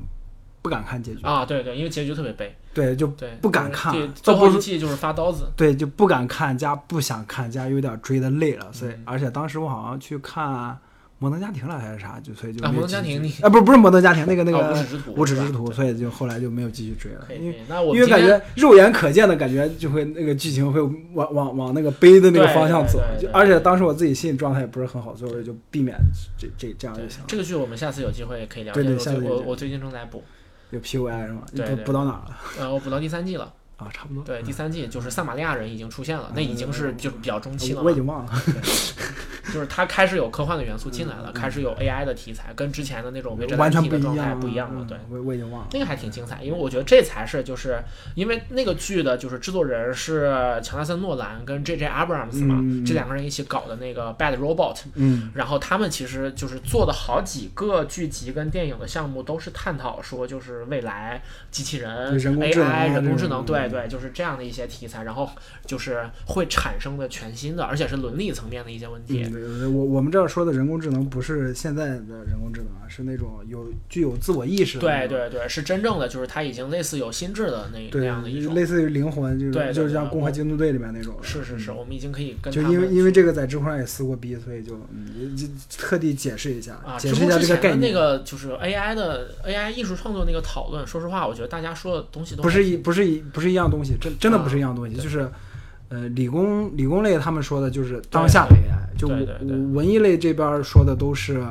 S1: 不敢看结局，
S2: 啊？对对，因为结局特别悲，
S1: 对，就
S2: 对，
S1: 不敢看
S2: 就是这
S1: 倒
S2: 最
S1: 不
S2: 后
S1: 是
S2: 一季就是发刀子，
S1: 对，就不敢看加不想看加有点追的累了，所以、
S2: 嗯
S1: 而且当时我好像去看《摩登家庭》了还是啥，就所以就
S2: 啊
S1: 没有
S2: 摩登家
S1: 继续
S2: 庭
S1: 追
S2: 你
S1: 啊不是不是摩登家庭那个那
S2: 啊
S1: 个
S2: 无耻之徒
S1: 无耻
S2: 是吧
S1: 之徒，所以就后来就没有继续追了，
S2: 可以
S1: 因
S2: 可
S1: 为
S2: 以。那我
S1: 因
S2: 们
S1: 为
S2: 今
S1: 感
S2: 天
S1: 觉肉眼可见的感觉就会那个剧情会往往往那个悲的那个
S2: 对
S1: 方向走
S2: 对对，
S1: 就
S2: 对
S1: 而且当时我自己心理状态也不是很好，所以我就避免这这这样就行了。
S2: 这个剧我们下次有机会可以聊。
S1: 对对
S2: 我
S1: 下
S2: 最
S1: 次有
S2: 我
S1: 机会
S2: 我最近正在补，
S1: 有 P U I 是吗？
S2: 对
S1: 不
S2: 对
S1: 不到哪儿了
S2: 呃，我补到第三季了。
S1: 啊，差不多。
S2: 对，第三季就是撒玛利亚人已经出现了，那已经是就比较中期了
S1: 嗯我
S2: 嘛
S1: 已，经忘了，
S2: 就是它开始有科幻的元素进来了，开始有 AI 的题材，跟之前的那种伪
S1: 嗯完
S2: 真
S1: 全
S2: 体
S1: 不
S2: 的
S1: 一
S2: 状态
S1: 样，
S2: 不一样了。对
S1: 嗯，，我我已经忘了。
S2: 那个还挺精彩，因为我觉得这才是就是因为那个剧的就是制作人是乔纳森·诺兰跟 J.J. Abrams 嘛，
S1: 嗯
S2: 这两个人一起搞的那个 Bad Robot，
S1: 嗯
S2: 然后他们其实就是做的好几个剧集跟电影的项目，都是探讨说就是未来机器人、
S1: 对人工智能啊
S2: AI、人工智
S1: 这种
S2: 能，对对，就是这样的一些题材，然后就是会产生的全新的，而且是伦理层面的一些问题。
S1: 嗯，对对对我我们这儿说的人工智能不是现在的人工智能啊，是那种有具有自我意识的那
S2: 对
S1: 种，
S2: 对对，是真正的，就是它已经类似有心智的那那样的
S1: 嗯对，
S2: 一
S1: 就是
S2: 种。
S1: 类似于灵魂，就是
S2: 对对
S1: 就是
S2: 对
S1: 像
S2: 对
S1: 《共和
S2: 我
S1: 机动队》里面那种。
S2: 是是是，我们已经可以跟
S1: 嗯就
S2: 他
S1: 因为
S2: 们
S1: 因为这个在知乎上也撕过逼，所以就嗯就就特地解释一下，
S2: 啊，
S1: 解
S2: 知
S1: 释一
S2: 乎
S1: 下
S2: 之
S1: 这个
S2: 前
S1: 概
S2: 的
S1: 念。
S2: 那个就是 AI 的 AI 艺术创作那个讨论，说实话，我觉得大家说的东西都
S1: 不是
S2: 还
S1: 一不是一不是一样东西，真真的不是一样东西，
S2: 啊
S1: 就是。呃，理工理工类他们说的就是当下的 AI，就
S2: 对对对
S1: 文文艺类这边说的都是，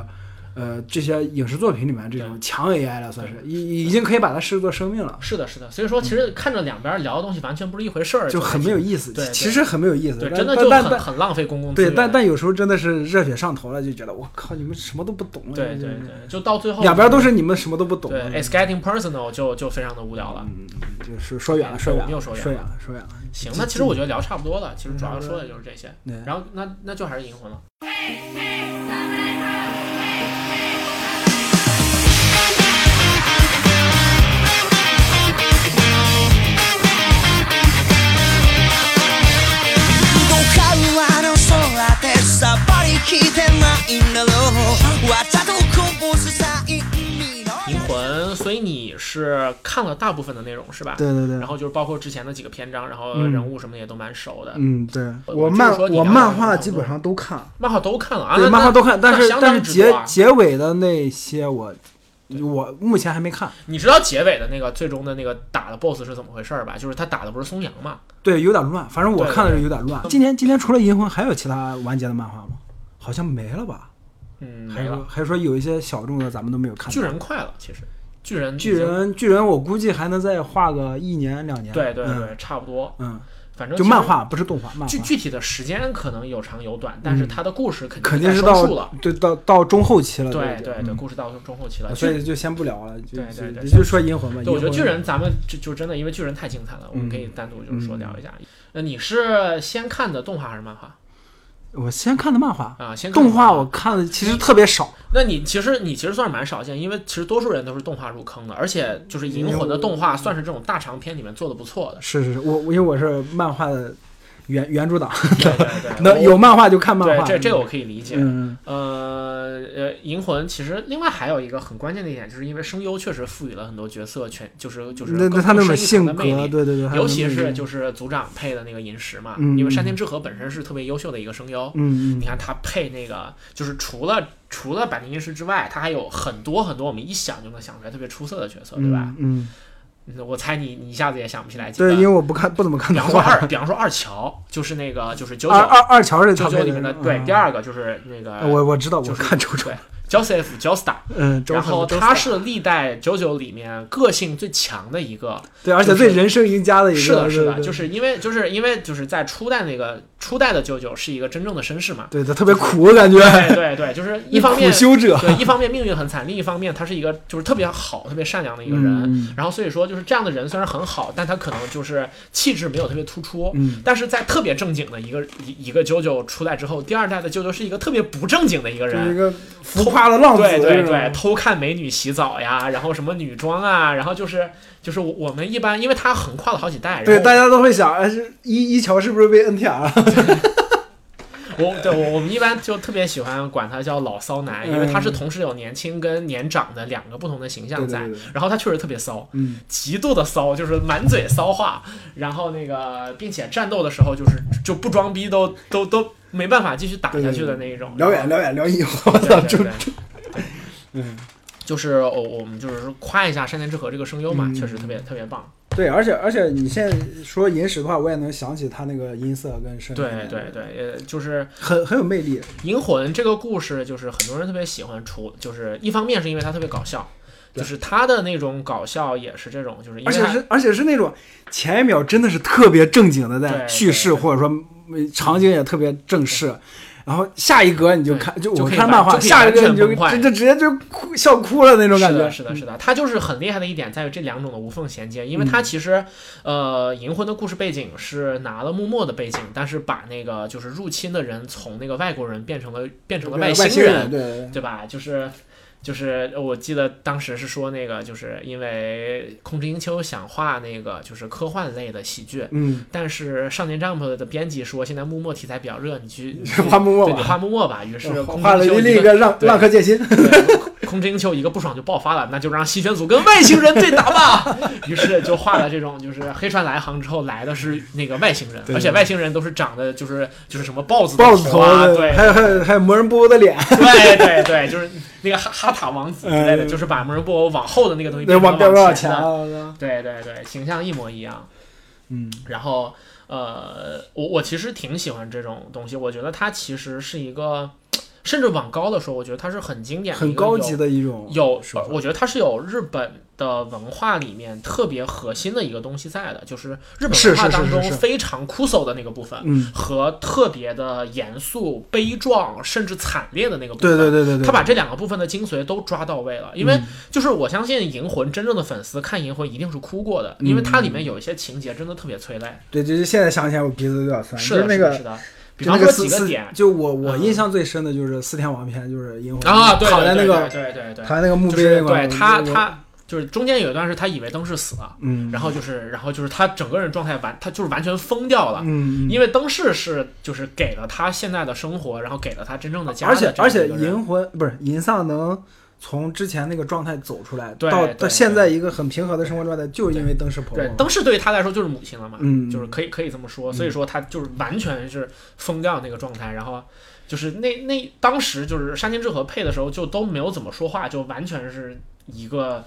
S1: 呃这些影视作品里面这种强 AI 了，算是已已经可以把它视作生命了，
S2: 是的，是的。所以说，其实看着两边聊的东西完全不是一回事儿，
S1: 嗯就很没有意思
S2: 对，对
S1: 其实很没有意思，
S2: 对，
S1: 但
S2: 真的
S1: 但
S2: 就
S1: 但
S2: 很
S1: 但
S2: 很浪费公共资
S1: 对，
S2: 源。
S1: 但但有时候真的是热血上头了，就觉得我靠，你们什么都不懂啊，
S2: 对
S1: 你
S2: 对
S1: 们
S2: 对，就到最后
S1: 两边都是你们什么都不懂
S2: 对
S1: 啊，
S2: ，it's getting personal 就就非常的无聊了。
S1: 嗯，就是说远了，说远
S2: 啊又
S1: 了，
S2: 说
S1: 说
S2: 远
S1: 远了，说远了，
S2: 行，那其实我觉得聊差不多了，其实主要说的就是这些。
S1: 嗯
S2: 然后那那就还是银魂了。
S5: 「五感はの空でさっぱりきてないんだろう」「わざとこぼすさ意味の
S2: 银魂，所以你是看了大部分的内容是吧？
S1: 对对对
S2: 然后就是包括之前的几个篇章，然后人物什么的也都蛮熟的。
S1: 嗯，对
S2: 我
S1: 我
S2: 就是
S1: 漫
S2: 说你
S1: 我
S2: 聊
S1: 漫
S2: 的
S1: 画
S2: 差不
S1: 基
S2: 多
S1: 本上都看，
S2: 漫画都看了啊，
S1: 对
S2: 那
S1: 漫画都看，
S2: 那
S1: 但是
S2: 那相
S1: 但
S2: 当
S1: 是
S2: 之
S1: 结
S2: 多啊
S1: 结尾的那些我我目前还没看，
S2: 你知道结尾的那个最终的那个打的 BOSS 是怎么回事儿吧？就是他打的不是松阳嘛？
S1: 对，有点乱，反正我
S2: 对
S1: 看的
S2: 对
S1: 是有点乱。今天今天除了银魂，还有其他完结的漫画吗？好像没了吧？
S2: 嗯，
S1: 还
S2: 没
S1: 是
S2: 了
S1: 说。还是说有一些小众的咱们都没有看到。
S2: 巨人快了，其实巨人已
S1: 巨
S2: 经
S1: 人巨人，我估计还能再画个一年两年。
S2: 对对
S1: 嗯
S2: 对，差不多。
S1: 嗯，
S2: 反正
S1: 就
S2: 其实
S1: 漫画不是动画，漫
S2: 具
S1: 画
S2: 具体的时间可能有长有短，但是它的故事肯
S1: 肯
S2: 定
S1: 定
S2: 在
S1: 是
S2: 收束
S1: 到
S2: 了。
S1: 对到到中后期了。
S2: 对
S1: 对嗯
S2: 对对，故事到中后期了。
S1: 所
S2: 巨
S1: 以就先不聊了，就
S2: 啊对对
S1: 就
S2: 对
S1: 就说银魂吧。
S2: 对，我觉
S1: 啊银魂
S2: 得
S1: 嗯
S2: 巨人咱们就就真的，因为巨人太精彩了，我们可以单独就是说聊一下。那你是先看的动画还是漫画
S1: 我先看的漫画，
S2: 啊？先看的
S1: 动画
S2: 漫
S1: 我看的其实特别少。
S2: 那你其实你其实算是蛮少见，因为其实多数人都是动画入坑的，而且就是《银魂》的动画算是这种大长篇里面做的不错 的。
S1: 是是是，我我因为我是漫画的原原著党，
S2: 对对对，
S1: 那
S2: 我
S1: 有漫画就看漫
S2: 对
S1: 画。
S2: 这这个我可以理解。
S1: 嗯，
S2: 呃呃，银魂其实另外还有一个很关键的一点，就是因为声优确实赋予了很多角色全就是就是
S1: 那那
S2: 更
S1: 他那
S2: 更
S1: 种
S2: 深
S1: 性
S2: 一层
S1: 格，
S2: 的魅
S1: 对
S2: 力。
S1: 对对，
S2: 尤其是
S1: 就
S2: 就是组长配的那个银石嘛，
S1: 嗯
S2: 因为山田智和本身是特别优秀的一个声优，
S1: 嗯
S2: 你
S1: 嗯
S2: 看他配那个，就是除了除了百灵银石之外，他还有很多很多我们一想就能想出来特别出色的角色，对吧？
S1: 嗯，
S2: 嗯我猜你你一下子也想不起来几个。
S1: 对，因为我不看不怎么看
S2: 比
S1: 动
S2: 方说
S1: 画。
S2: 二，比方说二乔，就是那个就是九
S1: 二二
S2: 九
S1: 二乔是
S2: 九
S1: 他
S2: 九
S1: 配
S2: 里面的
S1: 的，嗯
S2: 对，第二个就是那个
S1: 我我知道，我
S2: 就是
S1: 看周周
S2: 对，Joseph Joestar，
S1: 嗯，周
S2: 然后
S1: 周
S2: 他是历代九九里面个性最强的一个，
S1: 对，而且
S2: 就是
S1: 对人生赢家的一个，
S2: 是的，是的，
S1: 对
S2: 就是因为就是因为就是在初代那个初代的九九是一个真正的绅士嘛，
S1: 对他特别苦，我感觉
S2: 对对对，就是一方面
S1: 苦修者，
S2: 对，一方面命运很惨，另一方面他是一个就是特别好、特别善良的一个人。
S1: 嗯
S2: 然后所以说，就是这样的人虽然很好，但他可能就是气质没有特别突出。
S1: 嗯
S2: 但是在特别正经的一个一一个九九出来之后，第二代的九九是一个特别不正经的一个
S1: 就是一
S2: 人。
S1: 个浮夸的浪子，
S2: 对对
S1: 这种
S2: 对，偷看美女洗澡呀，然后什么女装啊，然后就是就是我我们一般，因为他横跨了好几代，然
S1: 对，
S2: 后
S1: 大家都会想，哎，是一一乔是不是被 NTR 了？
S2: 我对我我们一般就特别喜欢管他叫老骚男，因为他是同时有年轻跟年长的两个不同的形象
S1: 嗯对对
S2: 在
S1: 对对，
S2: 然后他确实特别骚，
S1: 嗯，
S2: 极度的骚，就是满嘴骚话，然后那个并且战斗的时候就是就不装逼都都都没办法继续打下去的那一种。
S1: 聊远聊远聊以后，我
S2: 对，对
S1: 操，
S2: 对
S1: 周
S2: 对
S1: 嗯。
S2: 就是我我们就是夸一下山田智和这个声优嘛，
S1: 嗯
S2: 确实特别特别棒。
S1: 对，而且而且你现在说银石的话，我也能想起他那个音色跟声音，
S2: 对对，对，呃，就是
S1: 很很有魅力。
S2: 银魂这个故事就是很多人特别喜欢出，就是一方面是因为它特别搞笑，
S1: 对
S2: 就是它的那种搞笑也是这种，就是因
S1: 而
S2: 为
S1: 且
S2: 它
S1: 是而且是那种前一秒真的是特别正经的
S2: 对
S1: 在叙事，
S2: 对对
S1: 或者说嗯场景也特别正式，然后下一格你就
S2: 对
S1: 看，
S2: 就
S1: 我
S2: 可以
S1: 看
S2: 完
S1: 漫画，
S2: 就可以
S1: 下一
S2: 完
S1: 个
S2: 全
S1: 你就
S2: 崩坏
S1: 这这直接就哭笑哭了那种感
S2: 是
S1: 觉。
S2: 的，是的，是的，它就是很厉害的一点，在于这两种的无缝衔接。因为
S1: 嗯
S2: 它其实，呃，银魂的故事背景是拿了幕末的背景，但是把那个就是入侵的人从那个外国人变成了变成了
S1: 对
S2: 外
S1: 星
S2: 人，
S1: 对对
S2: 对吧？就是。就是我记得当时是说那个，就是因为空之英秋想画那个就是科幻类的喜剧，
S1: 嗯，
S2: 但是《少年 Jump》的编辑说，现在幕末题材比较热，你去
S1: 画幕末
S2: 对
S1: 吧哦
S2: 你画幕末吧。于是空
S1: 呃画了
S2: 之英秋
S1: 另一个让
S2: 对
S1: 浪客剑 心，
S2: 对空之英秋一个不爽就爆发了，那就让细玄组跟外星人对打吧。于是就画了这种，就是黑船来航之后来的是那个外星人，
S1: 对
S2: 而且外星人都是长得就是就是什么豹子
S1: 豹子头
S2: 啊，
S1: 的，
S2: 对
S1: 还有还有还有魔人布欧的 脸，
S2: 对对对，就是那个哈哈塔王子之类的，
S1: 嗯
S2: 就是把魔人布偶往后的那个东西
S1: 对，
S2: 变成
S1: 往
S2: 了
S1: 边
S2: 往
S1: 往
S2: 前
S1: 前
S2: 的，
S1: 了，
S2: 对对对，形象一模一样。
S1: 嗯，
S2: 然后呃，我我其实挺喜欢这种东西，我觉得它其实是一个。甚至往高了说，我觉得它是很经典、
S1: 很高级。的一种
S2: 有呃
S1: 手法，
S2: 我觉得它是有日本的文化里面特别核心的一个东西在的，就是日本
S1: 是
S2: 文化
S1: 是是
S2: 当
S1: 是
S2: 中
S1: 是
S2: 非常枯燥的那个部分，
S1: 嗯
S2: 和特别的严肃、悲壮甚至惨烈的那个部
S1: 对
S2: 分。
S1: 对对对对，嗯
S2: 他把这两个部分的精髓都抓到位了，因为就是我相信《银魂》真正的粉丝看《银魂》一定是哭过
S1: 嗯
S2: 的，因为它里面有一些情节真的特别催泪。
S1: 对，就是现在想起来我鼻子有点酸，
S2: 是
S1: 就
S2: 的，
S1: 那
S2: 是
S1: 个
S2: 的，是的。比
S1: 就
S2: 方
S1: 那
S2: 说
S1: 个四
S2: 几个
S1: 四
S2: 点，
S1: 就我我
S2: 嗯
S1: 印象最深的就是四天王篇，就是银魂
S2: 啊，对
S1: 躺在那
S2: 对
S1: 个
S2: 对对对对，
S1: 躺在那个墓
S2: 就
S1: 碑
S2: 是
S1: 那块儿
S2: 对他
S1: 我
S2: 他就是中间有一段是他以为灯是死了，
S1: 嗯，
S2: 然后就是然后就是他整个人状态完，他就是完全疯掉了。
S1: 嗯，嗯
S2: 因为灯饰是就是给了他现在的生活，然后给了他真正的家
S1: 而
S2: 的这
S1: 且
S2: 样一个人。
S1: 而且银魂不是银丧能从之前那个状态走出来，
S2: 对
S1: 到
S2: 对
S1: 到
S2: 对
S1: 现在一个很平和的生活状态，就是因为灯是婆
S2: 对
S1: 婆，
S2: 灯饰对于他来说就是母亲了嘛，
S1: 嗯
S2: 就是可以可以这么说，所以说他就是完全是疯掉那个状态，然后就是那那当时就是山田智和配的时候就都没有怎么说话，就完全是一个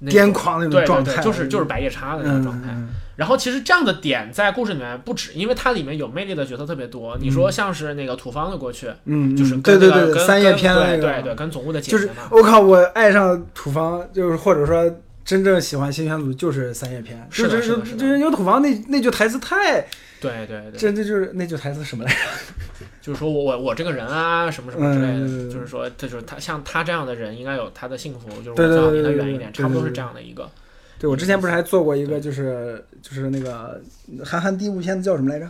S2: 那种
S1: 癫狂那种
S2: 对对
S1: 状
S2: 对
S1: 态，嗯
S2: 就是就是白夜叉的那个状态。
S1: 嗯嗯
S2: 然后其实这样的点在故事里面不止，因为它里面有魅力的角色特别多。你说像是那个土方的过去，
S1: 嗯嗯，嗯
S2: 就是
S1: 嗯
S2: 跟
S1: 对
S2: 那
S1: 对
S2: 个
S1: 对
S2: 跟
S1: 三叶
S2: 跟
S1: 篇的那
S2: 对
S1: 个，
S2: 对对，跟总务的姐
S1: 就是
S2: 姐嘛。
S1: 我靠，我爱上土方，就是或者说真正喜欢新选组就是三叶篇，
S2: 是的
S1: 就是就
S2: 的是的
S1: 就是因为土方那那句台词太，
S2: 对对对，
S1: 这这就是那句台词什么来着？
S2: 就是说我我我这个人啊，什么什么之类的，
S1: 嗯对对对
S2: 就是说，这就是他像他这样的人应该有他的幸福，就是我
S1: 对对
S2: 最好离
S1: 对
S2: 他
S1: 对
S2: 远
S1: 对
S2: 一点，
S1: 对
S2: 差不多
S1: 对
S2: 是
S1: 对
S2: 这样的一个。
S1: 对我之前不是还做过一个，就是就是那个韩寒第一部片子叫什么来着？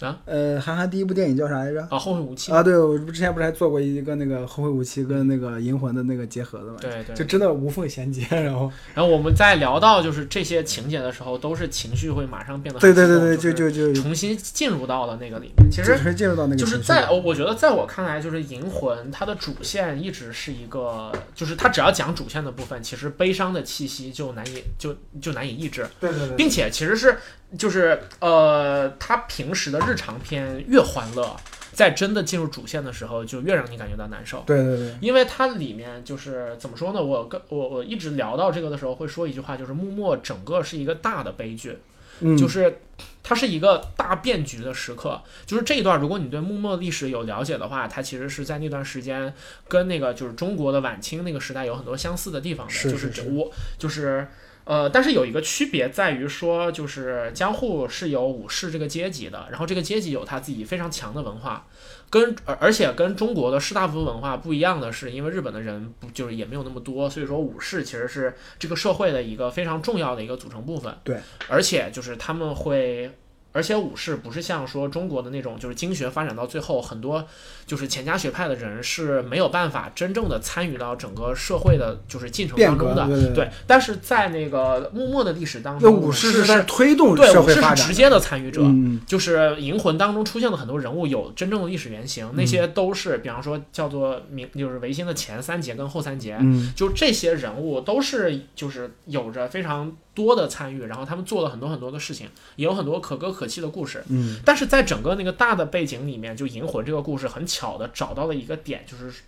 S2: 啊？
S1: 呃，韩寒第一部电影叫啥来着？
S2: 啊，后会无期。
S1: 啊，对，我之前不是还做过一个那个《后会无期》跟那个《银魂》的那个结合的嘛？
S2: 对
S1: 就
S2: 对，
S1: 真的无缝衔接，然后
S2: 然后我们在聊到就是这些情节的时候，都是情绪会马上变得
S1: 对
S2: 很
S1: 对
S2: 激
S1: 对
S2: 动
S1: 对，就是就就
S2: 重新进入到了那个里面。其
S1: 只
S2: 实
S1: 是进入到那个
S2: 就是
S1: 情绪
S2: 在
S1: 了
S2: 哦我觉得在我看来，就是《银魂》它的主线一直是一个，就是它只要讲主线的部分，其实悲伤的气息就难以就就难以抑制。
S1: 对对对，
S2: 并且其实是就是呃，他平时的日常片越欢乐，在真的进入主线的时候，就越让你感觉到难受。
S1: 对对对，
S2: 因为它里面就是怎么说呢？我跟我我一直聊到这个的时候，会说一句话，就是幕末整个是一个大的悲剧，
S1: 嗯，
S2: 就是它是一个大变局的时刻。就是这一段，如果你对幕末历史有了解的话，它其实是在那段时间跟那个就是中国的晚清那个时代有很多相似的地方的。
S1: 是
S2: 就是这
S1: 是
S2: 我就是。呃，但是有一个区别在于说，就是江户是有武士这个阶级的，然后这个阶级有他自己非常强的文化，跟而而且跟中国的士大夫文化不一样的是，因为日本的人不就是也没有那么多，所以说武士其实是这个社会的一个非常重要的一个组成部分。
S1: 对，
S2: 而且就是他们会。而且武士不是像说中国的那种，就是经学发展到最后，很多就是钱家学派的人是没有办法真正的参与到整个社会的，就是进程当中的。
S1: 变革对对对
S2: 但是在那个幕末的历史当
S1: 那
S2: 中，
S1: 武士在
S2: 是
S1: 推动
S2: 对
S1: 社
S2: 武
S1: 会
S2: 士
S1: 发
S2: 是
S1: 展
S2: 直，接的参与者。
S1: 嗯，
S2: 就是《银魂》当中出现了很多人物有真正的历史原型，那
S1: 嗯
S2: 些都是比方说叫做明，就是维新的前三节跟后三节，
S1: 嗯
S2: 就这些人物都是就是有着非常多的参与，然后他们做了很多很多的事情，也有很多可歌可泣的故事。
S1: 嗯，
S2: 但是在整个那个大的背景里面，就《银魂》这个故事很巧的找到了一个点，就是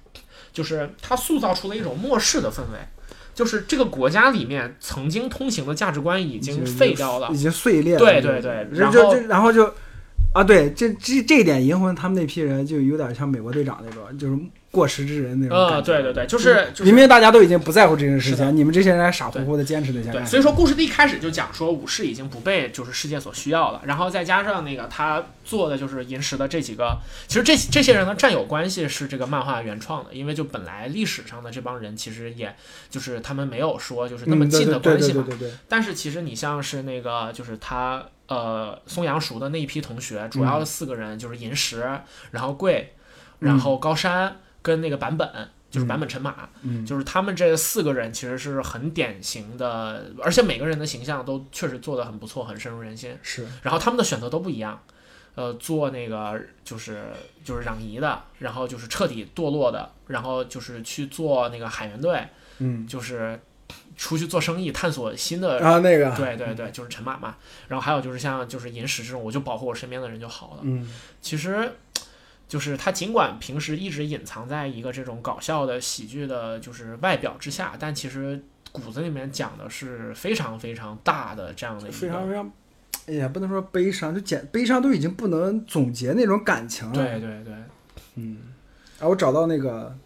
S2: 就是它塑造出了一种末世的氛围。就是这个国家里面曾经通行的价值观已经废掉了
S1: 已，经碎裂了，
S2: 对对对
S1: 然
S2: 然
S1: 后
S2: 后
S1: 就然后就啊，对，这这这一点银魂他们那批人就有点像美国队长那种，就是过时之人那种
S2: 呃，
S1: 感觉嗯
S2: 对对对，就是就是
S1: 明明大家都已经不在乎这件事
S2: 是的
S1: 情，你们这些人还傻乎乎的坚持那些干嗯
S2: 对，
S1: 啥。
S2: 所以说故事的一开始就讲说武士已经不被就是世界所需要了，然后再加上那个他做的就是银石的这几个，其实这这些人的战友关系是这个漫画原创的，因为就本来历史上的这帮人其实也就是他们没有说就是那么
S1: 嗯，对
S2: 近
S1: 对
S2: 的
S1: 对
S2: 关
S1: 对
S2: 系
S1: 对
S2: 嘛，
S1: 对对，
S2: 但是其实你像是那个就是他呃松阳熟的那一批同学，主
S1: 嗯
S2: 要四个人就是银石，然后贵，然后高山跟那个版本。就是版本陈马，
S1: 嗯
S2: 就是他们这四个人其实是很典型的，而且每个人的形象都确实做得很不错，很深入人心。
S1: 是
S2: 然后他们的选择都不一样，呃，做那个就是就是攘夷的，然后就是彻底堕落的，然后就是去做那个海员队，
S1: 嗯
S2: 就是出去做生意，探索新的
S1: 然后那个
S2: 对对对，就是陈妈妈。然后还有就是像就是银石这种，我就保护我身边的人就好了。
S1: 嗯
S2: 其实，就是他尽管平时一直隐藏在一个这种搞笑的喜剧的，就是外表之下，但其实骨子里面讲的是非常非常大的这样的一
S1: 非常
S2: 个。
S1: 非常，哎呀，不能说悲伤，就简悲伤都已经不能总结那种感情了。
S2: 对对对，
S1: 嗯，啊，我找到那个，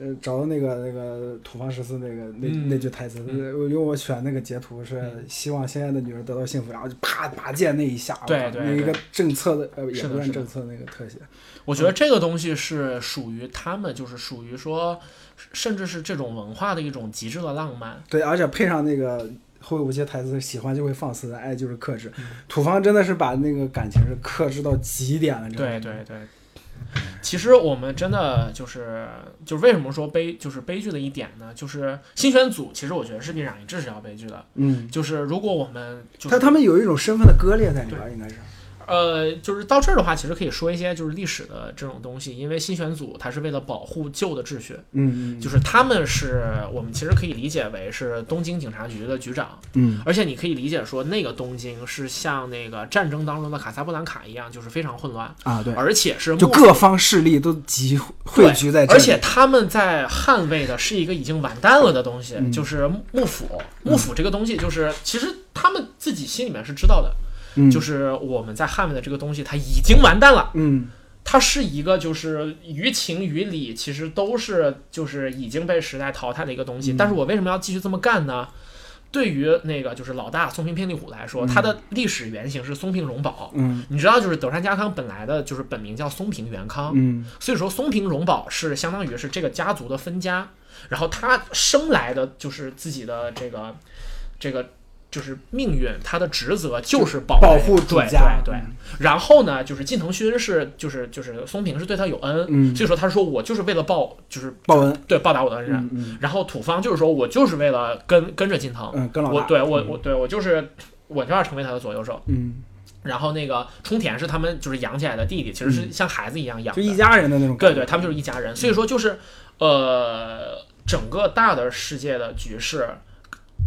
S1: 呃，找到那个那个土方十四那个那、
S2: 嗯
S1: 那句台词，我因为我选那个截图是希望心爱的女人得到幸福，然后就啪拔剑那一下，
S2: 对
S1: 哇
S2: 对
S1: 那一个
S2: 对
S1: 政策的呃也
S2: 是的
S1: 不算
S2: 是的
S1: 政策那个特写，
S2: 我
S1: 嗯
S2: 觉得这个东西是属于他们，就是属于说，甚至是这种文化的一种极致的浪漫。
S1: 对，而且配上那个后有些台词，喜欢就会放肆，爱就是克
S2: 嗯
S1: 制。土方真的是把那个感情是克制到极点了，真的
S2: 对对对。其实我们真的就是，就是为什么说悲，就是悲剧的一点呢？就是新选组，其实我觉得是比染一志是要悲剧的。
S1: 嗯，
S2: 就是如果我们就是
S1: 他他们有一种身份的割裂在里边儿，应该是，
S2: 呃，就是到这儿的话，其实可以说一些就是历史的这种东西，因为新选组它是为了保护旧的秩序，
S1: 嗯嗯，
S2: 就是他们是我们其实可以理解为是东京警察局的局长，
S1: 嗯
S2: 而且你可以理解说那个东京是像那个战争当中的卡萨布兰卡一样，就是非常混乱，
S1: 啊对，
S2: 而且是
S1: 就
S2: 幕
S1: 各方势力都集汇
S2: 对
S1: 聚在这
S2: 而
S1: 里，
S2: 且他们在捍卫的是一个已经完蛋了的东西，就是幕府。幕府这个东西，就是其实他们自己心里面是知道的，
S1: 嗯
S2: 就是我们在捍卫的这个东西，它已经完蛋了。
S1: 嗯
S2: 它是一个就是于情于理，其实都是就是已经被时代淘汰的一个东西。
S1: 嗯
S2: 但是我为什么要继续这么干呢？对于那个就是老大松平偏利虎来说，他的历史原型是松平荣保。
S1: 嗯
S2: 你知道，就是德川家康本来的就是本名叫松平元康，
S1: 嗯
S2: 所以说松平荣保是相当于是这个家族的分家，然后他生来的就是自己的这个这个就是命运，他的职责就是保
S1: 保
S2: 卫
S1: 护主
S2: 对
S1: 家
S2: 对对
S1: 嗯。
S2: 然后呢，就是近藤勋是就是就是松平是对他有恩，
S1: 嗯
S2: 所以说他说我就是为了报就是
S1: 报恩，
S2: 对报答我的恩人。
S1: 嗯嗯
S2: 然后土方就是说我就是为了跟跟着近藤，
S1: 嗯，跟老
S2: 我
S1: 大，
S2: 对我我对我就是我就要成为他的左右手。
S1: 嗯，
S2: 然后那个冲田是他们就是养起来的弟弟，其实是像孩子一样养
S1: 嗯就
S2: 的，
S1: 一家人的那种感
S2: 对
S1: 觉，
S2: 对，他们就是一家人。所以说就是，呃，整个大的世界的局势，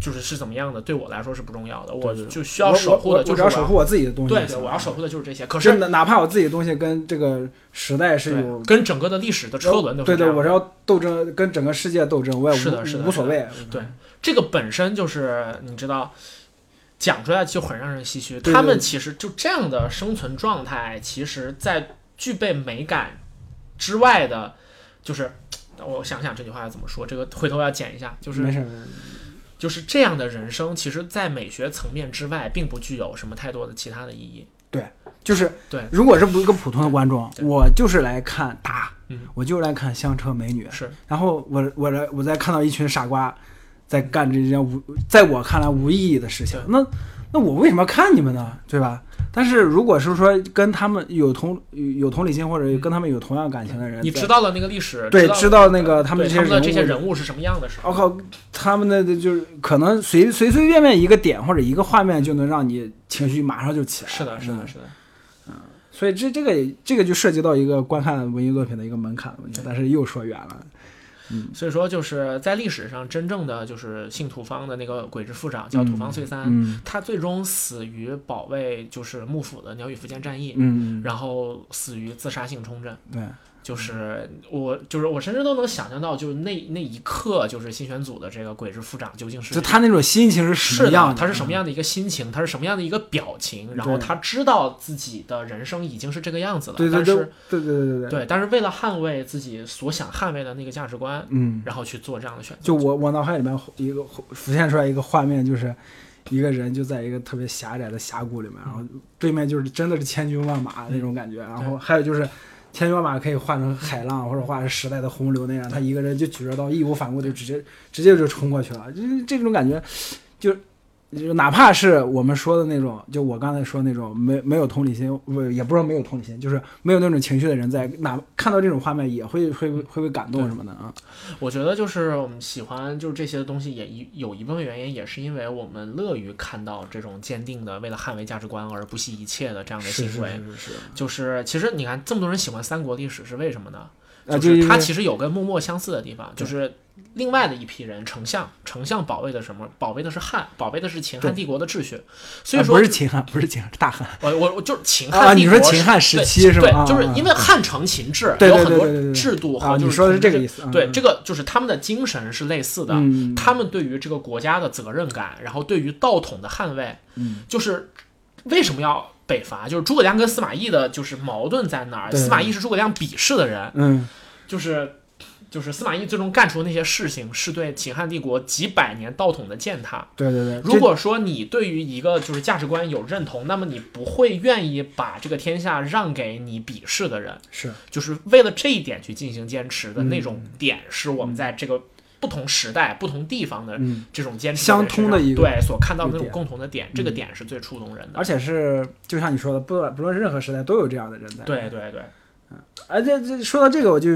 S2: 就是是怎么样的，对我来说是不重要的，我
S1: 对对
S2: 就需
S1: 我
S2: 要守护
S1: 我
S2: 的
S1: 我
S2: 就
S1: 只
S2: 是
S1: 要
S2: 我
S1: 守护。我自己的东西就
S2: 对
S1: 行，
S2: 对，我要守护的就是这些。可
S1: 真
S2: 是
S1: 的，哪怕我自己的东西跟这个时代是
S2: 对
S1: 有
S2: 跟整个的历史的车轮都是
S1: 对
S2: 这
S1: 对，
S2: 样的
S1: 我是要斗争，跟整个世界斗争，我也无
S2: 是的是的
S1: 无所谓。
S2: 对这个本身就是你知道。讲出来就很让人唏嘘。
S1: 对
S2: 他们
S1: 对
S2: 其实就这样的生存状态，其实，在具备美感之外的，就是我想想这句话要怎么说，这个回头要剪一下。就是
S1: 没事，没事
S2: 就是这样的人生，其实，在美学层面之外，并不具有什么太多的其他的意义。
S1: 就是
S2: 对
S1: 如果是不是一个普通的观众，
S2: 对
S1: 我就是来看打
S2: 嗯，
S1: 我就是来看香车美女，
S2: 是
S1: 然后我我来我再看到一群傻瓜在干这件无，在我看来无意义的事情
S2: 对，
S1: 那那我为什么要看你们呢？对吧？但是如果是说跟他们有同有有同理心或者跟他们有同样感情的人，
S2: 你
S1: 在
S2: 知道了那个历史，
S1: 对
S2: 知
S1: 知道那个他们
S2: 对
S1: 这
S2: 他
S1: 些
S2: 们的这些
S1: 人哦
S2: 人物是什么样的时
S1: 我、
S2: 候，
S1: 靠，他们的就是可能随随随便便一个点或者一个画面就能让你情绪马上就起来。
S2: 是的，是
S1: 嗯
S2: 的，是的。
S1: 所以这这个也这个就涉及到一个观看文艺作品的一个门槛的问题，但是又说远了。
S2: 所以说，就是在历史上，真正的就是信土方的那个鬼之副长叫土方岁三，
S1: 嗯
S2: 他最终死于保卫就是幕府的鸟羽伏见战役，
S1: 嗯，
S2: 然后死于自杀性冲阵。
S1: 对，
S2: 就是我，就是我，甚至都能想象到，就是那那一刻，就是新选组的这个鬼之副长究竟是
S1: 就他那种心情是什
S2: 是
S1: 么样
S2: 的，他是什么
S1: 样？
S2: 样的一个心情，他是什么样的一个表情，然后
S1: 对
S2: 他知道自己的人生已经是这个样子了，
S1: 对对
S2: 但
S1: 对
S2: 是
S1: 对对对对。
S2: 对，但是为了捍卫自己所想捍卫的那个价值观，
S1: 嗯，
S2: 然后去做这样的选择。
S1: 就我我脑海里面一个浮现出来一个画面，就是一个人就在一个特别狭窄的峡谷里面，然后对面就是真的是千军万马那种感觉，然后还有就是。千军万马可以换成海浪，或者换成时代的洪流那样，他一个人就举着刀，义无反顾就直接直接就冲过去了。就是这种感觉，就就哪怕是我们说的那种，就我刚才说那种没没有同理心，不也不是没有同理心，就是没有那种情绪的人在，哪看到这种画面也会会会被感动什么的啊。
S2: 我觉得就是我们喜欢就是这些东西也一有一部分原因也是因为我们乐于看到这种坚定的为了捍卫价值观而不惜一切的这样的行为。
S1: 是是，
S2: 就是其实你看这么多人喜欢三国历史是为什么呢？
S1: 啊，就
S2: 就是
S1: 因
S2: 它
S1: 为
S2: 其实有跟默默相似的地方，就是另外的一批人丞相，丞相保卫的什么？保卫的是汉，保卫的是秦汉帝国的秩序。所以
S1: 啊
S2: 说，
S1: 不是秦汉，不是秦汉，是大汉。
S2: 我我我就是秦
S1: 啊
S2: 汉帝
S1: 你
S2: 国
S1: 说
S2: 是，
S1: 秦汉时
S2: 对
S1: 期是吧啊
S2: 对，就是
S1: 啊
S2: 因为汉承秦制，
S1: 对
S2: 有
S1: 对
S2: 很
S1: 对
S2: 多
S1: 对对对，
S2: 制度
S1: 啊，
S2: 和就
S1: 你
S2: 是
S1: 说的是
S2: 统治
S1: 这个意思。
S2: 对，这
S1: 个
S2: 个就是他们的精神是类似的，
S1: 嗯
S2: 他们对于这个国家的责任感，然后对于道统的捍卫，
S1: 嗯
S2: 就是为什么要北伐，就是诸葛亮跟司马懿的就是矛盾在哪儿？
S1: 对
S2: 司马懿是诸葛亮鄙视的人，
S1: 嗯，
S2: 就是就是司马懿最终干出的那些事情，是对秦汉帝国几百年道统的践踏。
S1: 对对对。
S2: 如果说你对于一个就是价值观有认同，那么你不会愿意把这个天下让给你鄙视的人，
S1: 这是
S2: 就是为了这一点去进行坚持的那
S1: 嗯
S2: 种点，是我们在这个不同时代、不同地方的
S1: 嗯
S2: 这种坚持
S1: 相通的
S2: 人身
S1: 一
S2: 上
S1: 个
S2: 对所看到的那
S1: 一个点嗯
S2: 种共同的点，这个点是最触动人的。
S1: 而且是就像你说的，不论不论任何时代都有这样的人在。，
S2: 对对对，
S1: 而且哎这说到这个，我就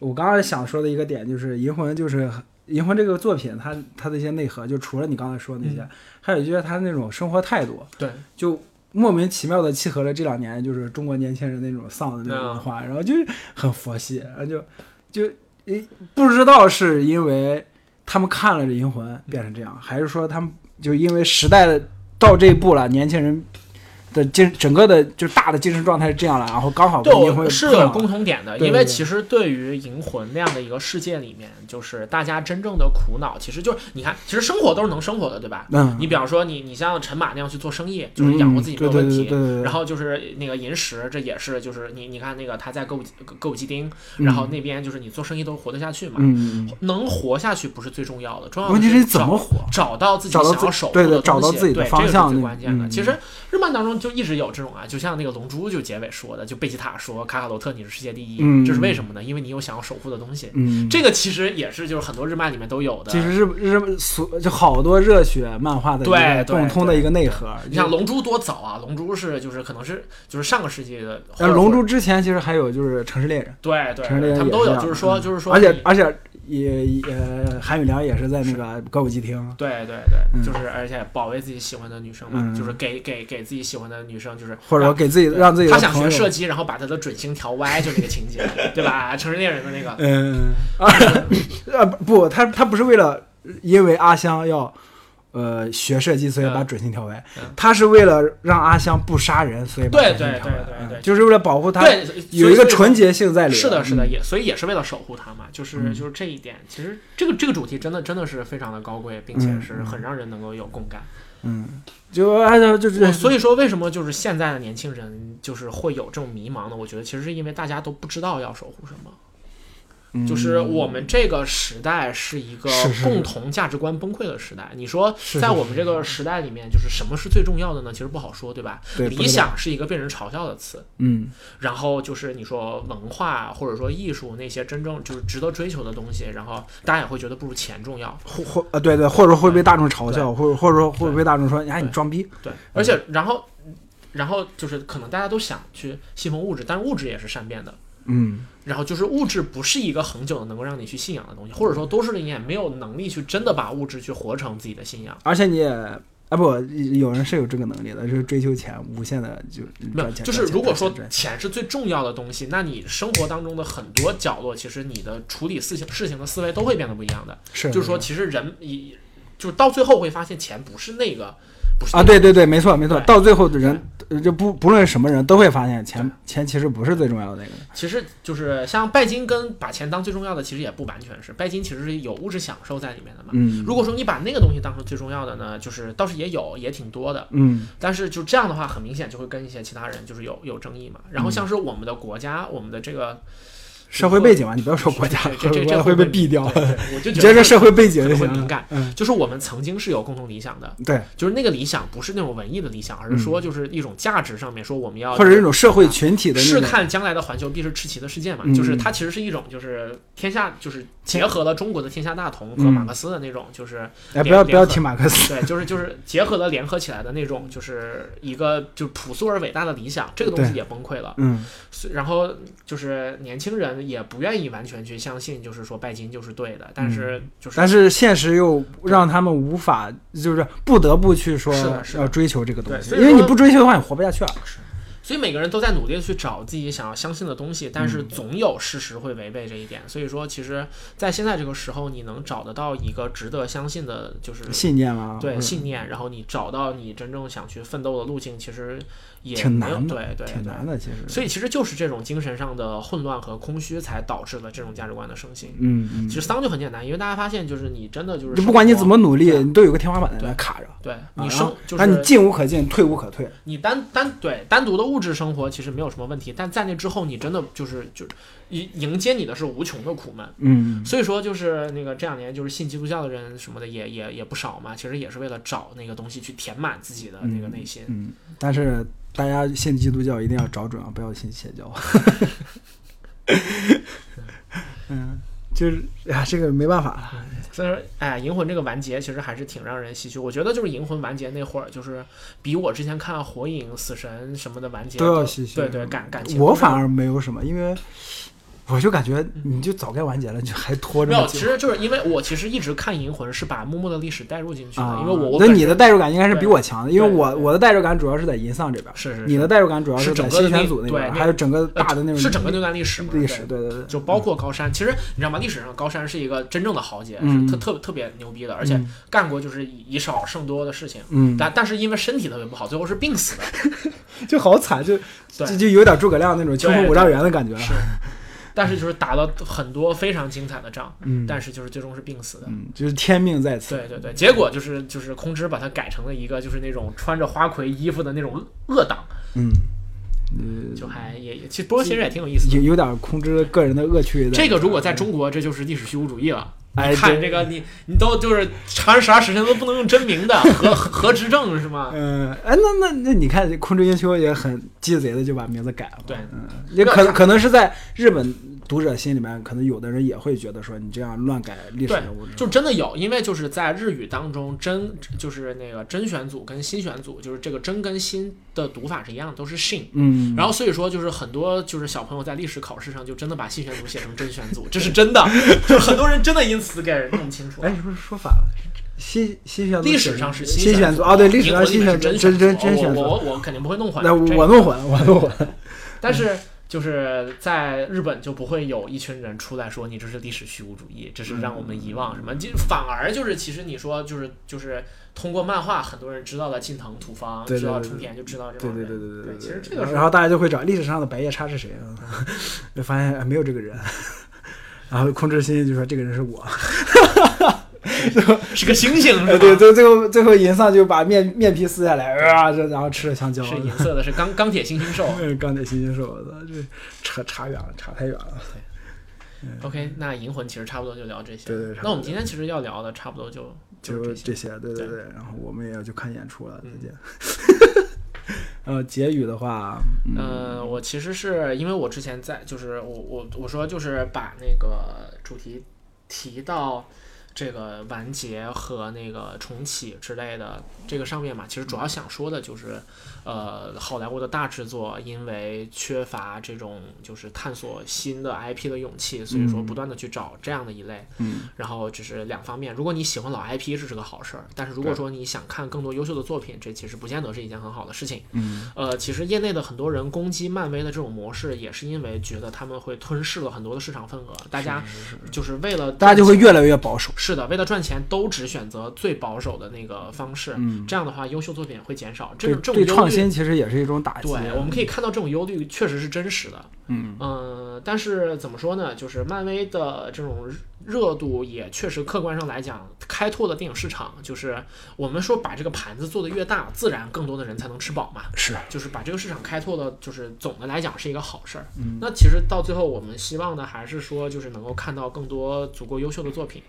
S1: 我刚刚想说的一个点就是《银魂》，就是《银魂》这个作品，它它的一些内核，就除了你刚才说的那些，还有就是它那种生活态度，
S2: 对，
S1: 就莫名其妙的契合了这两年就是中国年轻人那种丧的那种文化，然后就是很佛系，然后就就诶不知道是因为他们看了《这银魂》变成这样，还是说他们就因为时代的到这一步了，年轻人。的精整个的就大的精神状态是这样了，然后刚好跟
S2: 对，
S1: 银魂
S2: 我是
S1: 碰
S2: 有
S1: 上
S2: 共
S1: 了嗯
S2: 同点的，
S1: 对
S2: 因为
S1: 对对
S2: 其实对于《银魂》那样的一个世界里面，就是大家真正的苦恼，其实就是你看，其实生活都是能生活的，对吧？
S1: 嗯
S2: 你比方说你，你像陈马那样去做生意，就是养活自己没有
S1: 嗯
S2: 问
S1: 对对
S2: 题
S1: 对对对。对
S2: 然后就是那个银石，这也是就是你你看那个他在歌舞歌舞伎町，然后那边就是你做生意都活得下去嘛。
S1: 嗯，
S2: 能活下去不是最重要的，重要的
S1: 问题是你怎
S2: 找
S1: 么火？
S2: 找到自己
S1: 找
S2: 想
S1: 到
S2: 要
S1: 自
S2: 守护
S1: 对
S2: 的
S1: 的找
S2: 东
S1: 到
S2: 西
S1: 自己的
S2: 对
S1: 方
S2: 这个
S1: 向那
S2: 是最
S1: 个
S2: 关键的。
S1: 嗯
S2: 其实日漫当中就一直有这种啊，就像那个《龙珠》就结尾说的，就贝吉塔说卡卡罗特你是世界第一，
S1: 嗯
S2: 这是为什么呢？因为你有想要守护的东西。
S1: 嗯，
S2: 这个其实也是就是很多日漫里面都有的。
S1: 其实日日所就好多热血漫画的一
S2: 对
S1: 个
S2: 对
S1: 共通的一个内核。
S2: 你像《龙珠》多早啊，《龙珠》是就是可能是就是上个世纪的，
S1: 呃，龙珠之前其实还有就是《城市猎人》，
S2: 对对
S1: 城市猎
S2: 对，
S1: 人
S2: 他们
S1: 也
S2: 都
S1: 这
S2: 有，
S1: 样
S2: 就是说
S1: 嗯
S2: 就是说
S1: 而
S2: 你，
S1: 且而且也也呃韩宇良也是在那个歌舞伎町，
S2: 对对对，
S1: 嗯
S2: 就是而且保卫自己喜欢的女生嘛，
S1: 嗯
S2: 就是给给给自己喜欢的女生就是
S1: 或者说
S2: 让
S1: 给自己
S2: 对
S1: 让自己的
S2: 他想
S1: 朋
S2: 学
S1: 友
S2: 射击，然后把他的准星调歪，就那个情 节，对吧？城市猎人的那个，
S1: 嗯 啊呃不，他他不是为了因为阿香要。呃，学射击，所以把
S2: 嗯
S1: 准心调歪
S2: 嗯。
S1: 他是为了让阿香不杀人，所以把
S2: 对
S1: 准心调
S2: 对对
S1: 歪
S2: 对对
S1: 嗯，就是为了保护他
S2: 对，
S1: 有一个纯洁性在里。
S2: 是的，是的，
S1: 嗯，
S2: 也所以也是为了守护他嘛，就是就是这一点，其实这个这个主题真的真的是非常的高贵，并且
S1: 嗯
S2: 是很让人能够有共感。
S1: 嗯，就按照就是
S2: 我所以说，为什么就是现在的年轻人就是会有这种迷茫呢？我觉得其实是因为大家都不知道要守护什么。
S1: 嗯
S2: 就是我们这个时代是一个
S1: 是是
S2: 共同价值观崩溃的时代。你说，
S1: 是
S2: 在
S1: 是
S2: 我们这个时代里面，就是什么是最重要的呢？其实不好说，对吧？
S1: 对不
S2: 理
S1: 知道
S2: 想是一个被人嘲笑的词，
S1: 嗯
S2: 然后就是你说文化或者说艺术那些真正就是值得追求的东西，然后大家也会觉得不如钱重要。
S1: 或或呃，对对，或者说会被大众嘲笑，或者或者说会被大众说，哎，你装逼。
S2: 对，而且然后然后就是可能大家都想去信奉物质，但物质也是善变的。
S1: 嗯，
S2: 然后就是物质不是一个恒久的能够让你去信仰的东西，或者说都市里面没有能力去真的把物质去活成自己的信仰。
S1: 而且你也啊不，有人是有这个能力的，就是追求钱，无限的就
S2: 没有，
S1: 赚钱。
S2: 就是如果说
S1: 赚钱
S2: 钱是最重要的东西，那你生活当中的很多角落，其实你的处理事情事情的思维都会变得不一样的。
S1: 是
S2: 就是说，其实人一就是到最后会发现，钱不是那个，不是
S1: 啊，
S2: 那个
S1: 对对对，没错没错，
S2: 对
S1: 到最后的人呃就不不论什么人都会发现钱钱其实不是最重要的那个。
S2: 其实就是像拜金跟把钱当最重要的，其实也不完全是。拜金其实是有物质享受在里面的嘛。
S1: 嗯
S2: 如果说你把那个东西当成最重要的呢，就是倒是也有，也挺多的。
S1: 嗯
S2: 但是就这样的话，很明显就会跟一些其他人就是有有争议嘛。然后
S1: 嗯
S2: 像是我们的国家，我们的 这个
S1: 社会背景吧，你不要说国家，
S2: 这这这这
S1: 国家会被毙掉。
S2: 对对我就
S1: 你直
S2: 觉
S1: 接
S2: 得
S1: 说社会背景就
S2: 可能会
S1: 行
S2: 敏
S1: 了。
S2: 感。
S1: 嗯，
S2: 就是我们曾经是有共同理想的，
S1: 对，
S2: 就是那个理想不是那种文艺的理想，而是说就是一种价值上面说我们要
S1: 嗯或者是一种社会群体的那
S2: 是
S1: 种。
S2: 啊看将来的环球必是赤旗的世界嘛，
S1: 嗯
S2: 就是它其实是一种就是天下就是结合了中国的天下大同和
S1: 嗯
S2: 马克思的那种就是
S1: 哎，不
S2: 联
S1: 要不要
S2: 联合
S1: 提马克思。
S2: 对，就是就是结合了联合起来的那种，就是一个就朴素而伟大的理想，这个东西
S1: 对
S2: 也崩溃了。
S1: 嗯
S2: 所以然后就是年轻人也不愿意完全去相信，就是说拜金就是对的，但是就是、
S1: 嗯但是现实又让他们无法，就是不得不去说
S2: 是的是的
S1: 要追求这个东
S2: 对
S1: 西，
S2: 所以
S1: 因为
S2: 说
S1: 你不追求的话，你活不下去啊。
S2: 所以每个人都在努力的去找自己想要相信的东西，但
S1: 嗯
S2: 是总有事实会违背这一点。所以说，其实，在现在这个时候，你能找得到一个值得相信的，就是
S1: 信念嘛，
S2: 对
S1: 嗯
S2: 信念，然后你找到你真正想去奋斗的路径，其实也
S1: 挺
S2: 没有
S1: 难的
S2: 对，对，
S1: 挺
S2: 对
S1: 难的，其实。
S2: 所以其实就是这种精神上的混乱和空虚，才导致了这种价值观的盛行。
S1: 嗯，嗯
S2: 其实丧就很简单，因为大家发现就是你真的就是
S1: 就不管你
S2: 生活
S1: 怎么努力，
S2: 对
S1: 你都有个天花板在那卡着。
S2: 对
S1: 啊
S2: 你
S1: 然
S2: 生
S1: 后
S2: 就
S1: 然后
S2: 是
S1: 你进无可进，退无可退。
S2: 你单单对单独的物质生活其实没有什么问题，但在那之后你真的就是就是迎迎接你的是无穷的苦闷。
S1: 嗯，
S2: 所以说就是那个这两年就是信基督教的人什么的也也也不少嘛，其实也是为了找那个东西去填满自己的那个内心。
S1: 嗯，但是大家信基督教一定要找准啊，不要信邪教。 嗯，就是呀，这个没办法了。
S2: 所以说，哎，《银魂》这个完结其实还是挺让人唏嘘。我觉得就是《银魂》完结那会儿，就是比我之前看《火影》《死神》什么的完结
S1: 都要唏嘘
S2: 对对，感感情。
S1: 我反而没有什么，因为我就感觉
S2: 嗯
S1: 你就早该完结了，你就还拖
S2: 没
S1: 着
S2: 有，
S1: 么
S2: 其
S1: 久。
S2: 实就是因为我其实一直看《银魂》是把木木的历史带入进去的，
S1: 啊，
S2: 因为我我
S1: 那
S2: 本
S1: 你
S2: 身
S1: 的代入感应该是比
S2: 对
S1: 我强的，因为
S2: 对
S1: 我
S2: 对
S1: 我的代入感主要是在银丧这边，
S2: 是是
S1: 你的代入感主要在
S2: 是整个的
S1: 新选
S2: 那
S1: 组那
S2: 对
S1: 边，
S2: 那
S1: 还有整个
S2: 呃
S1: 大的那种
S2: 是整个那段历史嘛
S1: 历史，。对对对，
S2: 就包括高山，其实你知道吗？历史上高山是一个真正的豪杰，
S1: 嗯
S2: 是特特特别牛逼的，而且干过就是以以少胜多的事情。
S1: 嗯
S2: 但但是因为身体特别不好，最后是病死的。
S1: 就好惨，就
S2: 对
S1: 就就有点诸葛亮那种青
S2: 对
S1: 红
S2: 对
S1: 五丈原的感觉了。
S2: 是，但是就是打了很多非常精彩的仗，
S1: 嗯
S2: 但是就是最终是病死的。
S1: 嗯，就是天命在此。
S2: 对对对，结果就是就是空知把它改成了一个就是那种穿着花魁衣服的那种恶党，
S1: 嗯，
S2: 就还也也其实不过其实也挺有意思
S1: 有
S2: 的。
S1: 有点空知个人的恶趣味在。
S2: 这个如果在中国，这就是历史虚无主义了。
S1: 哎
S2: 你看
S1: 对
S2: 这个，你你都就是长安十二时辰都不能用真名的，何何何执政是吗？
S1: 嗯，哎，那那那你看，空知英秋也很鸡贼的就把名字改了嘛。
S2: 对
S1: 嗯，也可可能是在日本读者心里面，可能有的人也会觉得说你这样乱改历史
S2: 对
S1: 人物，，
S2: 就真的有，因为就是在日语当中，真就是那个真选组跟新选组，就是这个真跟新的读法是一样的，都是 shin。
S1: 嗯，
S2: 然后所以说就是很多就是小朋友在历史考试上就真的把新选组写成真选 组，这是真的，就是很多人真的因此给弄清 楚了。
S1: 哎，是不是说反了？新新选组
S2: 历史上是
S1: 新
S2: 选
S1: 选组哦，对，历史
S2: 银
S1: 上
S2: 魂
S1: 新
S2: 里面
S1: 选组
S2: 是真
S1: 真真真
S2: 选
S1: 选
S2: 组，哦我
S1: 组。
S2: 我我肯定不会弄混。
S1: 那
S2: 这
S1: 我
S2: 个
S1: 弄混了，我弄混了。
S2: 但是就是在日本就不会有一群人出来说你这是历史虚无主义，这是让我们遗忘什么，就反而就是其实你说就是就是通过漫画很多人知道了近藤土方，
S1: 对对
S2: 知道
S1: 对
S2: 冲田，就知道这
S1: 对
S2: 帮
S1: 对
S2: 人。
S1: 对
S2: 对
S1: 对对
S2: 其实这个是
S1: 然后大家就会找历史上的白夜叉是谁啊？就发现哎没有这个人， 然后控制心就说这个人是我。
S2: 是 个星星是
S1: 呃，
S2: 吧？
S1: 对，最最后最后银丧就把面面皮撕下来，啊、这然后吃了香蕉。
S2: 是银色的，是钢钢铁猩猩兽。
S1: 嗯钢铁心心兽，我操，这差差远了，差太远了。
S2: OK，那银魂其实差不多就聊这些。
S1: 对对差不多
S2: 那我们今天其实要聊的差不多就就
S1: 就是
S2: 这些。
S1: 这些，对
S2: 对
S1: 对。然后我们也要去看演出了，再见。 然后结语的话，嗯
S2: 呃，我其实是因为我之前在，就是我我我说就是把那个主题提到这个完结和那个重启之类的这个上面嘛，其实主要想说的就是，呃，好莱坞的大制作因为缺乏这种就是探索新的 IP 的勇气，所以说不断的去找这样的一类，
S1: 嗯，
S2: 然后就是两方面，如果你喜欢老 IP 是是个好事儿，但是如果
S1: 对
S2: 说你想看更多优秀的作品，这其实不见得是一件很好的事情。
S1: 嗯，
S2: 呃，其实业内的很多人攻击漫威的这种模式，也是因为觉得他们会吞噬了很多的市场份额，大家就是为了
S1: 大家就会
S2: 赚钱
S1: 越来越保守。
S2: 是的，为了赚钱都只选择最保守的那个方式，
S1: 嗯
S2: 这样的话优秀作品会减少，这
S1: 对
S2: 种这种
S1: 对，
S2: 忧
S1: 创
S2: 虑
S1: 新其实也是一种打击。
S2: 对，我们可以看到这种忧虑确实是真实的。嗯但是怎么说呢？就是漫威的这种热度也确实客观上来讲，开拓了电影市场。就是我们说把这个盘子做得越大，自然更多的人才能吃饱嘛。
S1: 是
S2: 就是把这个市场开拓了，就是总的来讲是一个好事儿。
S1: 嗯
S2: 那其实到最后，我们希望呢，还是说就是能够看到更多足够优秀的作品。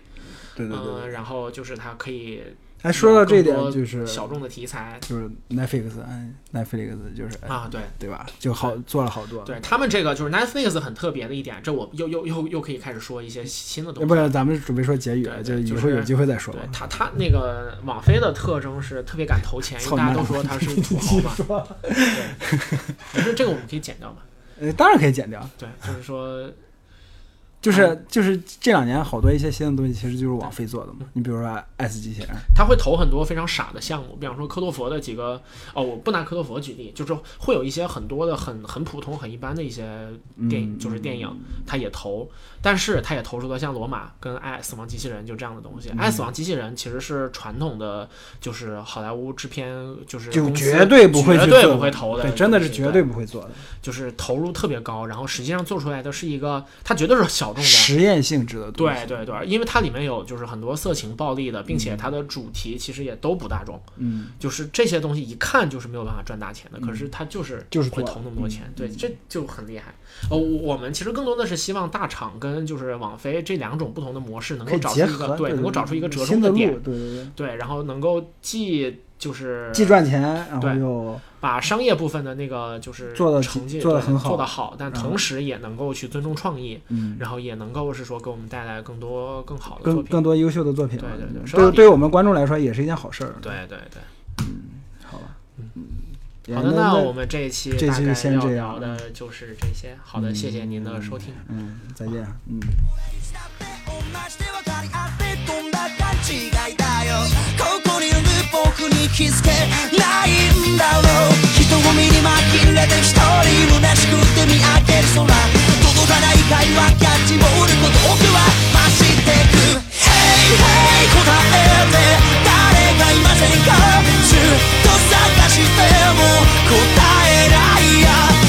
S1: 对对
S2: 嗯、
S1: 对。
S2: 然后就是它可以
S1: 哎，说到
S2: 有
S1: 这一
S2: 更
S1: 点
S2: 多
S1: 就是
S2: 小众的题材
S1: 就是 Netflix，哎，Netflix 就是哎
S2: 啊，对。
S1: 对吧？就好做了好多。
S2: 对他们这个就是 Netflix 很特别的一点，这我又又又又可以开始说一些新的东
S1: 要
S2: 西。
S1: 哎不然咱们准备说结语了，
S2: 对对
S1: 以
S2: 就
S1: 后有
S2: 是
S1: 机会再说吧
S2: 对。他，他那个网飞的特征是特别敢投钱，因
S1: 操
S2: 为大家
S1: 你
S2: 都
S1: 妈
S2: 说他是土豪嘛。对，可是这个我们可以剪掉嘛？
S1: 呃，当然可以剪掉。
S2: 对，就是说，
S1: 就是就是这两年好多一些新的东西，其实就是网飞做的嘛。你比如说 S 机器人，
S2: 他会投很多非常傻的项目，比方说科多佛的几个哦，我不拿科多佛举例，就是会有一些很多的很很普通、很一般的一些
S1: 嗯
S2: 电影，就是电影，他也投，但是他也投出了像罗马跟爱死亡机器人就这样的东西。爱死亡机器人其实是传统的，就是好莱坞制片就是
S1: 就
S2: 公司
S1: 绝对不会
S2: 绝
S1: 去
S2: 对
S1: 做
S2: 不会投的，
S1: 对，真的是
S2: 就是
S1: 绝对不会做的，
S2: 就是投入特别高，然后实际上做出来的是一个，它绝对是小众的，
S1: 实验性质的东西。
S2: 对对对，因为它里面有就是很多色情暴力的，并且它的主题其实也都不大众，
S1: 嗯，
S2: 就是这些东西一看就是没有办法赚大钱的，可是它就是
S1: 就是嗯
S2: 会
S1: 做
S2: 投那么多钱，对，这就很厉害。呃，我我们其实更多的是希望大厂跟就是网飞这两种不同的模式能
S1: 可
S2: 够
S1: 以
S2: 找出
S1: 结
S2: 一个
S1: 合，
S2: 对，能够找出一个折中
S1: 新的路，
S2: 点
S1: 对，对对，
S2: 对，然后能够既就是
S1: 既赚钱，然后
S2: 对
S1: 又
S2: 把商业部分的那个就是
S1: 做得
S2: 成绩
S1: 做得
S2: 对
S1: 很好
S2: 做得好，但
S1: 然后
S2: 同时也能够去尊重创意，
S1: 嗯，
S2: 然后也能够是说给我们带来更多更好的作
S1: 更
S2: 品
S1: 更。多优秀的作品嘛。
S2: 对对对
S1: 嗯
S2: 说到
S1: 对，
S2: 底
S1: 对于我们观众来说也是一件好事儿。
S2: 对对对，
S1: 好吧，嗯，
S2: 好的，
S1: 也
S2: 那我们这一期
S1: 这
S2: 大
S1: 期就
S2: 概
S1: 先
S2: 要
S1: 这样
S2: 聊的就是这些。好的，谢谢您的收听。
S1: 嗯，再见啊，嗯。
S5: 同じで分かり合ってどんな勘違いだよここにいる僕に気づけないんだろう人混みに紛れて一人虚しくて見上げる空届かない会話キャッチボール孤独は増してく Hey hey 答えて誰かいませんかずっと探しても答えないや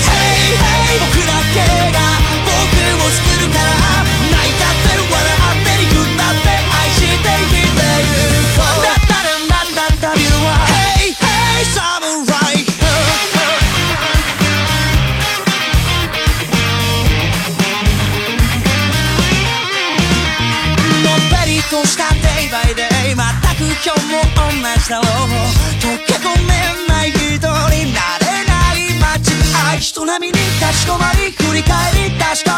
S5: Hey hey 僕だけが僕を作るから泣いたって笑って憎んだって愛して生きているだったらなんだったビルは Hey hey 侍のんべりとした day by day 全く今日も同じだろう溶け込めない人になれない街愛人並みに立ち止まり繰り返り確か